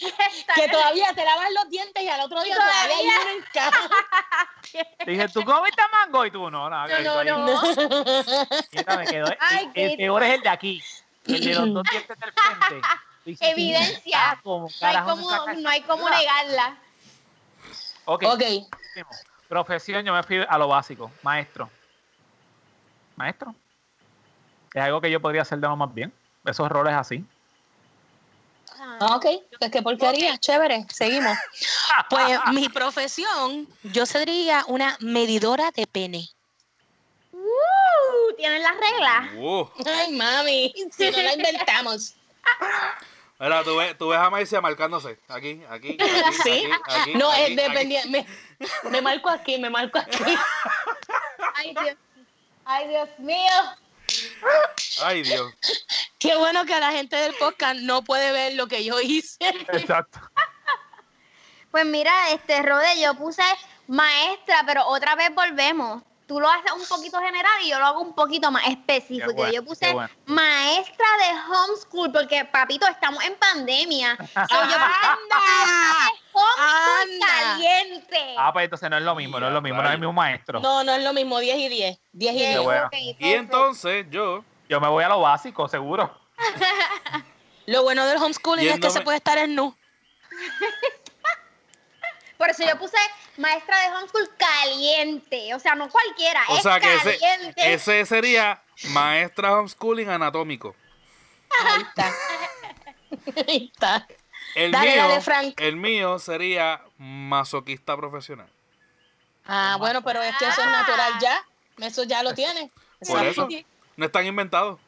D: Esta
E: Que
D: nena-
E: todavía te lavas los dientes y al otro día
D: Todavía.
E: todavía hay uno en casa.
C: Te dije, ¿tú comiste mango? Y tú, no, no. que
D: No,
C: estoy-
D: no, no.
C: Mira, me quedó.
D: Ay,
C: el, el
D: qué-
C: peor es el de aquí. El de los dos dientes del frente. Tú dices,
D: Evidencia.
C: "Ah, ¿cómo
D: No hay
C: carajo se
D: como,
C: saca
D: no hay
C: esa
D: como
C: basura?"
D: negarla.
C: Ok,
E: Ok.
C: último. Profesión, yo me fui a lo básico. Maestro. Maestro. Es algo que yo podría hacer de lo más bien. Esos roles así.
E: Ah, ok. Pues qué porquería. Chévere. Seguimos. Pues mi profesión, yo sería una medidora de pene.
D: Uh, ¿Tienen las reglas?
B: Wow.
E: Ay, mami. Si no la inventamos.
B: Mira, tú ves, tú ves a Maicia marcándose. Aquí, aquí, aquí,
E: ¿Sí? Ah,
B: aquí, aquí,
E: no,
B: aquí,
E: es
B: aquí.
E: dependiente. Me, me marco aquí, me marco aquí.
D: Ay, Dios, ay, Dios mío.
B: Ay, Dios.
E: Qué bueno que la gente del podcast no puede ver lo que yo hice.
C: Exacto.
D: Pues mira, este Rode, yo puse maestra, pero otra vez volvemos. Tú lo haces un poquito general y yo lo hago un poquito más específico.
C: Qué bueno,
D: yo
C: qué
D: puse
C: bueno.
D: maestra de homeschool, porque papito, estamos en pandemia. So, yo
E: ¡Anda!
D: puse homeschool
E: Anda.
D: caliente.
C: Ah, pues entonces no es lo mismo, no es lo mismo, no es el mismo maestro.
E: No, no es lo mismo, 10 y 10. 10 pues, y
D: Yes,
E: 10.
C: Qué bueno.
D: ok,
B: Y
D: perfect.
B: entonces yo,
C: Yo me voy a lo básico, seguro.
E: Lo bueno del homeschooling es que
B: Yéndome-
E: se puede estar en nu.
D: Por eso yo puse maestra de homeschool caliente. O sea, no cualquiera.
B: O
D: es
B: sea que ese,
D: caliente.
B: ese sería maestra homeschooling anatómico.
E: Ahí está. Ahí está.
B: El,
E: Dale,
B: mío,
E: dale, Frank.
B: el mío sería masoquista profesional.
E: Ah, bueno, pero es que eso es
D: Ah.
E: natural ya. Eso ya lo tiene.
B: Por eso
E: Sí.
B: no están inventados.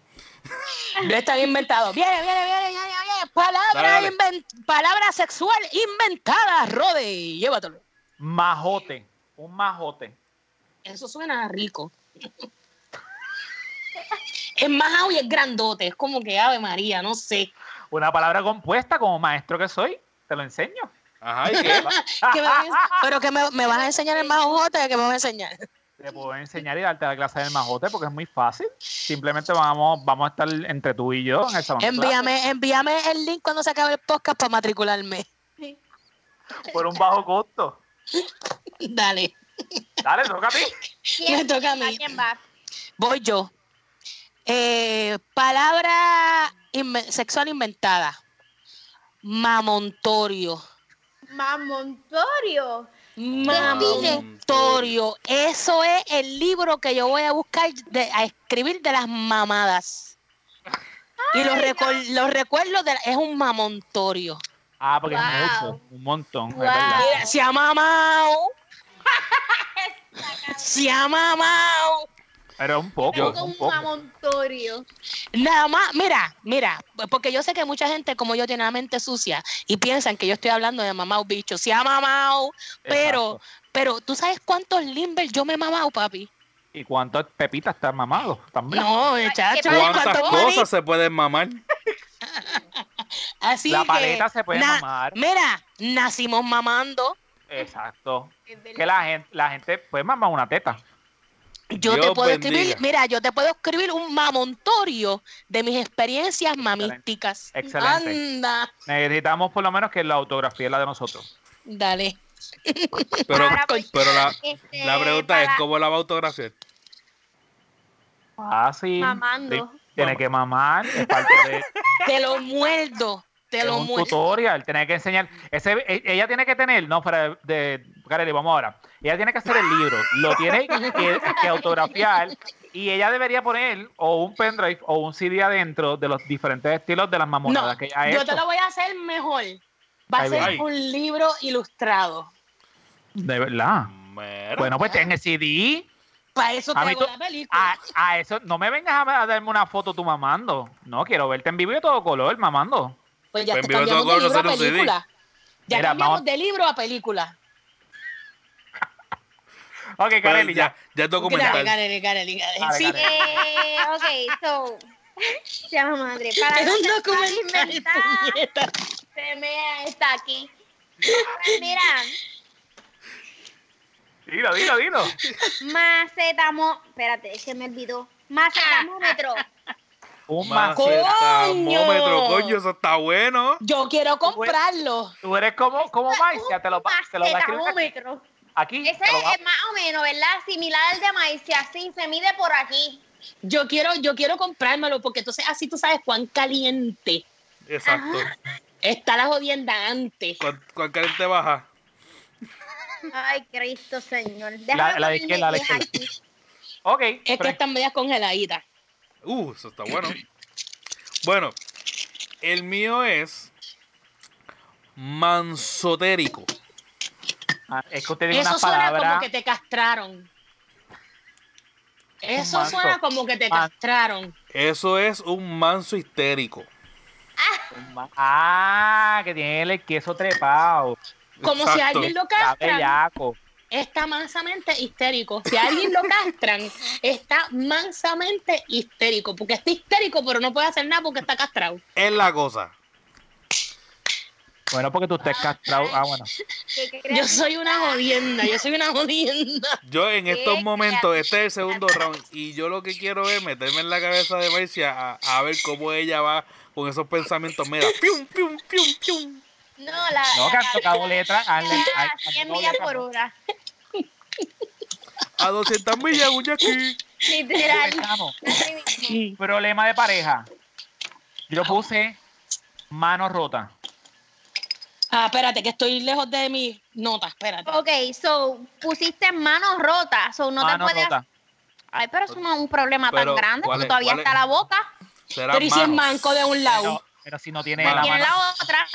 E: No están inventados. Viene, viene, viene, viene, viene. Palabra,
B: Dale, dale.
E: inven- palabra sexual inventada, Rode. Llévatelo.
C: Majote. Un majote.
E: Eso suena rico. es majao y es grandote. Es como que Ave María, no sé.
C: Una palabra compuesta como maestro que soy. Te lo enseño.
B: Ajá, ¿y qué?
E: ¿Qué me vas a- pero que me, me vas a enseñar el majote, que me vas a enseñar.
C: Te puedo enseñar y darte la clase del majote porque es muy fácil. Simplemente vamos, vamos a estar entre tú y yo en el salón. de clase.
E: Envíame, envíame el link cuando se acabe el podcast para matricularme.
C: Por un bajo costo.
E: Dale.
C: Dale, toca a ti.
D: ¿Quién?
E: Me toca a mí.
D: quién va?
E: Voy yo. Eh, palabra inve- sexual inventada. Mamontorio.
D: Mamontorio.
E: Mamontorio. Eso es el libro que yo voy a buscar de- a escribir de las mamadas. Y los, recor- los recuerdos de la- es un mamontorio.
C: Ah, porque es
D: Wow.
C: mucho. Un montón. es
D: Wow.
C: verdad.
E: Mira, se ha mamado. se ha mamado.
C: Pero un poco.
B: Yo-
D: Tengo
C: un
D: un
C: poco.
D: mamontorio.
E: Nada más, mira, mira, porque yo sé que mucha gente como yo tiene la mente sucia y piensan que yo estoy hablando de mamao bicho, se ha mamado, pero,
C: Exacto.
E: pero tú sabes cuántos limbers yo me he mamado, papi.
C: ¿Y cuántas pepitas están mamados? También.
E: No, chacho,
D: Ay,
E: cuántos
B: ¿Cuántas
E: maní.
B: cosas se pueden mamar?
E: Así
C: La
E: que,
C: paleta se puede
E: na-
C: mamar.
E: Mira, nacimos mamando.
C: Exacto.
D: Es
C: Que la gente, la gente puede mamar una teta.
E: Yo
B: Dios
E: te puedo
B: bendiga.
E: escribir, mira, yo te puedo escribir un mamontorio de mis experiencias mamísticas.
C: Excelente.
E: Anda,
C: Necesitamos por lo menos que la autografía es la de nosotros.
E: dale.
B: Pero,
D: Ahora voy yo.
B: pero la,
D: Este,
B: la pregunta es,
D: para-
B: ¿cómo la va a autografiar?
C: Fácil.
D: Mamando.
C: Ah, Sí. Tiene que mamar. Es parte de,
E: Te lo muerdo, te
C: es
E: lo
C: un
E: muerdo.
C: tutorial. Tiene que enseñar. Ese, e- ella tiene que tener. No, fuera de. de Kareli, vamos ahora. Ella tiene que hacer el libro. Lo tiene que, que autografiar. Y ella debería poner o un pendrive o un CD adentro de los diferentes estilos de las mamonadas
E: No,
C: que ella ha
E: yo
C: hecho.
E: te lo voy a hacer mejor. Va a
C: Ahí
E: ser
B: viene.
E: un libro ilustrado.
C: De verdad.
B: Mira.
C: Bueno, pues ten el CD.
E: Para eso te
C: A mí Ah,
E: hago
C: tú-
E: la película.
C: A, a eso, no me vengas a, a darme una foto tú mamando. No, quiero verte en vivo y a todo color mamando.
E: pues ya
B: pues
E: te
B: envíame todo
E: cambiamos de
B: el
E: libro a
B: color, no sé, no sé,
E: película. Ya
C: Mira,
E: cambiamos
C: vamos-
E: de libro a película.
C: Ok,
B: Pero
C: Kareli, ya.
B: Pues ya, ya es
E: Dale,
B: documental.
E: dale, dale, dale.
C: Dale,
E: Sí,
C: dale.
D: Eh, ok, so. Ya, madre. Para
E: es un
D: dónde está
E: documental,
D: inventada,
E: puñeta.
D: se me está aquí. Pues Mira,
C: Dilo, dilo, dilo.
D: macetamo. Espérate, se me olvidó. Macetamómetro.
C: Ah, Un
B: Más
C: mazo.
E: ¡Coño!
B: termómetro, coño, eso está bueno.
E: Yo quiero comprarlo.
C: Tú eres como, como Maicia, ah, te lo, va- te lo va a escribir aquí.
D: Macetamómetro.
C: aquí,
D: Ese
C: te lo va-
D: es más o menos, ¿verdad? Similar al de maíz, y así se mide por aquí.
E: Yo quiero, yo quiero comprármelo porque entonces así tú sabes cuán caliente
B: Exacto.
E: está la jodienda antes.
B: ¿Cuán, cuán caliente baja?
D: Ay, Cristo, señor.
C: La- la de
D: ponerme
C: izquierda, la
D: vieja
C: izquierda.
D: aquí.
C: Ok.
E: Es que
C: pero-
E: están medias congeladitas.
B: Uh, eso está bueno. Bueno, el mío es mansotérico.
C: ah, es que usted tiene
E: Eso
C: unas
E: suena
C: palabras.
E: como que te castraron. Eso
C: manso.
E: suena como que te
C: Man-
E: castraron.
B: Eso es un manso histérico.
C: Ah, que tiene el queso trepado.
E: Como si a
B: Exacto.
E: alguien lo
C: Está
E: castran,
C: bellaco.
E: está mansamente histérico. Si a alguien lo castran, está mansamente histérico. Porque está histérico, pero no puede hacer nada porque está castrado.
B: Es la cosa.
C: Bueno, porque tú estés castrado. Ah, bueno.
D: Que
E: Yo
D: creas-
E: soy una jodienda, yo soy una jodienda.
B: Yo en estos
D: Qué
B: momentos,
D: creativo.
B: este es el segundo round, y yo lo que quiero es meterme en la cabeza de Marcia a, a ver cómo ella va con esos pensamientos. Mira, pium, pium, pium, pium.
D: No, la.
C: No,
D: la
C: que han tocado letras.
D: la-
C: hazle-
D: a
C: haz- haz
D: 100
C: doble
D: millas
C: cama.
D: por hora.
B: A 200 millas, un aquí.
D: Literal.
C: Empezamos.
D: Así mismo.
C: Problema de pareja. Yo puse mano rota.
E: Ah, espérate, que estoy lejos de mis notas, espérate.
D: Ok, so, pusiste manos rotas, so no
C: Mano
D: te puedes...
C: rota.
D: Ay, pero eso no es un problema
B: Pero,
D: tan grande,
B: ¿cuál
D: porque
B: es-
D: todavía
B: cuál es?
D: está la boca,
B: Será
E: Pero y si es
B: manos.
E: manco de un lado.
C: Pero, pero si no tiene
B: Mano.
C: la
D: tiene
C: mano.
D: la otra.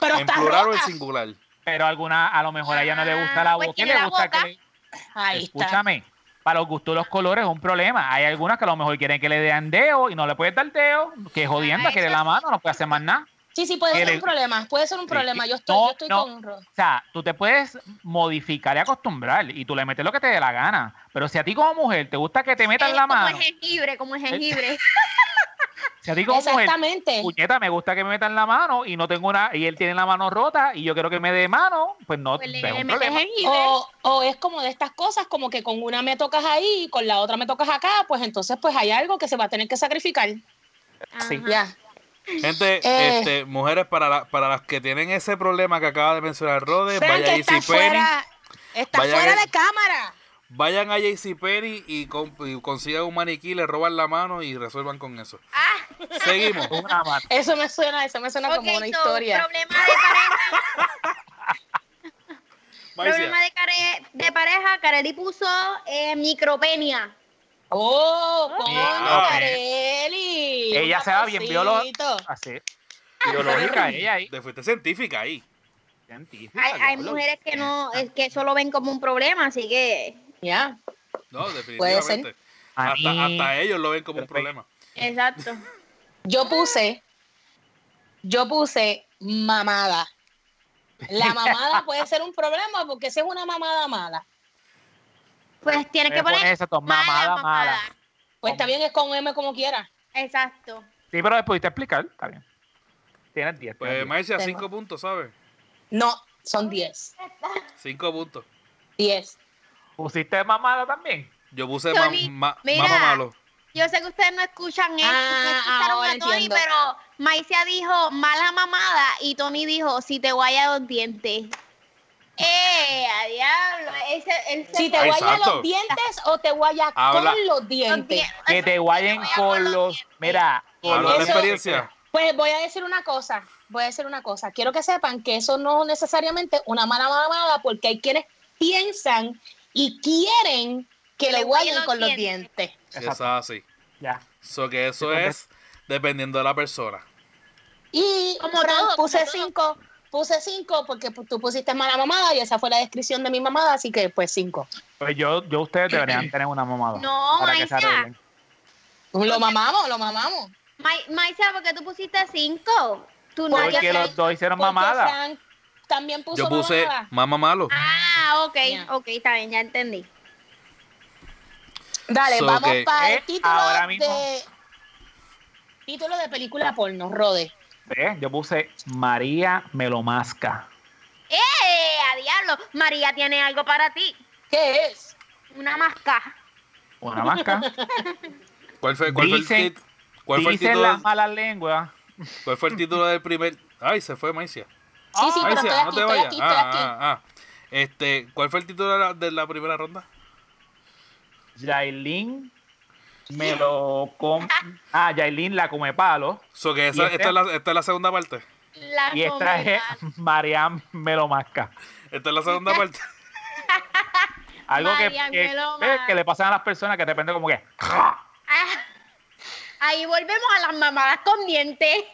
E: Pero
B: ¿En
E: está
B: plural o en
E: rota.
B: singular?
C: Pero alguna, a lo mejor a ella no le gusta la
D: Ah, pues
C: boca. ¿Qué
D: tiene
C: le
D: la
C: gusta? que
D: boca.
C: le-
E: Ahí está.
C: Escúchame. Para los gustos los colores es un problema. Hay algunas que a lo mejor quieren que le den deo y no le puedes dar deo. Que jodienda,
D: Ah,
C: que de
D: eso-
C: la mano no puede hacer más nada.
E: Sí, sí, puede ser
C: Tiene-
E: un problema, puede ser un problema. Yo estoy,
C: No,
E: yo estoy
C: no.
E: con Ro-
C: O sea, tú te puedes modificar y acostumbrar y tú le metes lo que te dé la gana. Pero si a ti como mujer te gusta que te metan
D: es
C: la
D: como
C: mano, Eh,
D: el jengibre, como el jengibre.
C: si a ti como mujer,
E: Exactamente.
C: puñeta, me gusta que me metan la mano y no tengo una y él tiene la mano rota y yo quiero que me dé mano, pues no
D: Pues le,
C: es
D: le
C: un
D: metes
C: problema.
D: jengibre.
E: O, o es como de estas cosas, como que con una me tocas ahí y con la otra me tocas acá, pues entonces pues hay algo que se va a tener que sacrificar.
D: Ajá.
C: sí.
E: Ya.
B: Gente,
E: Eh.
B: este, mujeres, para, la- para las que tienen ese problema que acaba de mencionar Rode,
E: Frank,
B: Pues vaya a
E: está
B: JCPenney,
E: fuera, está
B: Vaya
E: fuera
B: que-
E: de cámara.
B: vayan a JCPenney y, con- y consigan un maniquí, le roban la mano y resuelvan con eso. Seguimos.
C: Una mano.
E: Eso me suena, eso me suena
D: Ah, Ok,
E: como una
D: so,
E: historia.
D: Problema de pareja,
B: Maicia,
D: problema de, care- de pareja, Kareli puso eh, micropenia.
E: Oh,
C: Ah,
E: con
C: ok.
E: Carelli.
C: Ella
E: Un
C: se va bien
E: aplausito.
C: biológica. Así.
B: ¿eh?
C: Biológica ella ahí.
B: te fuiste científica ahí.
C: Científica,
B: Ah,
D: Hay, hay
C: diablo.
D: mujeres que no, es que eso lo ven como un problema, así que
E: Ya.
B: No,
E: Puede ser.
B: definitivamente.
C: A
B: Hasta,
C: mí-
B: hasta ellos lo ven como un problema.
D: exacto.
E: Yo puse, yo puse mamada. La mamada puede ser un problema porque si es una mamada mala.
D: Pues tienes que
C: Me pone
D: poner
C: eso, to-
D: mala,
C: mamada,
D: mamada.
C: mala.
E: Pues también es con M como quiera.
D: Exacto.
C: Sí, pero después te explicar, está bien. Tienes 10.
B: Pues Marcia,
E: Tema.
B: cinco puntos, ¿sabes?
E: No, son 10.
B: Cinco puntos.
E: 10.
C: Pusiste mamada también.
B: Yo puse
D: Tony,
B: ma- ma-
D: mira.
B: mamá malo.
D: Yo sé que ustedes no escuchan esto,
E: Ah,
D: no escucharon
E: ahora
D: a Tony,
E: entiendo.
D: pero Maicia dijo mala mamada y Tony dijo si te guaya los dientes. ¡Eh, a diablo! Ese, ese-
E: Si te
B: Ay,
E: guayas
B: santo.
E: los dientes o te guayas
B: Habla.
E: con los
D: los
E: dientes.
D: dientes-
C: Que te guayen con los. Mira, con
B: Habla de
E: Eso-
C: los.
B: experiencia.
E: Pues voy a decir una cosa, voy a decir una cosa. Quiero que sepan que eso no es necesariamente una mala mamada porque hay quienes piensan y quieren que le guayen con los dientes.
B: Eso es así.
C: Ya.
B: So que eso
C: Entonces-
B: es dependiendo de la persona.
E: Y
D: Como
E: Fran,
D: todo,
E: puse
D: como todo.
E: cinco, puse cinco porque pu- tú pusiste mala mamada y esa fue la descripción de mi mamada, así que pues cinco.
C: Pues yo, yo ustedes deberían tener una mamada.
D: No,
C: para que se
D: Maicia.
C: arreglen.
E: Lo mamamos, lo mamamos.
D: Ma- Maicia, ¿por qué tú pusiste cinco? Tú no
E: Porque
D: habías-
C: Porque los dos hicieron
E: Porque
C: mamada.
E: Fran también puso
B: Yo puse
E: mamada.
B: mamá malo.
D: Ah, ok,
E: Ya.
D: ok, está bien, ya entendí.
E: Dale,
B: So
E: vamos
B: que-
E: para
C: Eh,
E: el título
C: ahora mismo.
E: de título de película porno, Rode.
C: ¿Ves? Yo puse María Melomasca.
D: ¡Eh, a diablo! María tiene algo para ti.
E: ¿Qué es?
D: Una masca.
C: Una masca.
B: ¿Cuál fue, cuál fue
C: Dicen-
B: el, tit- cuál fue el
C: Dicen las
B: título?
C: malas lenguas.
B: ¿Cuál fue el título del primer? Ay, se fue Maicia.
E: Sí, sí, pero
B: Maicia,
E: estoy aquí,
B: Ah, no te
E: estoy
B: vayas.
E: aquí, estoy
B: Ah,
E: aquí.
B: ah, ah. Este, ¿cuál fue el título de la, de la primera ronda?
C: Yailin me lo com- Ah, Yailin la come palo.
B: So que
C: ¿Y
B: esa,
C: este?
B: esta, es la, esta es la segunda parte.
D: La
C: Y esta es María Melomasca.
B: Esta es la segunda parte.
C: Algo que,
D: María
C: que-
D: Melomasca.
C: ¿ves? que le pasan a las personas que de repente como que.
D: Ah, ahí volvemos a las mamadas con dientes.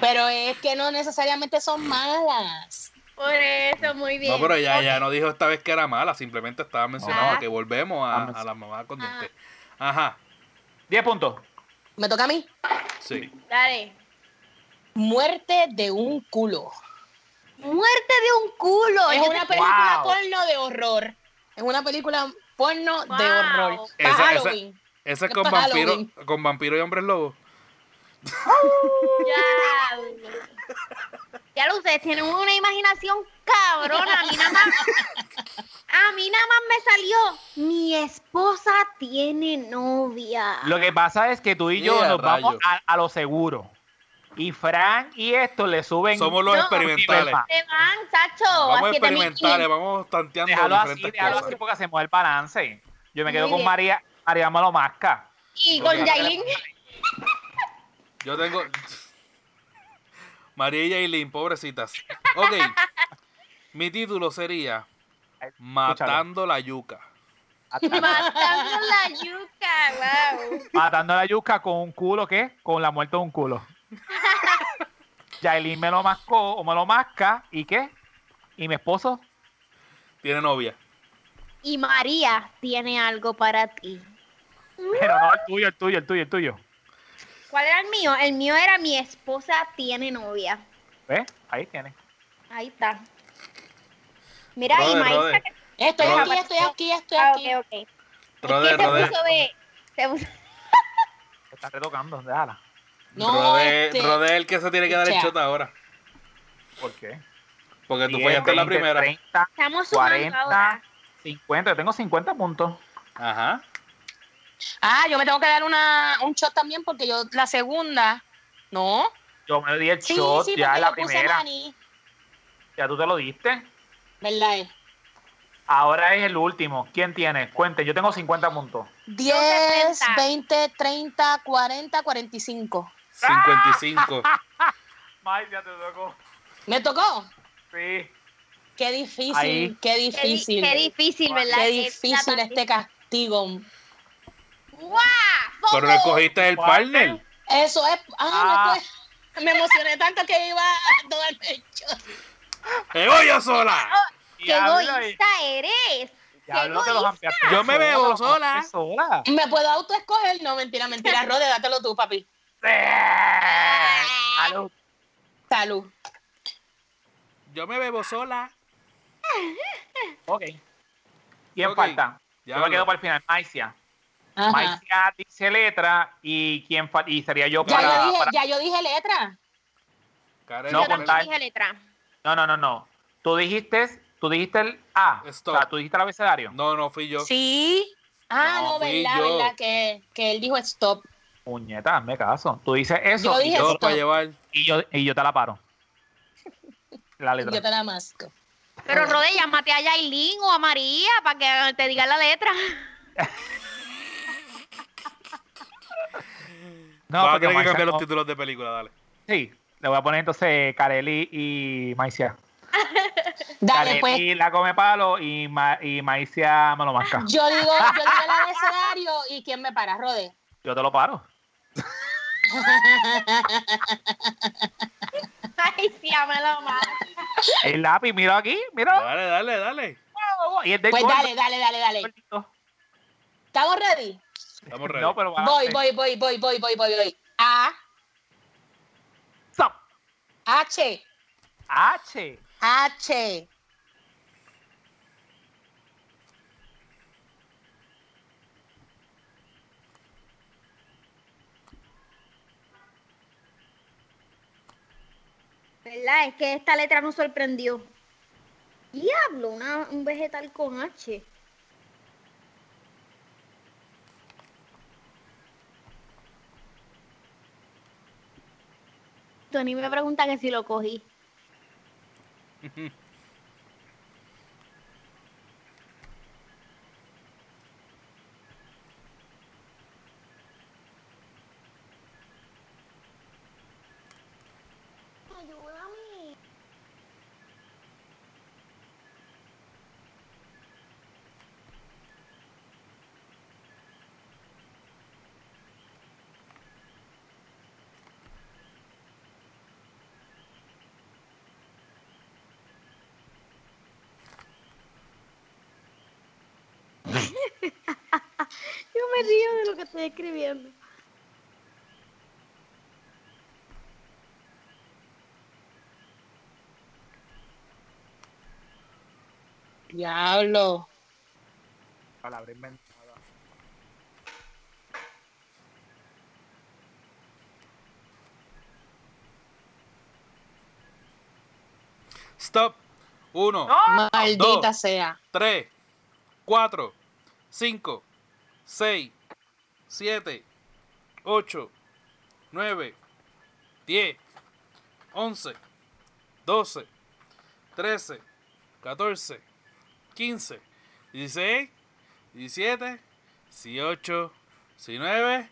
E: Pero es que no necesariamente son malas.
D: Por eso, muy bien.
B: No, pero ya,
D: Ok.
B: ya no dijo esta vez que era mala, simplemente estaba mencionando
D: Ah.
B: que volvemos a,
C: Vamos.
B: a la mamá con
E: Ah.
B: dientes. Ajá,
C: 10 puntos.
E: Me toca a mí.
B: sí.
D: Dale.
E: Muerte de un culo.
D: Muerte de un culo.
E: Es
D: Oh, Yo
E: una
D: te-
E: película
C: Wow.
E: porno de horror. Es una película porno
D: Wow.
E: de horror. Pa'
B: Esa- esa-
E: Halloween.
B: Ese es
E: Es
B: con
E: para
B: vampiro,
E: Halloween.
B: con vampiro y hombres lobos.
D: Ya. Ya lo ustedes tienen una imaginación cabrona. A mí nada más. A mí nada más me salió. Mi esposa tiene novia.
C: Lo que pasa es que tú y yo
B: Yeah,
C: nos vamos
B: rayo.
C: a, a lo seguro. Y Frank y esto le suben.
B: Somos los
D: No.
B: experimentales.
C: Nivel más.
D: Se van, Sacho.
E: Oh,
B: Vamos a eh,
D: siete mil
B: experimentales, vamos tanteando
C: Déjalo así,
B: diferentes
C: déjalo así
B: cosas.
C: porque hacemos el balance. Yo me quedo
D: Muy
C: con
D: bien.
C: María, María Malomasca.
D: Y con
B: Ok.
D: Yailin.
B: Yo tengo. María y Aileen, pobrecitas. Ok. Mi título sería Matando la yuca.
D: Matando la yuca, wow.
C: Matando a la yuca con un culo, ¿qué? Con la muerte de un culo. Yailin me lo mascó o me lo masca, ¿y qué? ¿Y mi esposo?
B: Tiene novia.
D: Y María tiene algo para ti.
C: Pero no, el tuyo, el tuyo, el tuyo, el tuyo.
D: ¿Cuál era el mío? El mío era mi esposa tiene novia.
C: ¿Ves? Ahí tiene.
D: Ahí está. Mira, y
B: Brother,
D: Maísa
B: brother.
D: que-
E: Estoy
B: Brother.
E: aquí, estoy aquí, estoy
D: Ah,
E: aquí.
D: ok, ok.
B: Roder,
D: es que se
B: Roder.
D: puso de... se puso-
C: Te está retocando, déjala.
E: No,
B: Roder,
E: este-
B: Roder el que se tiene que dar el
E: Escucha.
B: shot ahora.
C: ¿Por qué?
B: Porque tú
C: 10,
B: fallaste en la
C: 20,
B: primera.
C: 30,
D: Estamos sumando
C: 40,
D: ahora.
C: 50. Yo tengo 50 puntos.
B: Ajá.
E: Ah, yo me tengo que dar una, un shot también porque yo la segunda. No.
C: Yo me di el
E: Sí,
C: shot
E: sí,
C: ya
E: porque
C: en la
E: yo puse
C: primera.
E: maní.
C: Ya tú te lo diste.
E: ¿Verdad? eh?
C: Ahora es el último. ¿Quién tiene? Cuente, yo tengo 50 puntos.
E: 10,
D: 70.
E: 20, 30, 40, 45.
B: 55.
C: Mike, ya te tocó.
E: ¿Me tocó?
C: Sí.
E: Qué difícil,
C: Ahí.
E: qué
D: Qué, di-
E: difícil.
D: qué difícil, ¿verdad?
E: Qué
D: Que
E: difícil
D: está tan
E: este castigo.
D: difícil. ¡Guau!
B: Pero no escogiste el partner.
E: Eso es.
C: Ah.
E: Ah, no, pues, me emocioné tanto que iba a todo el pecho.
B: ¡Me voy yo sola!
D: ¡Qué egoísta eres! ¡Qué egoísta!
B: Yo me veo
C: veo
B: sola.
C: sola.
E: ¿Me puedo autoescoger? No, mentira, mentira. Rode, dátelo tú, papi.
C: Sí.
E: Eh.
C: Salud.
E: Salud.
B: Yo me bebo sola.
C: Ok. ¿Quién
B: Ok.
C: falta?
B: Ya
C: yo
B: hablo.
C: me quedo para el final. Maicia.
E: Ajá.
C: Maicia dice letra y quién fal- y sería yo
E: Ya,
C: para,
E: yo dije,
C: para-
E: ya yo dije letra.
B: Karen,
C: No,
D: Yo
B: Karen.
D: también dije letra.
C: No, no, no, no. Tú dijiste, tú dijiste el A.
B: Stop.
C: O sea, tú dijiste el abecedario.
B: No, no fui yo.
E: Sí. Ah,
B: No,
E: no,
B: fui
E: verdad,
B: yo.
E: verdad, que, que él dijo stop.
C: Puñeta, hazme caso. Tú dices eso
E: Yo
C: y,
E: dije
C: yo,
B: Yo
E: esto.
B: para llevar.
C: y yo y yo te la paro. La letra.
E: Yo te la masco.
D: Pero Rode, llámate a Yailin o a María para que te diga la letra.
C: No,
B: Vas a
C: porque
B: tener que
C: Maicia
B: cambiar los
C: no-
B: títulos de película, dale.
C: Sí, le voy a poner entonces Carelli y Maicia.
E: Dale,
C: Carelli
E: pues.
C: la come palo y, Ma- y Maicia me lo masca.
E: Yo digo, yo digo el abecedario y quién me para, Rode.
C: Yo te lo paro.
D: Ay, sí, me lo más.
C: El lápiz, mira aquí, mira.
B: Dale, dale, dale.
C: Y el del
E: Pues
C: gordo,
E: dale, dale, dale, dale.
C: gordito.
E: ¿Estamos ready?
B: Estamos ready.
C: No, pero va.
E: Voy, voy, voy, voy, voy, voy, voy, voy. A,
C: Stop.
E: H,
C: H.
E: H.
D: ¿Verdad? Es que esta letra nos sorprendió. Diablo, una- un vegetal con H. Tony me pregunta que si lo cogí. Ayúdame. Yo me río de lo que estoy escribiendo.
E: Diablo.
C: Palabra inventada.
B: Stop. Uno,
E: Maldita
B: Dos.
E: sea.
B: tres, cuatro, cinco, seis, siete, ocho, nueve, diez, once, doce, trece, catorce, quince, dieciséis, diecisiete, dieciocho, diecinueve,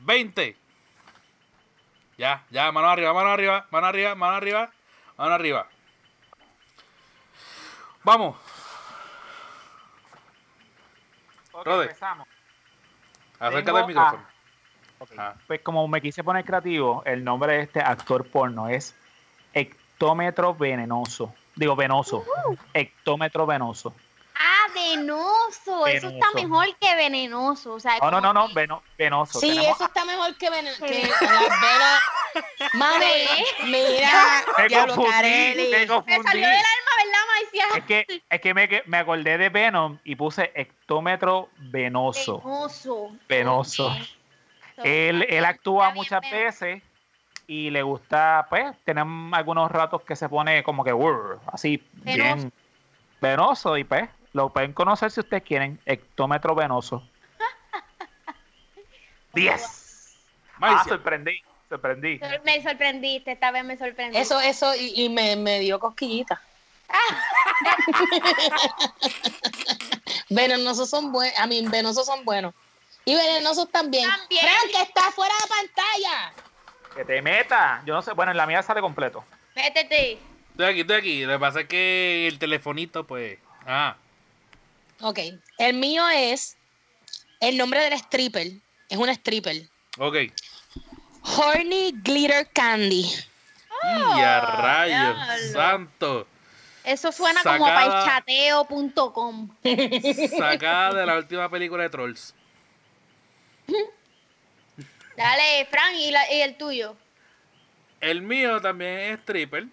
B: veinte. Ya, ya, mano arriba, mano arriba, mano arriba, mano arriba, mano arriba. Vamos.
C: Ok,
B: Rode.
C: empezamos.
B: Acércate
C: Tengo
B: del micrófono.
C: a-
B: Ah.
C: Pues como me quise poner creativo, el nombre de este actor porno es Hectómetro Venenoso. Digo, venoso. Hectómetro venoso.
D: Ah, venoso. Eso está
C: Venoso.
D: mejor que venenoso. O sea,
C: No, no, no,
D: como
C: no,
D: que-
C: veno- venoso.
E: Sí,
C: Tenemos
E: eso está mejor que, ven- que las venas. Mami, mira,
C: Me
E: diablo
C: confundí,
E: Carelli.
C: me confundí.
D: Me salió del alma, ¿verdad, Maicia?
C: Es que, es que me, que- me acordé de Venom y puse hectómetro venoso.
D: Venoso.
C: Venoso.
D: Ok.
C: Él, él actúa
D: Está bien,
C: muchas
D: Venom.
C: veces y le gusta, pues, tener algunos ratos que se pone como que "Urr", así
D: Venoso.
C: bien venoso y pues lo pueden conocer si ustedes quieren, hectómetro venoso. 10. Ah,
B: Maicia,
C: sorprendí, sorprendí.
D: Sor- Me sorprendiste, esta vez me sorprendiste.
E: Eso, eso, y, y me, me dio cosquillita. venenosos son buenos, a mí venosos son buenos. Y venenosos también.
D: También.
E: Frank, que está fuera de pantalla.
C: Que te meta. Yo no sé, bueno, en la mía sale completo.
D: Métete.
B: estoy aquí, estoy aquí. Lo que pasa es que el telefonito, pues. Ah,
E: Ok, el mío es el nombre del stripper. Es una stripper.
B: ok.
E: Horny Glitter Candy.
C: Ah,
B: y a rayos,
D: diablo.
B: santo.
D: Eso suena como
B: Sacada.
D: para chateo.com.
B: Sacada de la última película de Trolls.
D: Dale, Fran, y, la- y el tuyo.
B: El mío también es stripper.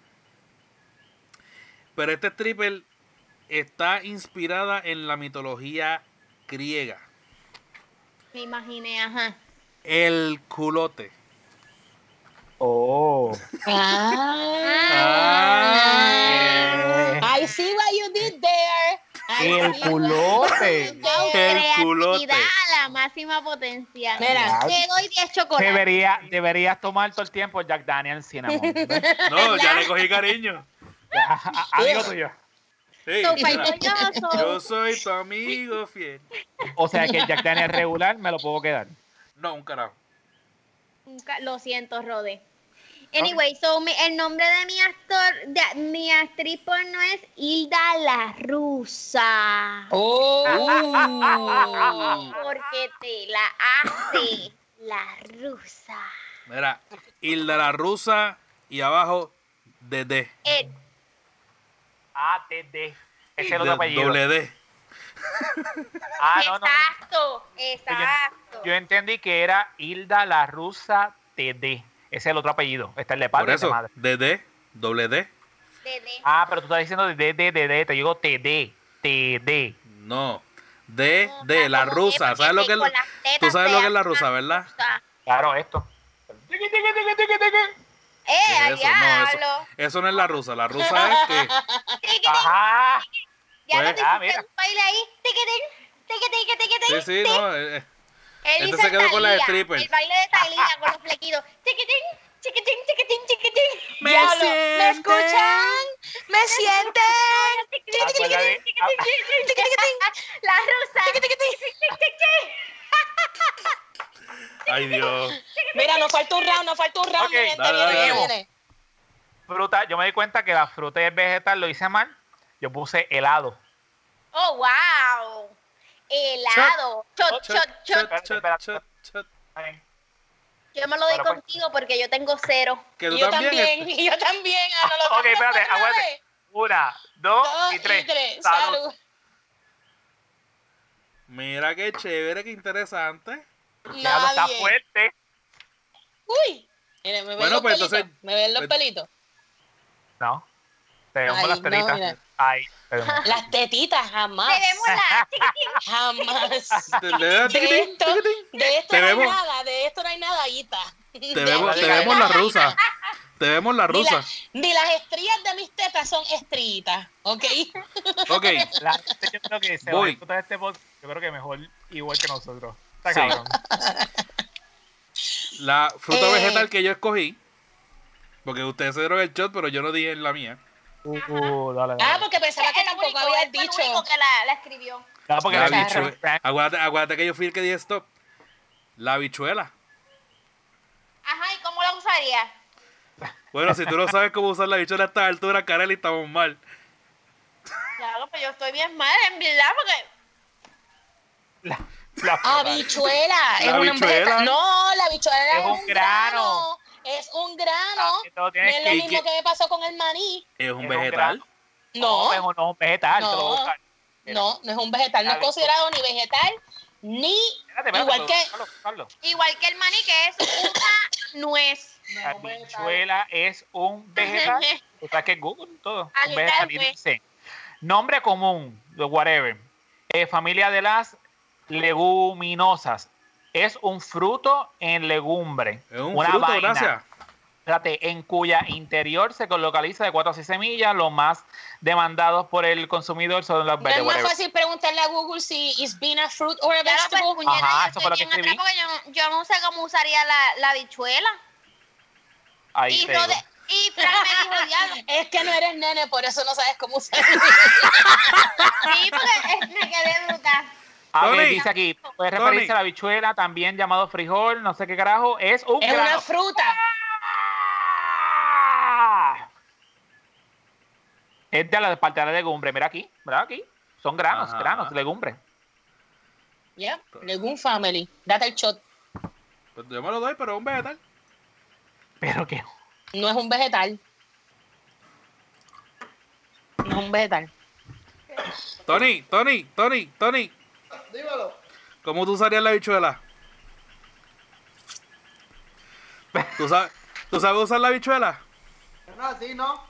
B: Pero este stripper está inspirada en la mitología griega.
D: Me imaginé, ajá.
B: El culote.
C: Oh.
E: Ah.
B: Ah.
E: I see what you did there. I
C: El
E: see what
C: culote.
E: you did there.
B: El culote.
D: Creatividad a la máxima potencia.
E: Mira.
D: te doy 10 chocolates.
C: Debería, deberías tomar todo el tiempo Jack Daniel Cinnamon.
B: No, ya le cogí cariño.
C: Amigo tuyo.
B: Sí,
D: Súper
B: mira,
D: coñoso.
B: yo soy tu amigo fiel.
C: O sea que el Jack Daniel regular me lo puedo quedar.
B: No, un carajo.
D: Nunca- lo siento, Rode. Anyway, so mi- el nombre de mi actor, de mi actriz porno es Hilda la Rusa.
E: Oh.
D: Porque te la hace la rusa.
B: Mira, Hilda la rusa y abajo DD.
D: El-
C: ATD. Ese es el otro apellido.
B: Doble D.
C: Ah, no, no.
D: exacto, exacto.
C: Yo entendí que era Hilda la Rusa TD. Ese es el otro apellido. Está el de
B: Por
C: padre y el de
B: eso,
C: madre.
B: DD, doble D.
D: De- de-
C: Ah, pero tú estás diciendo DD, DD. Te digo TD. TD.
B: No. D,
D: no,
B: D, la
D: como
B: rusa.
D: porque
B: ¿Sabes lo que es
D: con
B: la,
D: las tetas Eh,
B: tú sabes lo
D: te
B: que es la
D: hace
B: rusa,
D: una
B: verdad?
C: Ah.
D: rusa.
C: Claro, esto.
D: Eh,
B: ¿Qué
D: al
B: es eso? No, eso-
D: diablo.
B: Eso no es la rusa. La rusa es que.
D: Tiquitín,
C: Ajá.
D: Ya no
B: pues,
D: te
C: ah, mira.
D: hiciste un baile ahí. Tiquitín, tiquitín, tiquitín,
B: Sí, sí, no. eh, eh.
D: Él
B: Este
D: hizo
B: se quedó con la de
D: Thalía,
B: stripper.
D: El baile de Talía con los flequitos. Chiquitín, chiquitín, chiquitín, chiquitín.
E: Me Diablo, ¿Me escuchan? ¿Me sienten?
C: Acuérdate-
D: La rusa.
B: Ay, Dios.
E: Mira, nos falta un round, nos falta un round.
C: Ok,
E: viene,
B: dale,
E: viene,
B: dale,
E: viene.
C: dale. Fruta. Yo me di cuenta que la fruta y el vegetal lo hice mal. Yo puse helado.
D: Oh, wow. Helado. Chot, chot,
B: Chot,
D: chot.
B: chot, chot, chot, chot.
D: Yo me lo
C: Bueno,
D: doy
C: pues.
D: contigo porque yo tengo cero.
B: Que tú
E: Y yo
B: también.
E: también,
B: este.
E: y yo también. Ah, no, lo
C: Ok,
E: tengo
C: espérate,
E: otra vez.
C: aguante. Una, dos,
E: Dos
C: y tres.
E: Salud.
C: Salud.
B: Mira qué chévere, qué interesante.
C: Diablo, está
E: Nadie.
C: fuerte.
E: Uy. Mira, me ven
B: Bueno,
E: los
B: pues,
E: pelitos.
B: entonces-
E: me ven los
B: pues-
E: pelitos.
C: No. Te vemos
E: Ay,
C: las
E: no,
C: telitas.
E: mira.
C: Ay, te vemos.
E: Las tetitas jamás.
D: Te vemos la chiquitín.
C: Ah.
E: Jamás.
B: Te, le da tiquitín,
E: De esto,
B: tiquitín.
E: de esto
B: Ah, Te
E: no hay
B: vemos.
E: nada, de esto no hay nada, Guita.
B: Te vemos,
C: la
B: te
C: rusa.
B: vemos la rusa. Te vemos la
E: Ni,
B: rusa.
E: la- ni las estrías de mis tetas son estrellitas, ¿ok?
B: Ok.
C: La gente, yo creo que se va a
B: Voy.
C: disfrutar de este podcast. Yo creo que mejor, igual que nosotros. Está
B: Sí.
C: cabrón.
B: La fruta
E: Eh.
B: vegetal que yo escogí. Porque ustedes se dieron el shot, pero yo no dije la mía.
C: Uh, dale, dale.
E: Ah, porque pensaba que
D: Él
E: tampoco
D: único,
E: había
D: él fue el
E: dicho.
D: único que la, la escribió.
E: pues,
C: No, porque
B: La
C: la
E: bicho,
B: habichuela. Aguárdate, aguárdate que yo fui el que dije stop. La habichuela.
D: Ajá, ¿y cómo la lo usaría.
B: Bueno, si tú no sabes cómo usar la bichola a esta altura, Kareli, estamos mal.
D: Claro, pero yo estoy bien mal, en verdad, porque.
C: La,
E: Ah,
C: la-
E: Habichuela, es
B: La
E: una
B: habichuela.
E: empresa. No, la habichuela
C: Es
E: es,
C: un
E: un grano.
C: grano.
E: Es un grano.
C: que todo
E: No
C: tienes
E: es lo
C: que-
E: mismo que me pasó con el maní.
B: Es un
C: Es un
B: vegetal.
C: grano.
E: No,
C: es un- no, es un vegetal, te lo voy a
E: No.
C: buscar. Mira,
E: no, no es un vegetal. No es
C: Habichuela.
E: considerado ni vegetal ni
C: espérate, espérate,
E: igual
C: pero-
E: que-
C: Carlos, Carlos,
D: Igual que el maní, que es una nuez.
C: la
E: pues,
C: habichuela es un vegetal. O sea, que Google todo. Un
D: Habichuela,
C: vegetal, y
D: pues.
C: dice, nombre común, whatever. Eh, familia de las leguminosas. Es un fruto en legumbre.
B: Es un fruto,
C: vaina.
B: gracias.
C: Espérate, en cuya interior se localiza de 4 a 6 semillas, los más demandados por el consumidor son las
E: No es
C: verdes.
E: más
C: whatever.
E: fácil preguntarle a Google si it's been a fruit or a
D: Claro, pues,
E: vegetable.
D: puñeta,
C: Ajá,
D: yo
C: eso
D: estoy
C: fue lo que
D: bien atrás
C: escribí.
D: porque yo, no- yo no sé cómo usaría la, la bichuela.
C: Ahí
D: Y,
C: te
D: Rode-
C: digo.
D: y Fran me dijo, diablo.
E: Es que no eres nene, por eso no sabes cómo usar.
D: Sí, porque eh, me quedé brutal.
C: A ver,
B: Tony.
C: Ah, dice aquí, puede
B: Tony.
C: referirse a la bichuela, también llamado frijol, no sé qué carajo, es un
E: es
C: grano.
E: una fruta.
C: ¡Ah! Es de la parte de la legumbre, mira aquí, mira aquí. Son granos,
B: Ajá.
C: granos, legumbre.
E: Yeah, legum family. Date el shot.
B: Pues yo me lo doy, pero es un vegetal.
C: Pero que
E: No es un vegetal. No es un vegetal.
B: Tony, Tony, Tony, Tony. Dímelo. ¿Cómo tú usarías la bichuela? ¿Tú sabes, ¿Tú sabes usar la bichuela?
F: No, así no.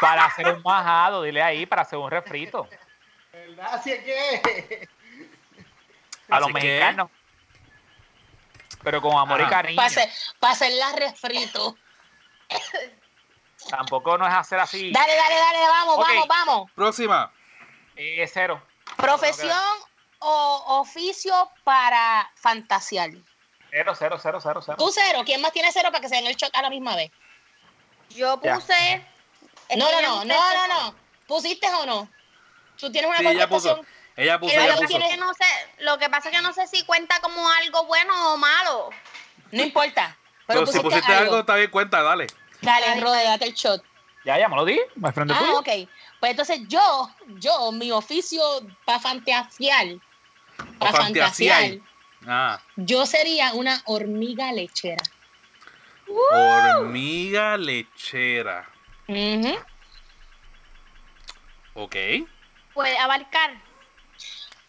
C: para hacer un majado, dile ahí, para hacer un refrito.
F: ¿Verdad? Así es que.
C: A
B: Así
C: los
B: que-
C: mexicanos. Pero con amor y
B: Ajá.
C: cariño.
E: Para hacer, pa' hacerla refrito.
C: Tampoco no es hacer así.
E: Dale, dale, dale, vamos,
C: Ok.
E: vamos, vamos.
B: Próxima.
C: Eh, Es cero.
E: Profesión o oficio para fantasear.
C: Cero, cero, cero, cero, cero.
E: Tú cero, ¿quién más tiene cero para que se den el shot a la misma vez?
D: Yo
C: Ya.
D: puse. es
E: No,
D: que
E: no,
D: yo
E: no,
D: sé
E: no, no,
D: si-
E: no. ¿Pusiste o no? Tú tienes una
B: Sí, ella puso.
E: contestación.
B: Ella puso,
D: Pero
E: ya
B: ella
D: lo que,
B: puso.
D: pasa es que no sé, lo que pasa es que no sé si cuenta como algo bueno o malo.
E: No importa. Pero,
B: Pero si
E: pusiste, algo.
B: está bien cuenta, dale.
E: Dale, Rode, date el shot.
C: Ya, ya me lo di. Me frente
E: Ah,
C: tuyo.
E: ok. Pues entonces yo, yo, mi oficio para fantasear, para fantasear,
B: fantasear. Ah.
E: yo sería una hormiga lechera.
D: Uh,
B: Oh. Hormiga lechera.
E: Ujú.
B: Ok.
D: Puede abarcar.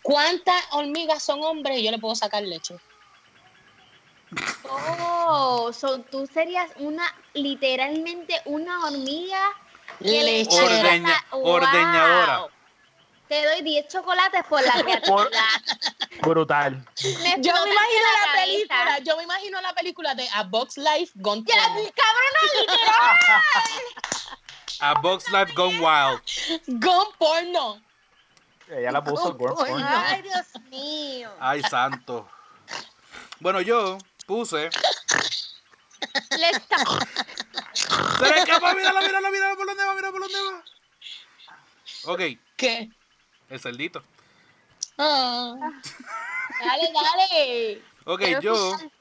E: ¿Cuántas hormigas son hombres y yo le puedo sacar leche?
D: Oh, so, tú serías una, literalmente una hormiga. que le encanta-
E: Lechera.
B: Ordeña-
D: Wow.
B: ordeñadora.
D: Te doy 10 chocolates por la
C: Por-
D: creatividad.
C: Brutal.
D: Me
E: Yo
D: explotaste
E: me imagino la
D: cabeza.
E: película, yo me imagino la película de A Box Life Gone
D: Ya la-
E: Tony.
D: cabrona, literal.
B: A Box Life Gone Wild.
E: Gone Porno.
C: Ella la puso.
E: Oh,
C: girl,
E: coño.
C: girl.
D: Ay, Dios mío.
B: Ay, santo. Bueno, yo puse.
D: Le está-
B: ¡Se le escapa! ¡Mírala, mírala, mírala! ¿Por dónde va? ¡Mírala, por dónde va! Ok,
E: ¿Qué?
B: el cerdito.
E: Ah. Dale, dale.
B: Ok,
D: Pero
B: yo
D: sí,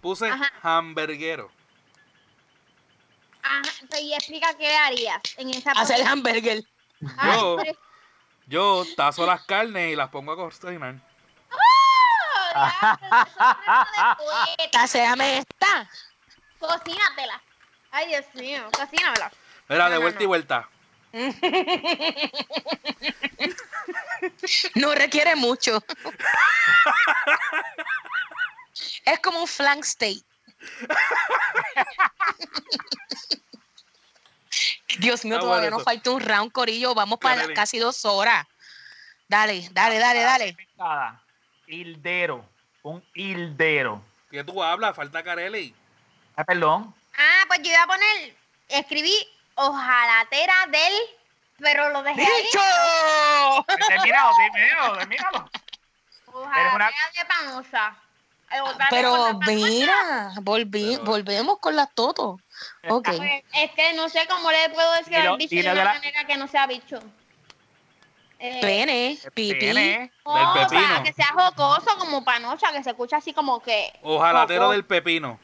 B: puse
D: Ajá.
B: hamburguero.
D: Ajá, pues, y explica qué harías en esa
E: Hacer hamburger.
D: Ay,
B: Yo-
D: pero-
B: Yo tazo las carnes y las pongo a cocinar.
D: Ah, ya, eso es un reto de poeta.
E: Taseame esta.
D: Cocínatela. Ay, Dios mío, cocínamela.
B: Mira, de
D: No, no,
B: vuelta y
D: no.
B: vuelta.
E: No requiere mucho. es como un flank steak. Dios mío,
B: Está
E: todavía
B: bueno
E: nos
B: eso.
E: falta un round, Corillo. Vamos para
B: Dale.
E: casi dos horas. Dale, dale, dale, dale.
C: Inventada. Hildero. Un hildero.
B: ¿Qué tú hablas? Falta Carelli.
C: Ah, perdón.
D: Ah, pues yo iba a poner, escribí ojalatera del, pero lo dejé ahí.
E: ¡Dicho!
C: Terminado, terminado, terminado.
D: Ojalatera
C: una-
D: de panosa. Eh, otra cosa
E: Pero
D: panosa.
E: mira, volví,
B: Pero-
E: volvemos con las totos. Ok.
D: Ah, pues, Es que no sé cómo le puedo decir
C: Dilo-
D: al bicho de
C: dilo
D: una
C: de la-
D: manera que no sea bicho. Eh,
E: Pene, pipí.
C: Pene.
D: no,
B: Del
D: o sea,
B: pepino.
D: que sea jocoso como panosa, que se escucha así como que...
B: Ojalatero
D: jocoso.
B: del pepino.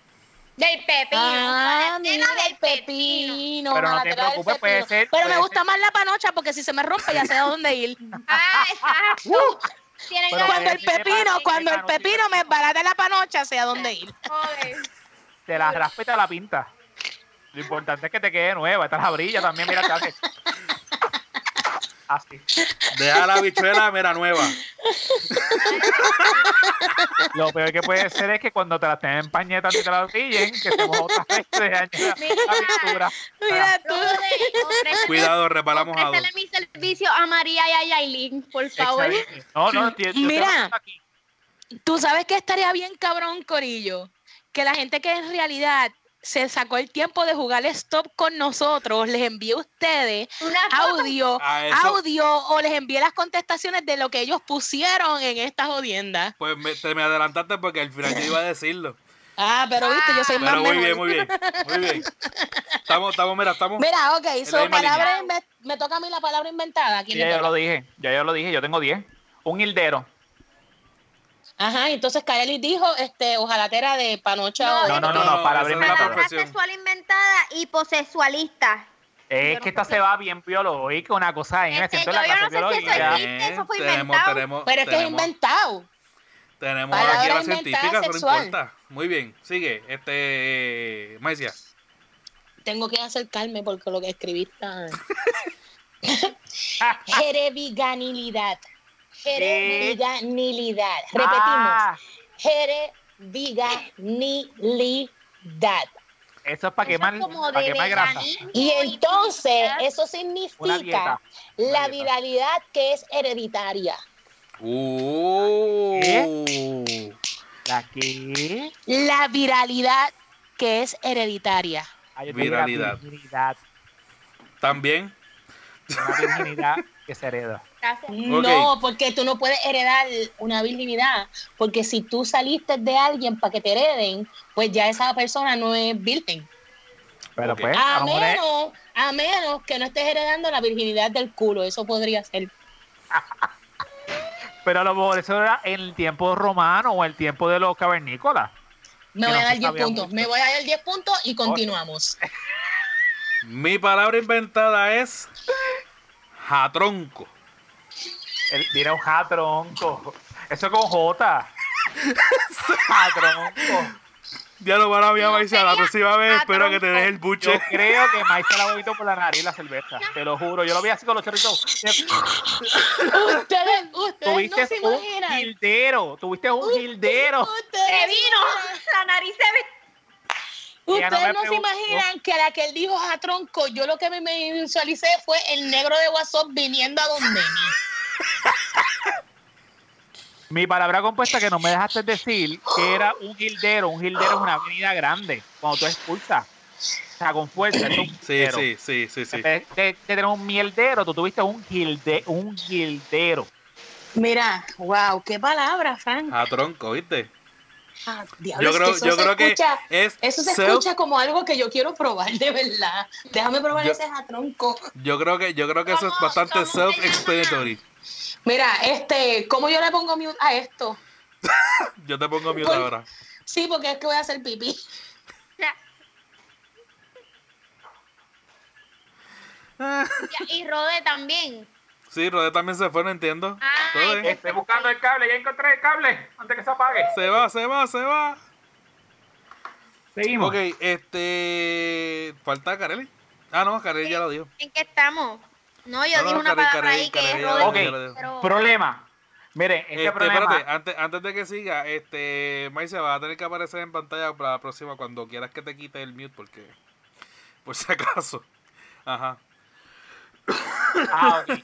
D: Del pepino.
E: Ah,
D: Palestina
E: mira,
D: del
E: el pepino.
C: Pero no
E: la
C: te
E: tela del
C: preocupes, puede
E: pepino.
C: ser-
E: Pero
C: puede
E: me gusta
C: ser.
E: más la panocha porque si se me rompe ya sé a dónde ir.
D: Ah, exacto. Tienen
C: Pero
E: Cuando el
C: sí, de
E: pepino,
C: panocha,
E: cuando
C: de
E: el
C: panocha.
E: pepino me barata la panocha, sé a dónde ir.
D: Joder.
C: Te la raspa y te la pinta. Lo importante es que te quede nueva. Esta la brilla también, mira, te hace. Así.
B: Deja la bichuela, mira, nueva.
C: Lo peor que puede ser es que cuando te la estén en pañetas y te la brillen, que somos otra vez de daño la pintura.
E: Mira tú.
D: Luego de- ofrécele-
B: Cuidado, reparamos a dos.
D: ofrécele mi servicio a María y a Yailin, por favor.
C: Excelente. No, no, tío, yo
E: Mira.
C: te lo pongo aquí.
E: Tú sabes que estaría bien cabrón, Corillo, que la gente que en realidad se sacó el tiempo de jugar stop con nosotros, les envíe a ustedes
D: Una foto.
E: audio,
B: Ah, eso-
E: audio o les envíe las contestaciones de lo que ellos pusieron en estas jodiendas.
B: Pues me, te me adelantaste porque al final yo iba a decirlo.
E: Ah, pero viste, yo soy más
B: Pero muy
E: mejor.
B: bien, muy bien. Muy bien. Estamos, estamos, mira, estamos.
E: Mira, ok,
B: la
E: so
B: misma línea.
E: palabra inve- me toca a mí la palabra inventada. ¿Quién
C: Ya
E: le
C: yo
E: toca?
C: lo dije, ya yo lo dije, yo tengo 10. Un hildero.
E: Ajá, entonces Kaeli dijo, este, ojalatera de panocha
D: No,
E: o de-
C: No, no, no, no, palabra
B: esa es
C: inventada.
B: la
D: Palabra
B: profesión.
D: sexual inventada y posexualista.
C: Es que esta se va bien piolo, oí que una cosa ahí, me
D: Este,
C: siento en la
D: yo- yo
C: clase
D: no sé si
C: de
D: eso
C: biología.
D: existe. eso fue
B: tenemos,
D: inventado.
B: tenemos,
E: Pero es que es
B: tenemos-
E: inventado.
B: Tenemos
E: Palabra
B: aquí a la
E: inventada
B: científica, eso no
E: sexual.
B: importa. Muy bien, sigue. Este. Maicia.
E: Tengo que acercarme porque lo que escribí está... Jereviganilidad. Jereviganilidad. Repetimos.
C: Ah,
E: Jereviganilidad.
C: eso es para
D: Eso es
C: quemar,
D: como
C: para
D: de
C: quemar grasa.
D: veganismo
E: Y entonces
D: dieta.
E: eso
C: Una dieta.
E: significa
C: Una
E: la
C: dieta.
E: viralidad que es hereditaria.
B: Uh,
C: ¿Eh? ¿La qué?
E: La viralidad que es hereditaria.
C: Ah, yo tengo la
B: Viralidad.
C: virginidad.
B: También.
C: Una virginidad que se hereda.
D: Gracias.
E: No, porque tú no puedes heredar una virginidad, porque si tú saliste de alguien para que te hereden, pues ya esa persona no es virgen.
C: Pero
B: Ok.
C: pues, a
E: A
C: lo mejor es-
E: menos, a menos que no estés heredando la virginidad del culo, eso podría ser.
C: pero a lo mejor eso era en el tiempo romano o el tiempo de los cavernícolas.
E: Me
C: Que
E: voy
C: no
E: a dar
C: se
E: 10
C: sabía
E: puntos,
C: mucho.
E: me voy a dar 10 puntos y continuamos.
B: Mi palabra inventada es. Jatronco.
C: El, mira un jatronco. Eso con J. jatronco.
B: Ya lo van a ver,
D: No
B: Maicia. La
D: sería
B: próxima vez espero que te
D: jatronco.
B: deje el
C: Yo
B: buche.
C: creo que Mike se la ha bebido por la nariz la cerveza. Te lo juro. Yo lo vi así con los chorritos.
E: ustedes, ustedes
C: Tuviste
E: no se
C: un
E: imaginan.
C: gildero. Tuviste un
E: Ustedes-
C: gildero.
D: Se
E: Ustedes,
D: vino. La nariz se ve.
C: Ella no
E: ustedes
C: me
E: no se
C: preguntó.
E: imaginan que la que él dijo a tronco, yo lo que me me visualicé fue el negro de WhatsApp viniendo a donde mí.
C: Mi palabra compuesta que no me dejaste decir que era un gildero. Un gildero es una avenida grande. Cuando tú expulsas. O sea, con fuerza. esto es un
B: Sí,
C: gildero.
B: sí, sí, sí, sí.
C: En vez De, de tener un mieldero, tú tuviste un, gilde, un gildero.
E: Mira, wow, qué palabra, Frank.
B: Jatronco, ¿viste?
E: Ah, diablo,
B: Yo
E: es que
B: creo,
E: eso
B: yo
E: se
B: creo que
E: escucha-
B: es.
E: Eso se
B: self-
E: escucha como algo que yo quiero probar, de verdad. Déjame probar
B: Yo-
E: ese jatronco.
B: Yo creo que, yo creo que eso es
D: ¿Cómo-
B: bastante
D: cómo se llama?
B: self-explanatory.
E: Mira, este, ¿cómo yo le pongo mute a esto?
B: Yo te pongo miedo
E: Por-
B: ahora.
E: Sí, porque es que voy a hacer pipí.
D: Ya, Y Rode también.
B: Sí, Rodé también se fue, no entiendo.
D: Ay,
B: Todo bien.
D: qué Estoy buscando
C: el cable, ya encontré el cable, antes que se apague.
B: Se va, se va, se va.
C: Seguimos.
B: Ok, este. Falta Carelli. Ah, no, Carelli ya lo dijo.
D: ¿En qué estamos? No, yo
B: No, no,
D: dije una
B: Karen,
D: palabra
B: Karen,
D: ahí que
B: Karen,
D: es
B: ya
D: Rode.
B: lo
C: Ok,
B: dijo.
D: pero-
C: problema. Miren, este,
B: Este,
C: problema.
B: espérate, antes, antes de que siga, este, Maisa, vas a tener que aparecer en pantalla para la próxima cuando quieras que te quite el mute, porque. Por si acaso. Ajá.
C: Ah, ok.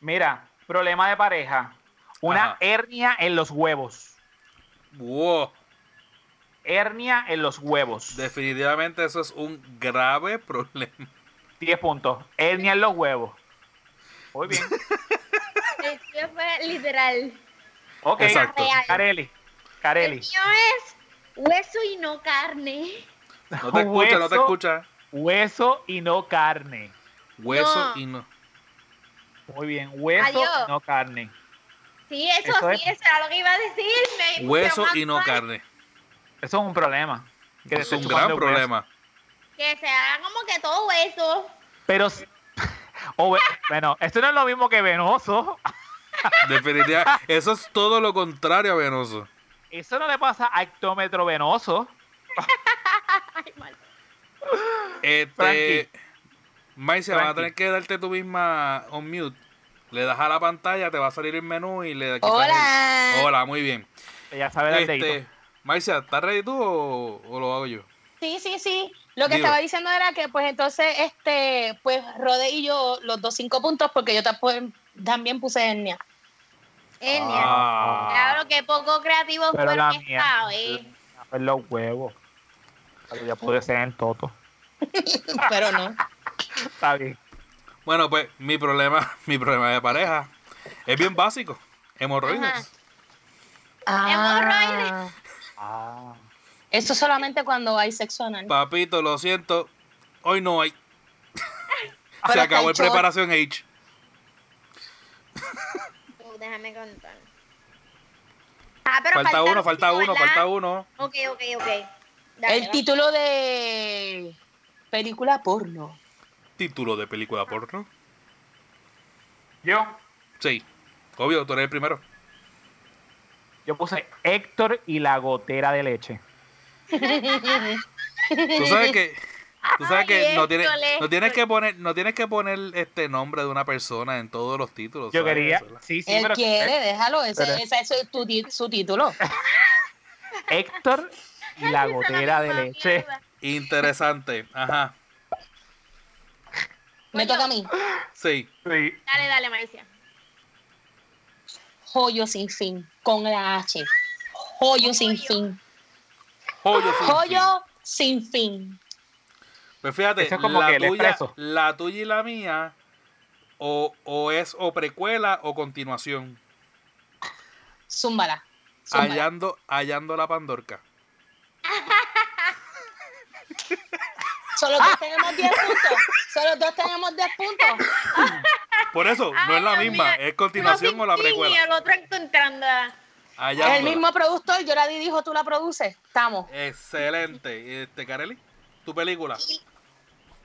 C: Mira, problema de pareja. Una
B: Ajá.
C: hernia en los huevos.
B: Wow.
C: Hernia en los huevos.
B: Definitivamente eso es un grave problema.
C: 10 puntos. Hernia en los huevos. Muy bien.
D: El mío fue literal.
C: Ok.
B: Exacto.
D: Real.
C: Carelli.
D: El
C: Carelli.
D: mío es hueso y no carne.
B: No te escucha, no te
C: Hueso-
B: escucha.
C: Hueso y no carne.
B: Hueso
D: No.
B: y no.
C: Muy bien. Hueso
D: Adiós.
C: y no carne.
D: Sí, eso,
C: Eso
D: sí, eso era lo que iba a decir. me-
B: Hueso
D: me
B: y no
D: aguantó.
B: carne.
C: Eso es un problema. Que te
B: es
C: esté
B: un
C: chupando
B: gran
C: un
B: problema.
D: Que se haga como que todo eso.
C: Pero. s- o ve- bueno, esto no es lo mismo que venoso.
B: Definitivamente. Eso es todo lo contrario a venoso.
C: Eso no le pasa a actómetro venoso.
D: Ay, mal.
B: Este.
C: Frankie.
B: Maicia, vas a
C: Frankie.
B: tener que darte tú misma on mute. Le das a la pantalla, te va a salir el menú y le quitas el-
E: Hola.
B: Hola, muy bien.
C: Ella sabe del
B: Este,
C: dedito.
B: Maicia, ¿estás ready tú o, o lo hago yo?
E: Sí, sí, sí. Lo que
B: Digo.
E: estaba diciendo era que, pues entonces, este, pues Rode y yo, los dos cinco puntos, porque yo tampo- también puse etnia.
D: Genial.
B: Ah.
C: Ah.
D: Claro, que poco creativos
C: Pero la
D: fueron
C: mía.
D: esta vez.
C: A ver los huevos. Pero ya pude ser el toto.
E: Pero no.
C: Está bien.
B: Bueno, pues mi problema, mi problema de pareja es bien básico.
D: Ajá.
B: Hemorroides.
E: Ah,
C: Ah.
E: eso solamente cuando hay sexo anal.
B: Papito, lo siento. Hoy no hay. Se
E: Pero
B: acabó el
E: está el shot.
B: preparación H.
D: Uh, déjame contar. Ah, pero
B: Falta uno, falta uno,
D: último, ¿verdad?
B: falta uno.
D: Ok, ok, ok. Dale,
E: El
D: dale.
E: título de película porno.
B: Título de película porno.
C: Yo,
B: Sí. Obvio, tú eres el primero.
C: yo puse Héctor y la gotera de leche.
B: Tú sabes que. Tú sabes
D: Ay,
B: que no tienes,
D: Héctor,
B: no tienes
D: Héctor.
B: que poner, no tienes que poner este nombre de una persona en todos los títulos.
C: Yo
B: ¿sabes?
C: quería.
B: Eso es la-
C: Sí, sí,
E: Él
C: pero.
E: quiere, déjalo, ese,
C: pero-
E: ese es tu ti- su título.
C: Héctor y la
D: Esa es
C: gotera de
D: misma
C: leche.
D: mierda.
B: Interesante. Ajá.
E: Me toca a mí.
B: Sí.
C: Sí.
D: Dale, dale, Marcia.
E: Joyo sin fin, con la H. Joyo sin fin.
B: Joyo. sin fin.
E: Joyo sin fin.
B: Pues fíjate,
C: Eso es como
B: la,
C: que el
B: tuya,
C: expreso.
B: la tuya y la mía o, o es o precuela o continuación.
E: Zúmbala. zúmbala.
B: Hallando, hallando la pandorca.
E: Solo dos tenemos 10 puntos. Solo dos tenemos 10 puntos.
B: Por eso, no es la
D: Ay,
B: misma,
D: mira,
B: es continuación
D: uno
B: o la
D: sin fin Y
B: precuela.
D: el otro encontrando. ah.
E: Es
B: Hallándola.
E: el mismo productor, yo la dirijo, tú la produces. Estamos.
B: Excelente. Este, Kareli, tu película.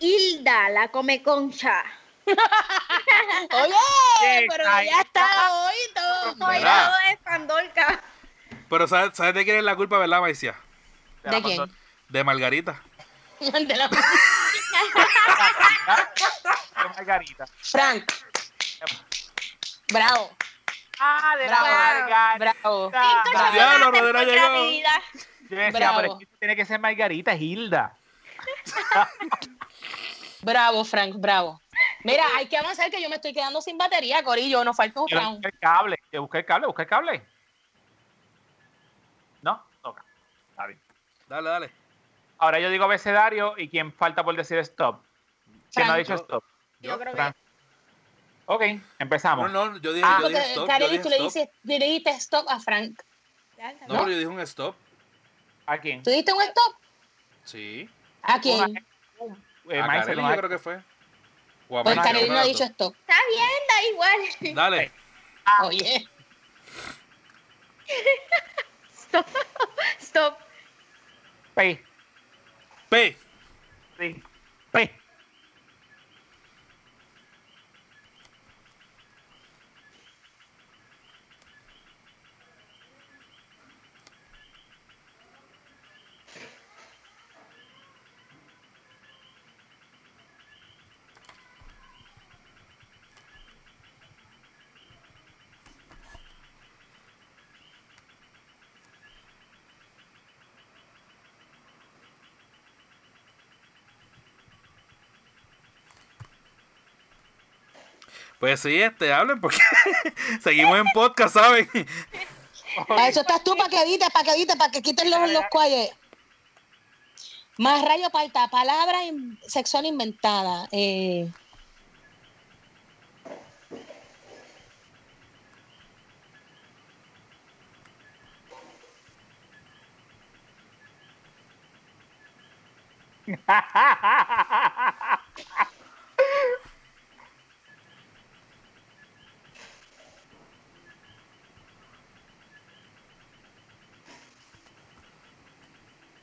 D: Hilda, la come concha.
E: Oye,
C: Yes,
E: pero
C: ay,
E: ya está hoy todo.
D: Soy
B: ¿Verdad?
D: la de Pandolca.
B: Pero ¿sabes, sabes de quién es la culpa, verdad, Maicia?
E: ¿De
C: la
E: quién?
C: mandó-
B: De Margarita.
E: De la-
C: de Margarita.
E: Frank. Bravo,
C: Ah, de
E: Bravo,
C: la Margarita.
E: bravo.
D: Cinco
B: Ya, la
D: chocolates
B: Rodera
D: por
B: llegó.
D: la vida.
C: Yo decía,
E: Bravo.
C: pero es que tiene que ser Margarita, es Hilda.
E: bravo, Frank, bravo. Mira, hay que avanzar que yo me estoy quedando sin batería, Corillo. Nos falta un
C: Yo
E: round.
C: busqué el cable, yo busqué el cable, busqué el cable. No, toca. Está bien.
B: Dale, dale.
C: Ahora yo digo abecedario y quien falta por decir stop. ¿Quién no ha
E: Frank.
C: dicho stop?
D: Yo creo que.
C: Fran. Ok,
B: No,
C: empezamos.
B: no, yo dije,
E: Ah,
B: yo dije
E: porque
B: stop. yo
E: Kareli,
B: dije
E: tú le
B: stop.
E: dices- le dijiste stop a Frank.
D: Dale, dale.
B: No, pero yo dije un stop.
C: ¿A quién?
E: ¿Tú diste un stop?
B: Sí.
E: ¿A quién?
C: Una- un- eh,
B: A
C: Maiza,
B: Kareli
C: no,
B: yo creo que fue. O a
E: Pues
B: Maicia,
E: Kareli
B: una
E: no ha
B: de
E: dicho
B: las
E: stop.
D: Está bien, da igual.
B: dos. Dale. Ah,
E: Oye.
D: Stop. Stop.
C: P.
B: P.
C: Sí. P.
B: Pues sí, este, hablen porque seguimos en podcast, ¿saben?
E: Para Ah, eso estás tú, para que edites, para que edites, para que quites los, los cuales. Más rayo palta, palabra in- sexual inventada. eh.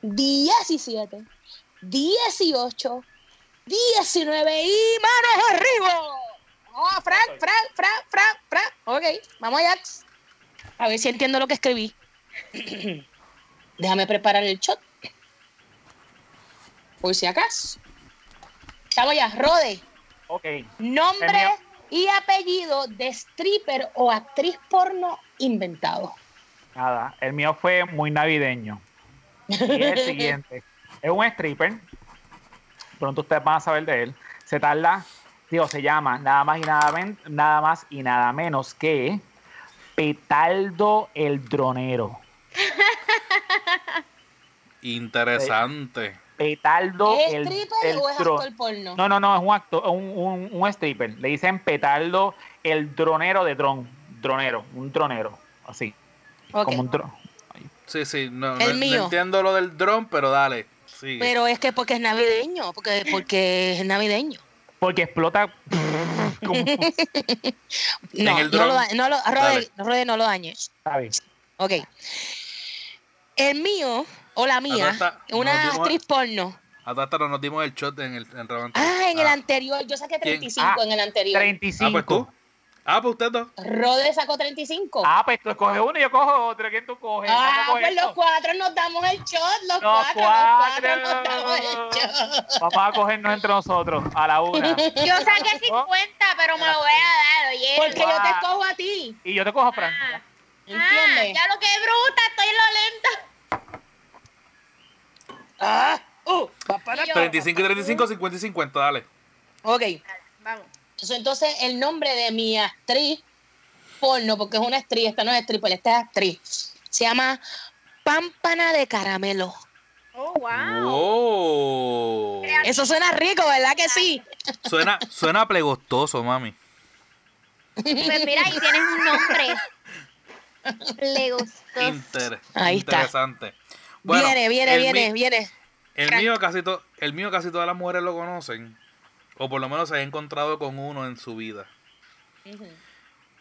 E: diecisiete, dieciocho, diecinueve y manos arriba. Oh, Frank, Frank, Frank, Frank, Frank. Ok, vamos allá. A ver si entiendo lo que escribí. Déjame preparar el shot. Por si acaso. Estamos ya. Rode,
C: Ok.
E: nombre
C: Genio.
E: y apellido de stripper o actriz porno inventado.
C: Nada, el mío fue muy navideño. Y el siguiente. Es un stripper. Pronto ustedes van a saber de él. Se tarda, digo, se llama nada más y nada, men- nada más y nada menos que Petaldo el Dronero.
B: Interesante.
C: Petaldo
E: ¿Es
C: el,
E: stripper
C: el
E: o es
C: Dro-
E: actor porno?
C: No, no, no, es un actor, un, un- un stripper. Le dicen Petaldo el Dronero de Dron. Dronero, un dronero. Así,
E: Ok.
C: como un dron.
B: Sí, sí, no,
E: El
B: no- no
E: mío.
B: entiendo lo del dron, pero dale. Sigue.
E: Pero es que porque es navideño, porque, porque es navideño.
C: Porque explota. como-
E: No,
B: el
E: no lo,
B: dron.
E: da- no lo, Rode,
B: Dale.
E: Rode, no lo dañes.
C: ¿sabes?
E: Ok. El mío, o la mía,
B: Anota-
E: una
B: no, yo no-
E: actriz porno.
B: Hasta ahora nos dimos el shot en el en el round.
E: Ah, en el anterior, yo saqué
B: ¿Quién?
E: 35
C: Ah,
E: en el anterior.
C: 35.
B: Ah, pues tú. Ah, pues usted dos.
E: Rode sacó 35. Ah,
C: Ah, pues tú coges uno y yo cojo otro. ¿Quién tú
D: Ah,
C: coges? Vamos a
E: pues
C: coger
E: los
C: esto.
E: cuatro nos damos el shot, los,
C: Los
E: cuatro, los cuatro nos damos el
C: cuatro.
E: shot.
C: Vamos a cogernos entre nosotros a la una.
D: Yo saqué 50, pero me lo voy a dar, oye.
E: Porque yo te
C: Ah.
E: cojo a ti,
C: Y yo te cojo, Fran.
D: Ah, ah,
E: ¿entiendes?
D: ya lo que es bruta, estoy lo
E: Ah, uh, va para...
D: Yo.
B: 35 y 35, 50 y 50, dale.
E: Ok.
D: lenta. Vamos.
E: Entonces, entonces, el nombre de mi actriz porno, porque es una actriz, esta no es stripper, esta es actriz, se llama Pámpana de Caramelo.
D: Oh,
E: Ah.
D: wow.
B: Wow.
E: Eso suena rico, ¿verdad que sí?
B: Suena, suena plegostoso, mami.
D: Pues mira, ahí tienes un nombre. Le gustó.
B: Inter-
E: Ahí está.
B: interesante.
E: viene, viene,
B: el
E: viene,
B: mi-
E: viene.
B: El mío, casi to- el mío casi todas las mujeres lo conocen. O por lo menos se ha encontrado con uno en su vida.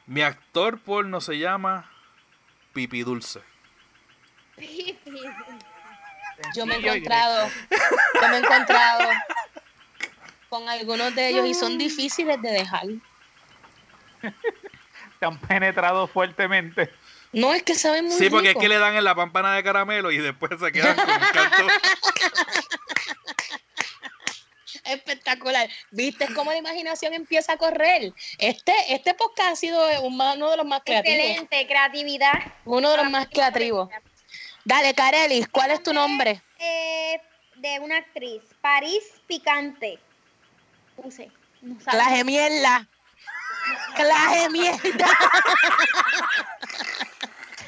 B: Mi actor porno se llama Pipi Dulce.
E: Yo me he
C: Sencillo y
E: encontrado, yo me he encontrado con algunos de ellos y son difíciles de dejar.
C: Te han penetrado fuertemente.
E: No, es que saben muy
B: Sí, porque es
E: rico.
B: que le dan en la pampana de caramelo y después se quedan con el canto.
E: Espectacular. ¿Viste cómo la imaginación empieza a correr? Este, este podcast ha sido un- uno de los más creativos.
D: Excelente, creatividad.
E: Uno de los más creativos. Dale, Carelis, ¿cuál es tu nombre?
D: Eh, de una actriz. París Picante. Puse. No sabes.
E: Claje mierda. Claje mierda.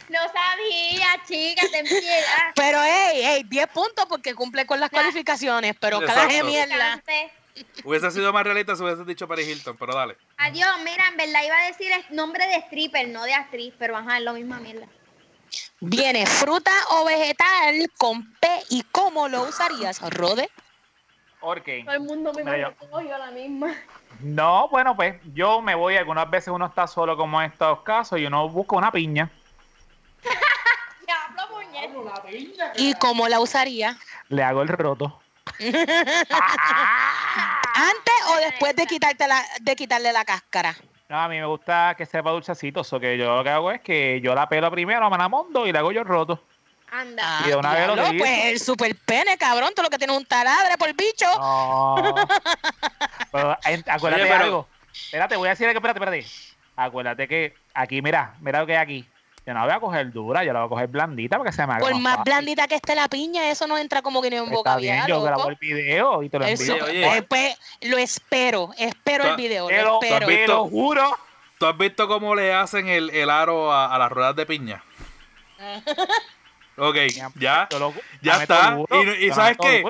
D: No sabía, chica, te Ah, empieza.
E: Pero, hey, hey, 10 puntos porque cumple con las cualificaciones, pero
B: Exacto.
E: claje mierda.
D: Picante.
B: Hubiese sido más realista si hubiese dicho Paris Hilton, pero dale.
D: Adiós, mira, en verdad iba a decir el nombre de stripper, no de actriz, pero ajá, es la misma mierda.
E: Viene fruta o vegetal con P y cómo lo usarías, Rode.
C: Ok.
D: el mundo me
C: Mira,
D: yo la misma.
C: No, bueno, pues yo me voy. Algunas veces uno está solo, como en estos casos, y uno busca una piña.
D: Diablo, puñet.
E: ¿Y cómo la usaría?
C: Le hago el roto.
E: ¿Antes o después de, quitarte la- de quitarle la cáscara?
C: No, a mí me gusta que sepa dulcecito. O que yo lo que hago es que yo la pelo primero a manamondo y le hago yo el roto.
D: Anda.
E: Ah,
C: Y de una vez lo
E: diablo,
C: hizo.
E: pues el super pene, cabrón, tú lo que tienes es un taladre por bicho.
C: No. Pero, eh, acuérdate
B: Oye, pero-
C: algo. Espérate, voy a decir algo. Espérate, espérate. Acuérdate que aquí, mira, mira lo que hay aquí. Yo no la voy a coger dura, yo la voy a coger blandita para que se me haga.
E: Por más
C: fácil.
E: blandita que esté la piña, eso no entra como que ni en boca
C: Está bien,
E: abierta,
C: yo
E: loco.
C: grabo el video y te lo
E: Eso,
C: envío.
B: Oye, oye.
E: eh, pues, lo espero, espero
B: Tú-
E: el video,
C: Te lo,
E: lo
C: te
E: espero.
B: visto?
C: lo juro.
B: ¿Tú has visto cómo le hacen el, el aro a, a las ruedas de piña? Ok, ya.
C: Te lo-
B: ya
C: te
B: está.
C: lo juro,
B: Y- y
C: te lo
B: ¿sabes
C: juro.
B: qué?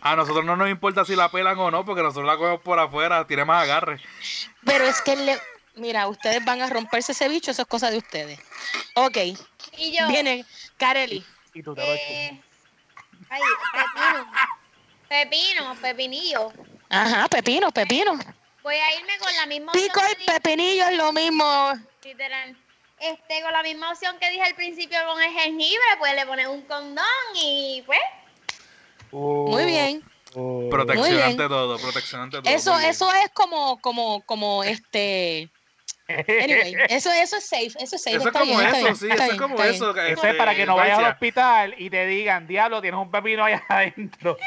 B: A nosotros no nos importa si la pelan o no, porque nosotros la cogemos por afuera, tiene más agarre.
E: Pero es que le- Mira, ustedes van a romperse ese bicho, eso es cosa de ustedes. Ok,
D: Y yo.
E: viene Kareli.
C: Y tú te lo chupas.
D: eh, ay, pepino. Pepino, pepinillo.
E: Ajá, pepino, pepino.
D: Voy a irme con la misma opción
E: Pico
D: que
E: y
D: dije-
E: pepinillo es lo mismo.
D: literal. Este, con la misma opción que dije al principio con el jengibre, pues le pones un condón y pues.
B: Oh,
E: Muy bien.
C: Oh.
E: Muy
B: Protección
E: bien.
B: ante todo, protección ante todo.
E: Eso,
B: muy bien.
E: eso es como, como, como este. Anyway, eso, eso es safe, eso es safe.
B: Eso es
E: está
B: como
E: bien, está
B: eso,
E: bien,
B: sí,
E: está
B: eso es
E: bien,
B: como
E: está
B: eso.
C: Eso
B: este,
C: es para que no vayas al
B: Francia.
C: hospital y te digan, diablo, tienes un pepino allá adentro.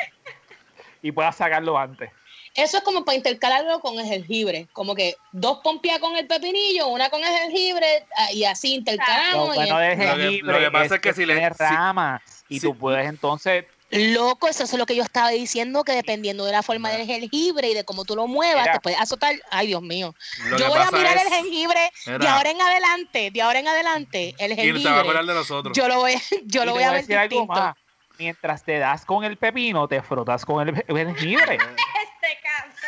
C: y puedas sacarlo antes.
E: bien. Eso es como para intercalarlo con el jengibre. Como que dos pompias con el pepinillo, una con el jengibre, ah, y así
C: Lo
E: intercalamos. y
C: bueno del
E: es-
B: Lo que-
C: jengibre
B: lo que pasa es que si le-
C: tiene
B: si-
C: ramas y
B: si-
C: tú puedes entonces
E: Loco, eso es lo que yo estaba diciendo, que dependiendo de la forma del jengibre y de cómo tú lo muevas,
C: Mira.
E: te puedes azotar. Ay, Dios mío.
B: Lo que
E: Yo voy a
B: pasa
E: mirar
B: es-
E: el jengibre de
B: Mira.
E: ahora en adelante, de ahora en adelante, el
B: Y te va a acordar de
E: jengibre.
B: nosotros.
E: Yo lo voy, yo
C: Y
E: lo
C: te
E: voy a ver
C: decir algo
E: distinto.
C: más. Mientras te das con el pepino, te frotas con el pe- jengibre.
D: Este caso.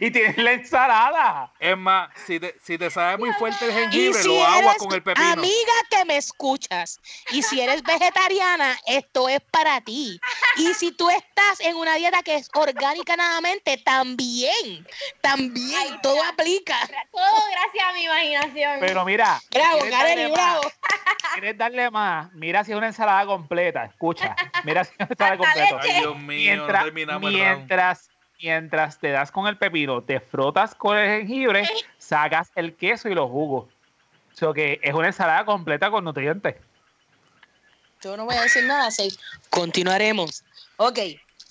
C: y tienes la ensalada.
B: Es más, si te, si te sabe muy fuerte el
E: Y
B: jengibre,
E: si
B: lo agua
E: eres-
B: con el pepino.
E: Amiga que me escuchas, y si eres vegetariana, esto es para ti. Y si tú estás en una dieta que es orgánica nuevamente, también, también, todo aplica.
D: Todo gracias a mi imaginación.
C: Pero mira,
E: Bravo,
C: ¿quieres darle
E: Karen,
C: más?
E: bravo.
C: ¿Quieres darle más? Mira si es una ensalada completa. Escucha, mira si es una ensalada
D: Hasta
C: completa.
D: leche.
B: Ay, Dios mío, no
C: mientras,
B: terminamos el round.
C: mientras, mientras te das con el pepino, te frotas con el jengibre, sacas el queso y los jugos. O sea que es una ensalada completa con nutrientes.
E: Yo no voy a decir nada, Seif. Continuaremos. Ok,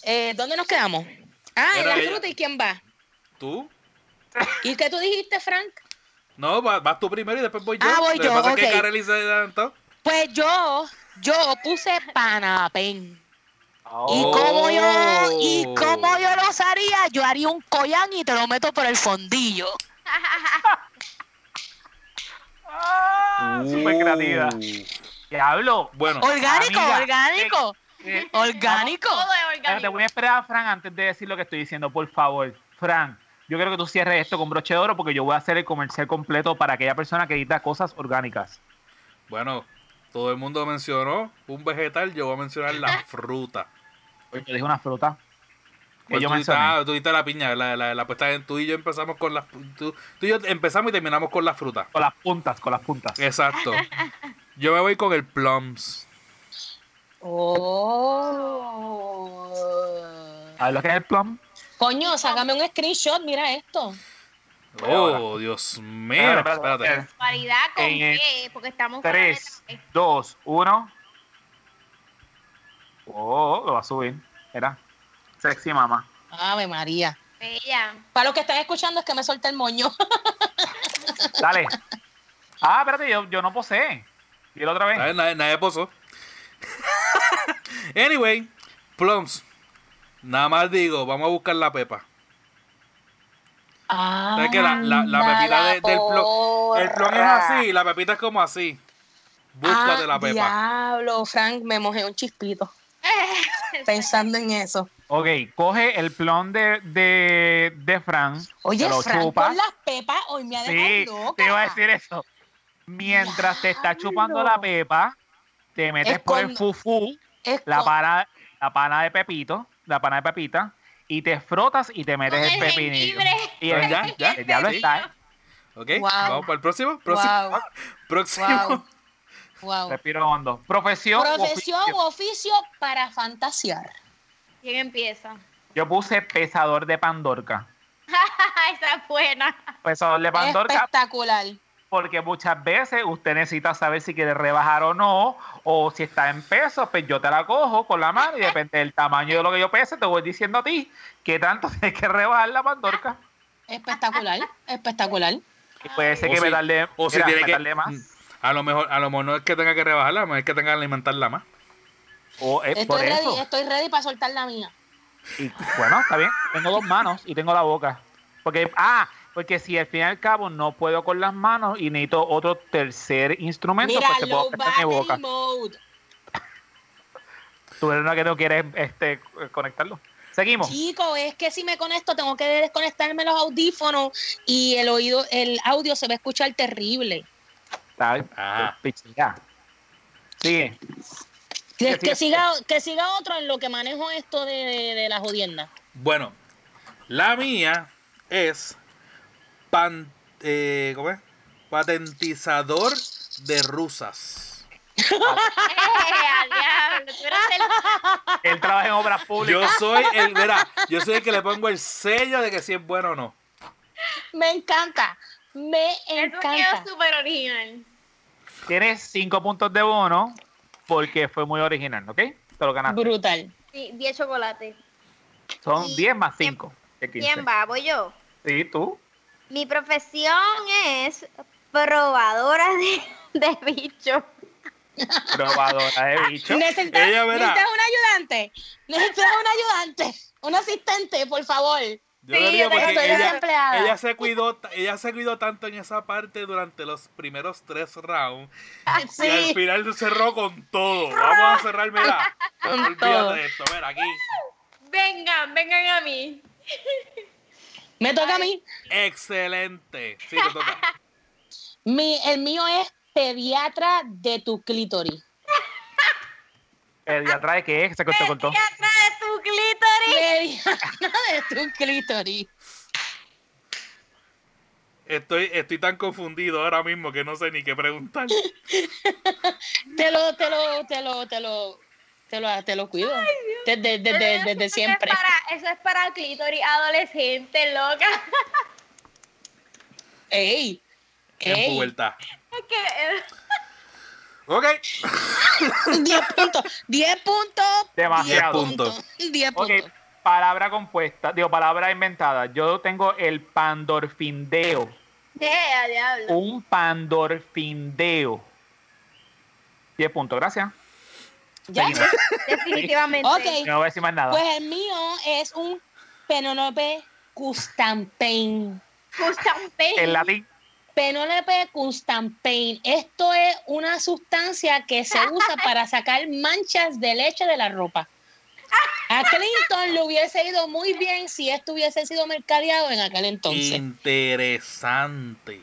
E: eh, ¿dónde nos quedamos? Ah, en
B: Era
E: la
B: ella.
E: fruta, ¿y quién va?
B: ¿Tú?
E: ¿Y qué tú dijiste, Frank?
B: No, va- vas tú primero y después voy yo.
E: Ah, voy
B: Lo
E: yo,
B: que pasa es
E: ok.
B: que Kareli se adelantó.
E: Pues yo, yo puse panapén. Y
B: Oh.
E: como yo, y como yo lo haría, yo haría un collán y te lo meto por el fondillo.
C: Ah, Súper creativa. Diablo.
B: Bueno,
E: Oh, Orgánico,
C: Amiga,
E: orgánico,
C: eh,
E: orgánico.
D: todo es
C: Pero te
D: orgánico.
C: voy a esperar a Fran antes de decir lo que estoy diciendo, por favor. Fran, yo quiero que tú cierres esto con broche de oro porque yo voy a hacer el comercial completo para aquella persona que edita cosas orgánicas.
B: bueno, todo el mundo mencionó un vegetal, yo voy a mencionar la fruta.
C: Porque dije una fruta. Que
B: Pues
C: yo
B: tú dijiste-
C: mencioné.
B: ah, tú dijiste la piña, la, la, la puesta en tú y yo empezamos con las tú, tú y yo empezamos y terminamos con la fruta.
C: Con las puntas, con las puntas.
B: Exacto. Yo me voy con el plums.
E: Oh.
C: ¿Sabes lo que es el plum?
E: Coño, sácame un screenshot, mira esto.
B: Oh, Dios mío.
C: Espérate, espérate,
B: Espérate.
C: espérate.
D: Cualidad con
C: Eh,
D: qué, porque estamos con la
C: Tres,
D: letra E.
C: dos, uno. Oh, lo va a subir. Era sexy mamá.
E: Ave María.
D: Bella.
E: Para los que están escuchando es que me solté el moño.
C: Dale. Ah, espérate, yo, yo no posee. Dilo otra vez.
B: ¿Sabes? Nadie, nadie posó. anyway, plums. Nada más digo, vamos a buscar la pepa.
E: Ah,
B: ¿Sabes que la- la- la pepita de- del plo- El plum es así, la pepita es como así.
E: Ah,
B: Búscate la pepa.
E: Diablo, Frank, me mojé un chispito pensando en eso.
C: Ok, coge el plon de, de, de Fran.
E: Oye,
C: te lo
E: Frank,
C: chupas.
E: con las pepas hoy me ha dejado
C: Sí,
E: loca.
C: te iba a decir eso. Mientras te está chupando la pepa, te metes
E: Es
C: por el
E: cuando-
C: fufú,
E: Es
C: la
E: con-
C: pana, la pana de Pepito, la pana de Pepita, y te frotas y te metes
D: Con
C: el,
D: el
C: pepinillo.
D: jengibre.
C: Y
B: Pero
C: el,
B: ya, ya.
C: el diablo
B: Sí.
C: está. ¿eh?
B: ¿Ok?
E: Wow.
B: Vamos para el próximo. Próximo.
E: Wow,
B: Próximo.
E: wow, wow.
C: Respiro hondo. Profesión. u
E: Profesión
C: oficio.
E: o oficio para fantasear.
D: ¿Quién empieza?
C: Yo puse pesador de Pandorca.
D: Esa es buena.
C: Pesador de Pandorca
E: Espectacular.
C: porque muchas veces usted necesita saber si quiere rebajar o no, o si está en peso, pues yo te la cojo con la mano y depende del tamaño de lo que yo pese, te voy diciendo a ti que tanto tienes que rebajar la pandorca.
E: Espectacular,
C: ¿Eh?
E: espectacular.
C: Y puede ser
B: O
C: que
B: si-
C: me tarde,
B: O si
C: mira,
B: tiene
C: me tarde
B: que.
C: más.
B: A lo mejor, a lo mejor no es que tenga que rebajarla, a lo mejor es que tenga que alimentarla más.
C: O es por
E: Estoy ready,
C: eso.
E: estoy ready para soltar la mía.
C: Y, bueno, está bien. Tengo dos manos y tengo la boca. Porque, ah, porque si al fin y al cabo no puedo con las manos y necesito otro tercer instrumento,
E: Mira,
C: pues te puedo
E: low
C: prestar mi boca.
E: battery mode.
C: Tú eres una que no quieres este, conectarlo. Seguimos.
E: Chico, es que si me conecto tengo que desconectarme los audífonos y el oído, el audio se va a escuchar terrible.
C: Tal,
A: Ah.
C: pichiga. Sigue.
E: Que,
C: Sigue, sigue,
E: que siga, que siga otro en lo que manejo esto de, de, de la jodienda.
B: Bueno, la mía es, pan- eh, ¿cómo es? patentizador de rusas.
D: Eh, al diablo! Tú eres el-
C: Él trabaja en obras públicas.
B: Yo soy el, verá, yo soy el que le pongo el sello de que si es bueno o no.
E: Me encanta, me
D: Eso quedó
E: encanta.
D: súper original.
C: Tienes cinco puntos de bono porque fue muy original, ¿ok? Te lo ganaste.
E: Brutal.
D: Sí, 10 chocolates.
C: Son
D: ¿Y
C: 10 más
D: quién-
C: 5.
D: ¿Quién va? Voy yo.
C: Sí, tú.
D: Mi profesión es probadora de, de bichos.
C: Probadora de bicho.
E: Necesitas,
B: Ella verá.
E: necesitas un ayudante. Necesitas un ayudante. Un asistente, por favor.
B: Yo
D: Sí,
B: le
D: yo
B: digo porque
D: también soy
B: ella,
D: desempleada.
B: ella se cuidó, ta- ella se cuidó tanto en esa parte durante los primeros tres rounds y al
E: Ah, Sí.
B: final cerró con todo. Vamos a cerrar, mira.
E: Con todo.
B: Olvídate de esto, mira aquí.
D: Vengan, vengan a mí.
E: Me toca a mí.
B: Excelente. Sí, te toca.
E: Mi, el mío es pediatra de tu clítoris.
C: Pediatra de qué es, se cortó, cortó.
D: atrás de tu clítoris.
E: Pediatra de tu clítoris.
B: Estoy, estoy tan confundido ahora mismo que no sé ni qué preguntar.
E: Te lo, te lo, te lo, te lo, te lo, te lo cuido. Desde, desde, desde, desde siempre.
D: Eso es, para, eso es para clítoris adolescente, loca.
E: Ey.
B: En
E: Ey.
B: pubertad.
D: Es que eh,
B: Ok.
E: 10 puntos. 10 puntos.
C: Demasiado.
B: 10 puntos.
E: 10
C: Ok,
E: puntos.
C: palabra compuesta, digo, palabra inventada. Yo tengo el pandorfindeo.
D: eh, a
B: Oh.
D: diablo.
C: Un pandorfindeo. 10 puntos, gracias.
E: ¿Ya?
C: Seguimos.
D: Definitivamente.
E: Ok.
C: No voy a decir más nada.
E: Pues el mío es un Penelope Custampain.
D: Custampain.
C: en latín.
E: Penelope Custampain. Esto es una sustancia que se usa para sacar manchas de leche de la ropa. A Clinton le hubiese ido muy bien si esto hubiese sido mercadeado en aquel entonces.
B: Interesante.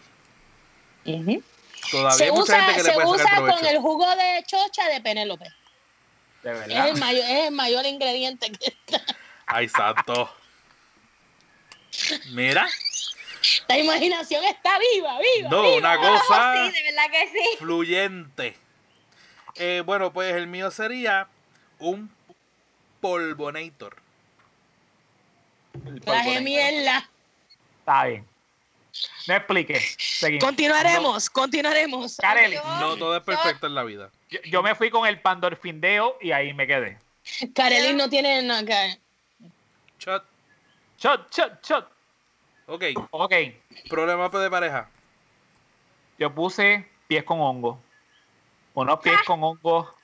E: Ujú.
B: Todavía
E: Se
B: hay mucha
E: usa,
B: gente que le
E: se
B: puede
E: usa
B: sacar
E: con
B: provecho.
E: el jugo de chocha de Penélope.
C: De
E: Es
C: verdad.
E: el, mayor, es el mayor ingrediente que
B: Ay, santo. Mira.
E: la imaginación está viva, viva.
B: No, una cosa
D: Sí, de verdad que sí.
B: fluyente. Eh, bueno, pues el mío sería un polvonator.
C: El
E: Traje
C: polvorón.
E: mierda.
C: Está bien. No explique. Seguimos.
E: Continuaremos, continuaremos.
C: Kareli,
B: No todo es perfecto en la vida.
C: yo, yo me fui con el pandorfindeo y ahí me quedé.
E: Karelin no tiene nada. que-
B: Chat.
C: Shot, shot, shot.
B: Ok.
C: Ok,
B: Problema de pareja.
C: yo puse pies con hongo. Unos
E: Ah.
C: pies con hongo.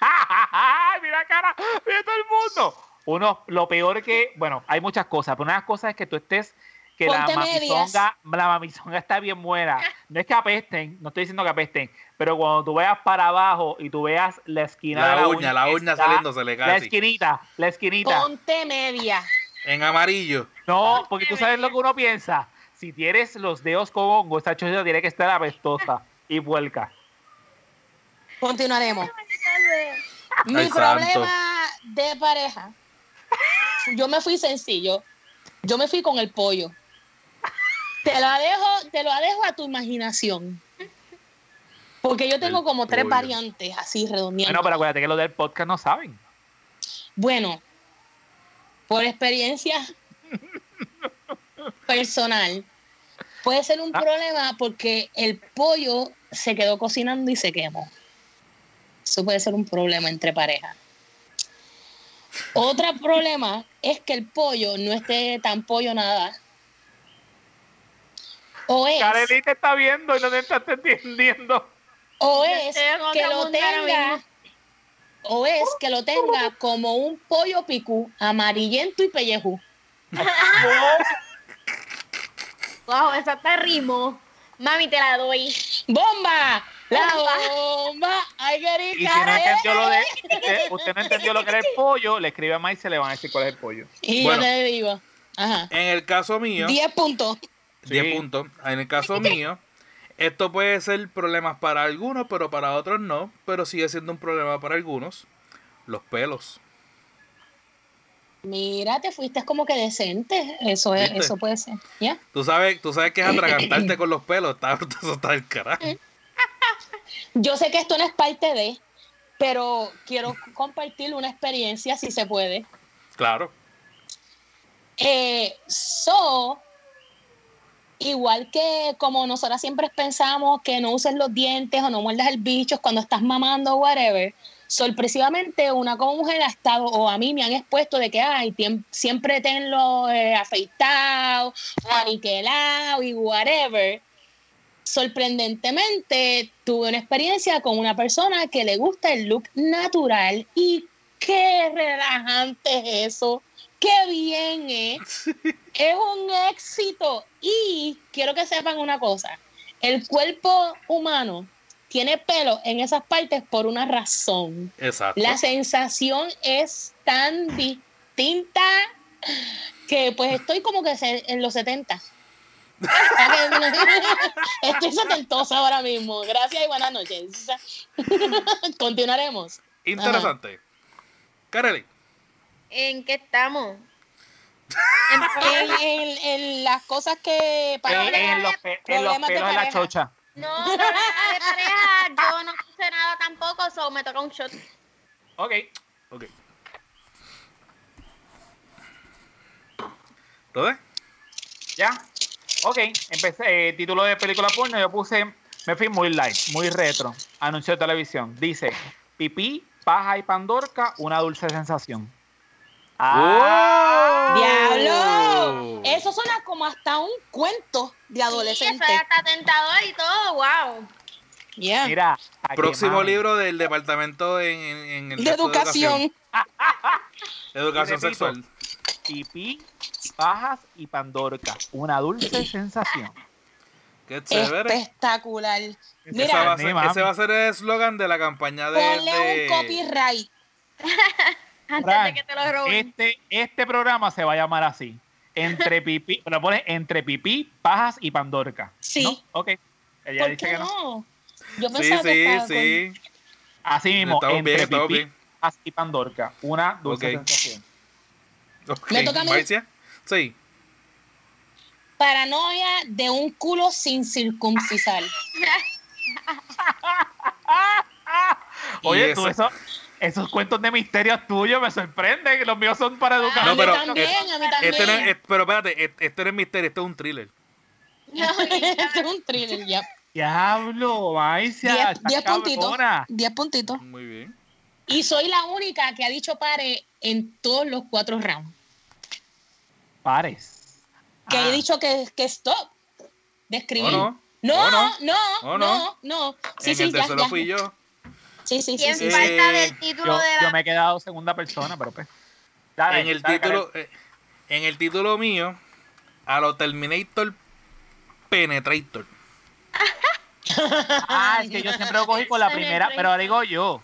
C: Mira la cara, mira todo el mundo. Uno, lo peor que, bueno, hay muchas cosas, pero una de las cosas es que tú estés, que
E: Ponte
C: la
E: medias.
C: mamizonga, la mamizonga está bien buena. No es que apesten, no estoy diciendo que apesten, pero cuando tú veas para abajo y tú veas la esquina
B: La
C: de la
B: uña, la uña
C: está-
B: saliéndosele
C: La
B: casi.
C: esquinita, la esquinita.
E: Ponte media.
B: En amarillo.
C: No, porque tú sabes lo que uno piensa. Si tienes los dedos con hongo, esta chocha tiene que estar apestosa y puerca.
E: Continuaremos. Mi
B: Ay,
E: problema de pareja. Yo me fui sencillo. Yo me fui con el pollo. Te la dejo, te lo dejo a tu imaginación. Porque yo tengo
B: El
E: como tres
B: pollo.
E: variantes así redondeando.
C: Bueno, pero acuérdate que los del podcast no saben.
E: Bueno, por experiencia personal, puede ser un
C: Ah.
E: problema porque el pollo se quedó cocinando y se quemó. Eso puede ser un problema entre parejas. Otro problema es que el pollo no esté tan pollo nada. O es,
C: Kareli te está viendo y no te está entendiendo.
E: o
D: Yo
E: es
D: estoy en otro
E: que lo
D: mundo ahora
E: tenga,
D: mismo.
E: o es que lo tenga como un pollo picú, amarillento y pellejú.
D: Wow, esa te rimo. Mami, te la doy.
E: ¡Bomba! La bomba. Ay, ¿eh?
C: Y si
E: querida.
C: no entendió lo de, usted, usted no entendió lo que era el pollo, le escribe a Mike y se le van a decir cuál es el pollo.
E: Y
B: Bueno.
E: yo le digo. Ajá.
B: En el caso mío,
E: 10 puntos.
B: 10
C: Sí.
B: puntos. En el caso mío, esto puede ser problemas para algunos, pero para otros no. Pero sigue siendo un problema para algunos. Los pelos.
E: Mira, te fuiste como que decente. Eso es,
B: ¿Viste?
E: eso puede ser. ¿Ya?
B: Tú sabes, tú sabes que es atragantarte con los pelos. Está, eso está del carajo.
E: Yo sé que esto no es parte de, pero quiero compartir una experiencia si se puede.
B: Claro.
E: Eh, so, igual que como nosotras siempre pensamos que no uses los dientes o no muerdas el bicho cuando estás mamando o whatever, sorpresivamente una como mujer ha estado, o a mí me han expuesto de que, ay, tiem- siempre tenlo eh, afeitado o aniquilado y whatever. Sorprendentemente tuve una experiencia con una persona que le gusta el look natural y qué relajante es eso. Qué bien, ¿eh? es un éxito. Y quiero que sepan una cosa. El cuerpo humano tiene pelo en esas partes por una razón.
B: Exacto.
E: La sensación es tan distinta que pues estoy como que se- en los 70. estoy setentosa ahora mismo. Gracias y buenas noches. Continuaremos.
B: Interesante. Kareli.
D: ¿En qué estamos?
E: En, en- en las cosas que...
C: Eh, En,
E: para-
C: en los, pe- en los
E: Problemas de
C: pelos de la
E: pareja.
C: chocha.
D: No, no, nada de pareja, yo no puse nada tampoco, so me toca un shot.
C: Ok.
B: Ok. ¿Rodé?
C: ¿Ya? Ok. Empecé, eh, título de película porno. Yo puse. Me fui muy light, muy retro. Anuncio de televisión. Dice: Pipí, paja y pandorca, una dulce sensación. Ah,
B: ¡Oh!
E: ¡Diablo! Eso suena como hasta un cuento de adolescente.
D: Sí, eso está tentador y todo, wow.
E: Yeah.
C: Mira. a que
B: Próximo
C: mami.
B: libro del departamento en, en- en el
E: de
B: resto
E: educación.
B: Educación
C: Y repito.
B: sexual.
C: Pipí, pajas y pandorca, una dulce sensación.
B: Qué chévere.
E: Espectacular.
B: Esa va
E: Este, Mira,
B: a ser-
C: Ni mami.
B: ese va a ser el eslogan de la campaña de.
E: ponle
B: de-
E: un copyright.
D: Antes de
C: Fran,
D: que te lo roben.
C: Este, este programa se va a llamar así. Entre pipí, lo pones entre pipí, pajas y pandorca.
E: Sí.
C: ¿No? Ok. Ella
E: ¿Por
C: dice
E: qué
C: que no.
E: no? Yo
B: Sí,
E: pensaba que
B: sí,
E: estaba
B: sí.
C: Así mismo,
B: Estamos bien,
C: entre
B: estamos
C: pipí,
B: bien.
C: pajas y pandorca, una dulce
B: Ok.
C: sensación.
B: Ok,
E: Me toca a mí.
B: Marcia. Sí.
E: con paranoia de un culo sin circuncisar.
C: Oye,
B: eso-
C: Ah, tú, eso- esos cuentos de misterios tuyos me sorprenden. Los míos son para educar.
E: a
B: No,
E: mí
B: pero-
E: también,
B: este-
E: a mí también.
B: Este no es- es- pero espérate, es- este no es misterio, este es un thriller.
E: Este es un thriller, ya.
C: Diablo, Maicia.
E: Diez,
C: estás
E: diez puntitos.
C: cabrona.
E: Diez puntitos.
B: Muy bien.
E: Y soy la única que ha dicho pare en todos los cuatro rounds.
C: Pares.
E: que
C: Ah.
E: he dicho que, que stop de escribir.
B: ¿O Oh, no?
E: no, no,
B: ¿O no? ¿O
E: no, no,
B: no?
E: Sí,
B: en
E: sí,
B: el
E: ya,
B: tercero
E: ya.
B: fui yo.
E: Sí, sí,
D: Y
E: sí,
D: en
E: sí,
B: Eh,
E: sí.
D: falta del
C: yo,
D: título de
C: yo
D: la...
C: me he quedado segunda persona, pero pues. Dale,
B: en el
C: dale,
B: título, eh, en el título mío, a lo Terminator Penetrator.
C: Karen. Ah, es que yo siempre lo cogí con la
D: Ese es el
C: primera, pero ahora digo yo.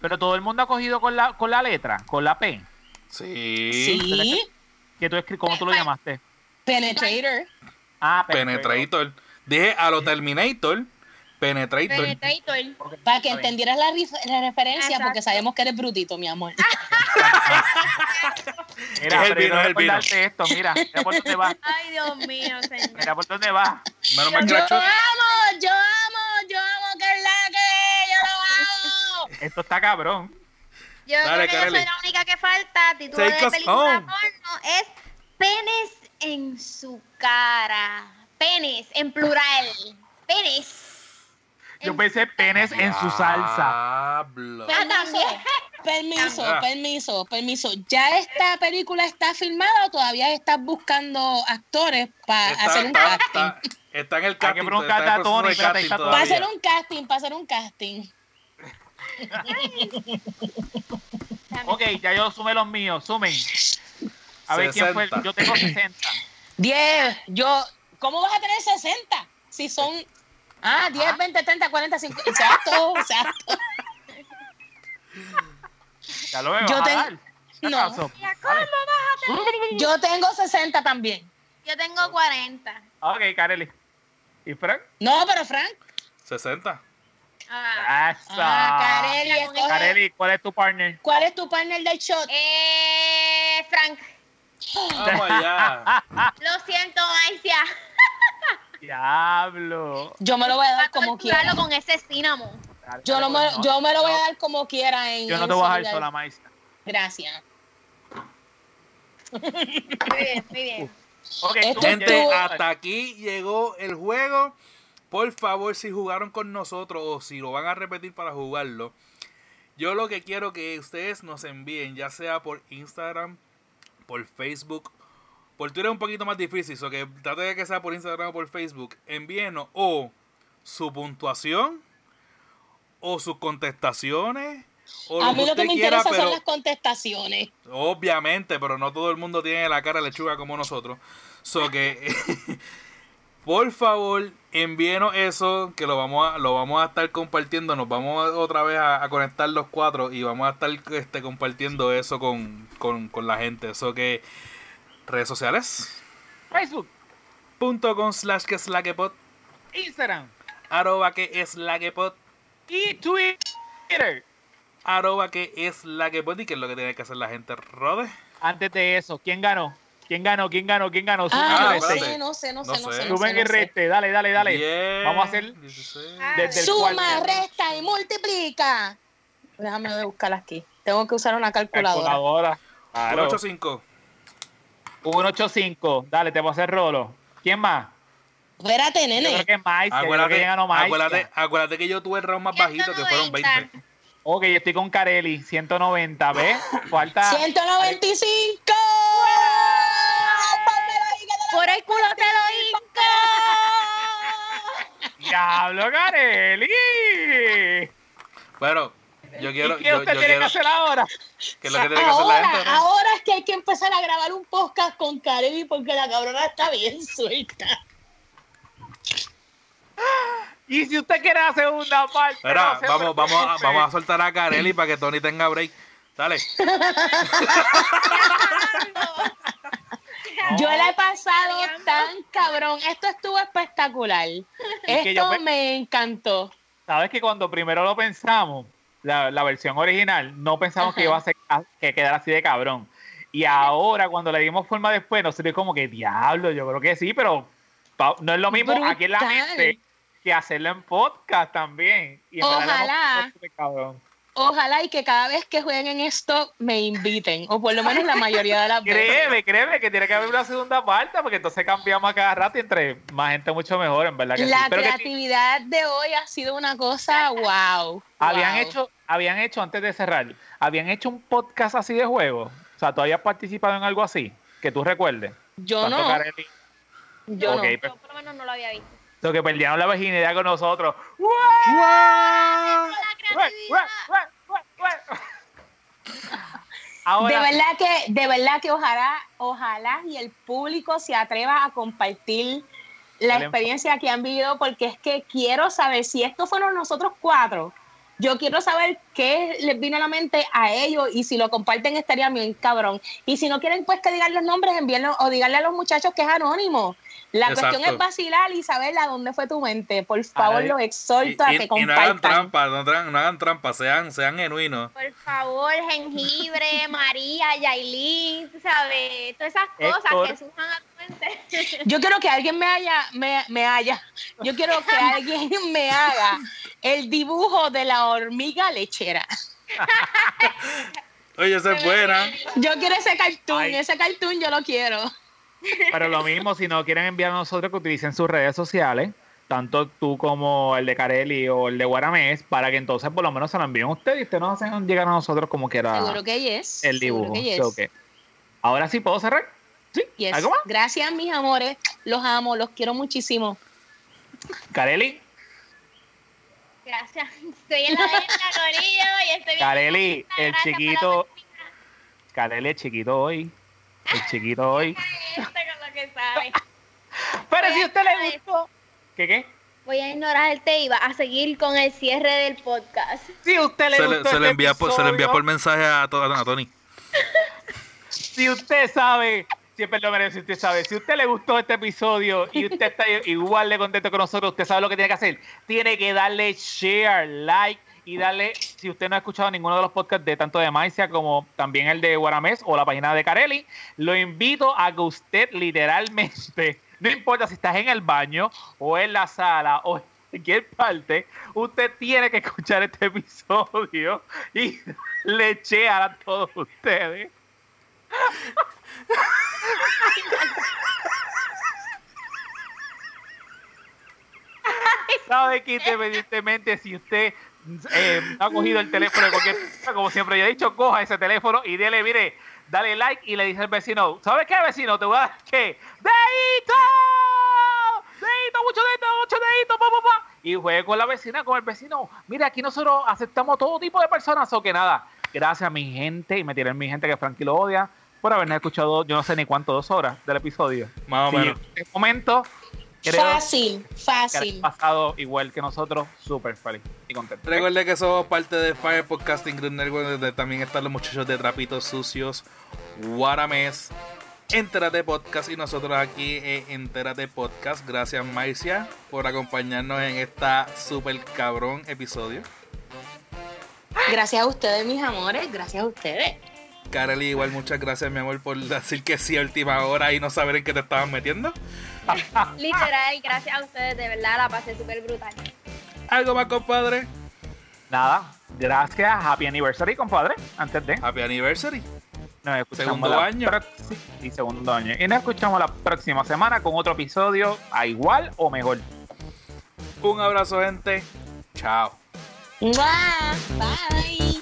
C: Pero todo el mundo ha cogido con la, con la letra, con la P.
B: Sí.
E: Sí,
C: Que tú escri- ¿Cómo tú lo llamaste?
E: Penetrator.
C: Ah, Penetrator.
B: Penetrator. Dije a lo Terminator Penetrator.
D: Penetrator.
C: Ok,
E: Para que
C: está bien.
E: entendieras la, rif- la referencia,
D: Exacto.
E: porque sabemos que eres brutito, mi amor.
C: Mira,
B: Es el
C: pero yo
B: vino, es el
C: no voy a acordarte esto, mira, mira por dónde va.
D: Ay, Dios mío, señor.
C: Mira por dónde va.
B: Menos mal que
E: Yo
B: la
E: amo,
B: chota.
E: yo amo, yo amo que es la que yo lo amo.
C: Esto está cabrón.
D: Yo
B: Dale,
D: creo que yo
B: Kareli.
D: soy la única que falta. Título
B: Take
D: de
B: us
D: película
B: home.
D: porno es Penes en su cara. Penes, en plural. Penes.
C: Yo
D: En-
C: pensé penes en su salsa.
B: Diablo.
D: Ah, también.
E: Permiso,
B: Ah.
E: permiso, permiso. ¿Ya esta película está filmada o todavía estás buscando actores para
B: Está-
E: Ah, hacer un
B: está-
E: casting?
B: está- está en el
C: que
B: casting.
C: preguntarle
B: está en el
C: a
B: proceso
C: Tony,
B: de
C: espérate,
B: casting
C: está Tony.
E: Para
B: todavía.
E: hacer un casting, para hacer un casting.
C: Ok, ya yo sumé los míos, sumen. A ver quién fue. el-
B: 60.
C: Yo tengo 60.
E: 10, yo, ¿cómo vas a tener 60 si son... Ah, 10, 20, 30, 40, 50. Exacto, exacto.
B: Ya lo veo.
E: Yo
C: vas a
E: tengo-
C: dar? ¿Qué
E: No.
C: pasó?
D: Mira, ¿cómo vas a tener?
E: Yo tengo 60 también.
D: Yo tengo 40.
C: Ok, Kareli. ¿Y Frank?
E: No, pero Frank.
B: 60.
D: Ah.
E: Ah,
C: ¡Asa!
E: Kareli, escoge.
C: Kareli, ¿cuál es tu partner?
E: ¿Cuál es tu partner del
C: Ah.
E: shot?
D: Eh, Frank,
B: Vamos allá.
C: Ah.
D: lo siento, Maicia.
C: Diablo.
E: Yo me lo voy a
D: Va a
E: dar como
D: torturarlo
E: quiera.
D: con ese cinnamon.
C: Dale,
E: Yo,
C: dale,
E: lo me,
C: pues, no,
E: yo me lo voy a
C: no,
E: dar como quiera. En,
C: Yo no
E: en
C: te voy a dejar
E: solidaridad.
C: sola, Maisa.
E: Gracias.
D: Muy bien, muy bien.
C: Ok,
E: Esto-
C: tú,
B: Gente,
E: Tú-
B: hasta aquí llegó el juego. Por favor, si jugaron con nosotros o si lo van a repetir para jugarlo, yo lo que quiero que ustedes nos envíen, ya sea por Instagram, por Facebook, por Twitter es un poquito más difícil, so que trate de que sea por Instagram o por Facebook, envíenos o su puntuación o sus contestaciones o
E: A
B: lo que
E: mí lo
B: usted
E: que me
B: quiera,
E: interesa
B: pero
E: son las contestaciones.
B: Obviamente, pero no todo el mundo tiene la cara lechuga como nosotros. So que, por favor, envíenos eso, que lo vamos a, lo vamos a estar compartiendo. Nos vamos a- otra vez a, a conectar los cuatro y vamos a estar este, compartiendo eso con, con, con la gente. So que, redes sociales.
C: Facebook,
B: Punto con slash que es la que pod,
C: Instagram
B: arroba que es la que pod,
C: y Twitter.
B: arroba que es la que pod y que es lo que tiene que hacer la gente, Rode.
C: Antes de eso, ¿quién ganó? ¿Quién ganó? ¿Quién ganó? ¿Quién ganó?
E: Ah, no
B: espérate.
E: sé, no sé, no sé,
B: No
E: no
B: sé.
E: sé. no sé,
C: Suben
E: no
C: y
E: sé.
C: reste. Dale, dale, dale.
B: 10,
C: Vamos a hacer
B: 16.
D: Ah,
C: desde el
E: Suma,
C: cuarto.
E: resta y multiplica. Déjame buscar aquí. Tengo que usar una calculadora.
C: Calculadora. Claro.
B: 185.
C: 185. Dale, te voy a hacer rolo. ¿Quién más?
E: Espérate,
C: Yo creo
E: nene.
C: que es Maicia. Yo creo que
B: Acuérdate,
C: ella ganó Maicia.
B: acuérdate, acuérdate que yo tuve el round más bajito, que fueron 20.
D: 190.
C: Ok, yo estoy con Carelli. 190, ¿ves? Falta.
E: 195.
D: Por el culo te lo hinco.
C: ¡Diablo, Carelli!
B: Bueno, yo quiero.
C: ¿Y qué
B: yo,
C: usted
B: yo
C: tiene
B: quiero
C: que hacer ahora?
B: que es lo que tiene que hacer la gente.
E: Ahora,
B: ¿no?
E: ahora es que hay que empezar a grabar un podcast con Kareli porque la cabrona está bien suelta.
C: Y si usted quiere la segunda parte.
B: Espera,
C: no se
B: vamos, vamos, a,
C: preocupe.
B: vamos a soltar a Kareli para que Tony tenga break. Dale.
E: Yo la he pasado
D: Caramba.
E: tan cabrón. Esto estuvo espectacular.
C: que yo
E: Esto
C: pe-
E: me encantó.
C: Sabes que cuando primero lo pensamos, la, la versión original, no pensamos que
E: Ajá.
C: iba a, ser, a- que quedara así de cabrón. Y ahora, cuando le dimos forma después, nosotros como que, diablo, yo creo que sí, pero pa- no es lo mismo aquí en la
E: Brutal.
C: mente que hacerlo en podcast también. Y en verdad lo hemos
E: Ojalá.
C: hecho de cabrón.
E: Ojalá y que cada vez que jueguen en esto me inviten, o por lo menos la mayoría de las veces.
C: Créeme, créeme que tiene que haber una segunda parte, porque entonces cambiamos a cada rato y entre más gente mucho mejor, en verdad que sí.
E: La
C: Pero que
E: creatividad de hoy ha sido una cosa wow.
C: habían
E: wow.
C: hecho, habían hecho antes de cerrar, habían hecho un podcast así de juego. O sea, ¿tú habías participado en algo así? Que tú recuerdes.
E: Yo
C: Tanto
E: no,
C: Carelli.
E: yo
C: Ok,
E: no.
C: pues,
D: Yo por lo menos no lo había visto.
C: lo que perdieron la virginidad con nosotros. ¡Wow! ¡Wow!
D: La
C: ¡Wow!
D: creatividad.
C: ¡Wow! ¡Wow! ¡Wow! Ahora,
E: de verdad que, de verdad que ojalá, ojalá y el público se atreva a compartir la
C: El enfo-
E: experiencia que han vivido, porque es que quiero saber si estos fueron nosotros cuatro. Yo quiero saber qué les vino a la mente a ellos y si lo comparten estaría bien cabrón. Y si no quieren pues que digan los nombres, envíenlo o díganle a los muchachos que es anónimo. La cuestión
B: Exacto.
E: es vacilar y saber a dónde fue tu mente. Por favor,
C: Ay.
E: los
B: Y,
E: exhorto a
B: y-
E: que
B: y no hagan
E: compartan.
B: trampa, no hagan, no hagan trampa, sean, sean genuinos.
D: Por favor, jengibre, María, Yailin, tú sabes, todas esas cosas
C: Héctor.
D: que suman a tu mente.
E: Yo quiero que alguien me haya, me, me haya, yo quiero que alguien me haga el dibujo de la hormiga lechera.
B: Oye, esa es buena.
E: Yo quiero ese cartoon,
C: Ay.
E: ese cartoon yo lo quiero.
C: pero lo mismo, si no quieren enviar a nosotros que utilicen sus redes sociales, tanto tú como el de Carelli o el de Guaramés, para que entonces por lo menos se lo envíen a ustedes y ustedes nos hacen llegar a nosotros como quiera
E: Seguro que yes.
C: Ah. el dibujo.
E: Seguro que yes.
C: So que- Ahora sí, ¿puedo cerrar? Sí.
E: Yes.
C: ¿Algo más?
E: Gracias, mis amores. Los amo, los quiero muchísimo.
C: Carelli,
D: Gracias. Estoy en la venta, Corillo, y estoy bien
C: Carelli,
D: contenta.
C: el
D: Gracias por la
C: chiquito,
D: oportunidad.
C: Carelli es chiquito hoy. El chiquito hoy.
D: Esto con lo que sabe.
C: Pero
D: Voy
C: si
D: a
C: a usted le
D: hacer
C: gustó. ¿Qué qué?
D: Voy a ignorar el te iba a seguir con el cierre del podcast.
F: Si usted le
B: Se le,
F: gustó
B: se le
F: este
B: envía por, se le envía
F: episodio,
B: por mensaje a, to- a Tony.
C: Si usted sabe, siempre lo merece, usted sabe. Si usted le gustó este episodio y usted está igual de contento con nosotros, usted sabe lo que tiene que hacer. Tiene que darle share, like y darle, si usted no ha escuchado ninguno de los podcasts de tanto de Maicia como también el de Guaramés o la página de Carelli, lo invito a que usted literalmente, no importa si estás en el baño o en la sala o en cualquier parte, usted tiene que escuchar este episodio y le share a todos ustedes. sabe que independientemente si usted eh, ha cogido el teléfono de cualquier persona, como siempre yo he dicho, coja ese teléfono y dele, mire, dale like y le dice al vecino, ¿sabes qué, vecino? Te voy a dar qué? ¡Dedito! ¡Dedito, mucho dedito, mucho dedito! Pa, pa, pa! Y juegue con la vecina, con el vecino. Mira, aquí nosotros aceptamos todo tipo de personas, o que nada. Gracias a mi gente, y me tienen mi gente que Frankie lo odia, por haberme escuchado, yo no sé ni cuánto, dos horas del episodio.
B: Más o
C: Sí,
B: menos.
C: En este momento, creo
E: Fácil,
C: que el
E: fácil.
C: pasado igual que nosotros, súper feliz y contento.
B: Recuerde que somos parte de Fire Podcasting Group Network, donde también están los muchachos de Trapitos Sucios, Guaramés, Entérate Podcast y nosotros aquí en Entérate Podcast. Gracias, Maicia, por acompañarnos en esta super cabrón episodio.
E: Gracias a ustedes, mis amores. Gracias a ustedes.
B: Kareli, igual muchas gracias, mi amor, por decir que sí a última hora y no saber en qué te estabas metiendo.
D: Literal, gracias a ustedes, de verdad la pasé súper brutal.
B: ¿Algo más, compadre?
C: Nada, gracias, happy anniversary, compadre. Antes de
B: Happy Anniversary.
C: nos escuchamos
B: Segundo
C: la
B: año.
C: proxi- y segundo año. Y nos escuchamos la próxima semana con otro episodio a igual o mejor.
B: Un abrazo, gente. Chao.
E: ¡Mua! Bye.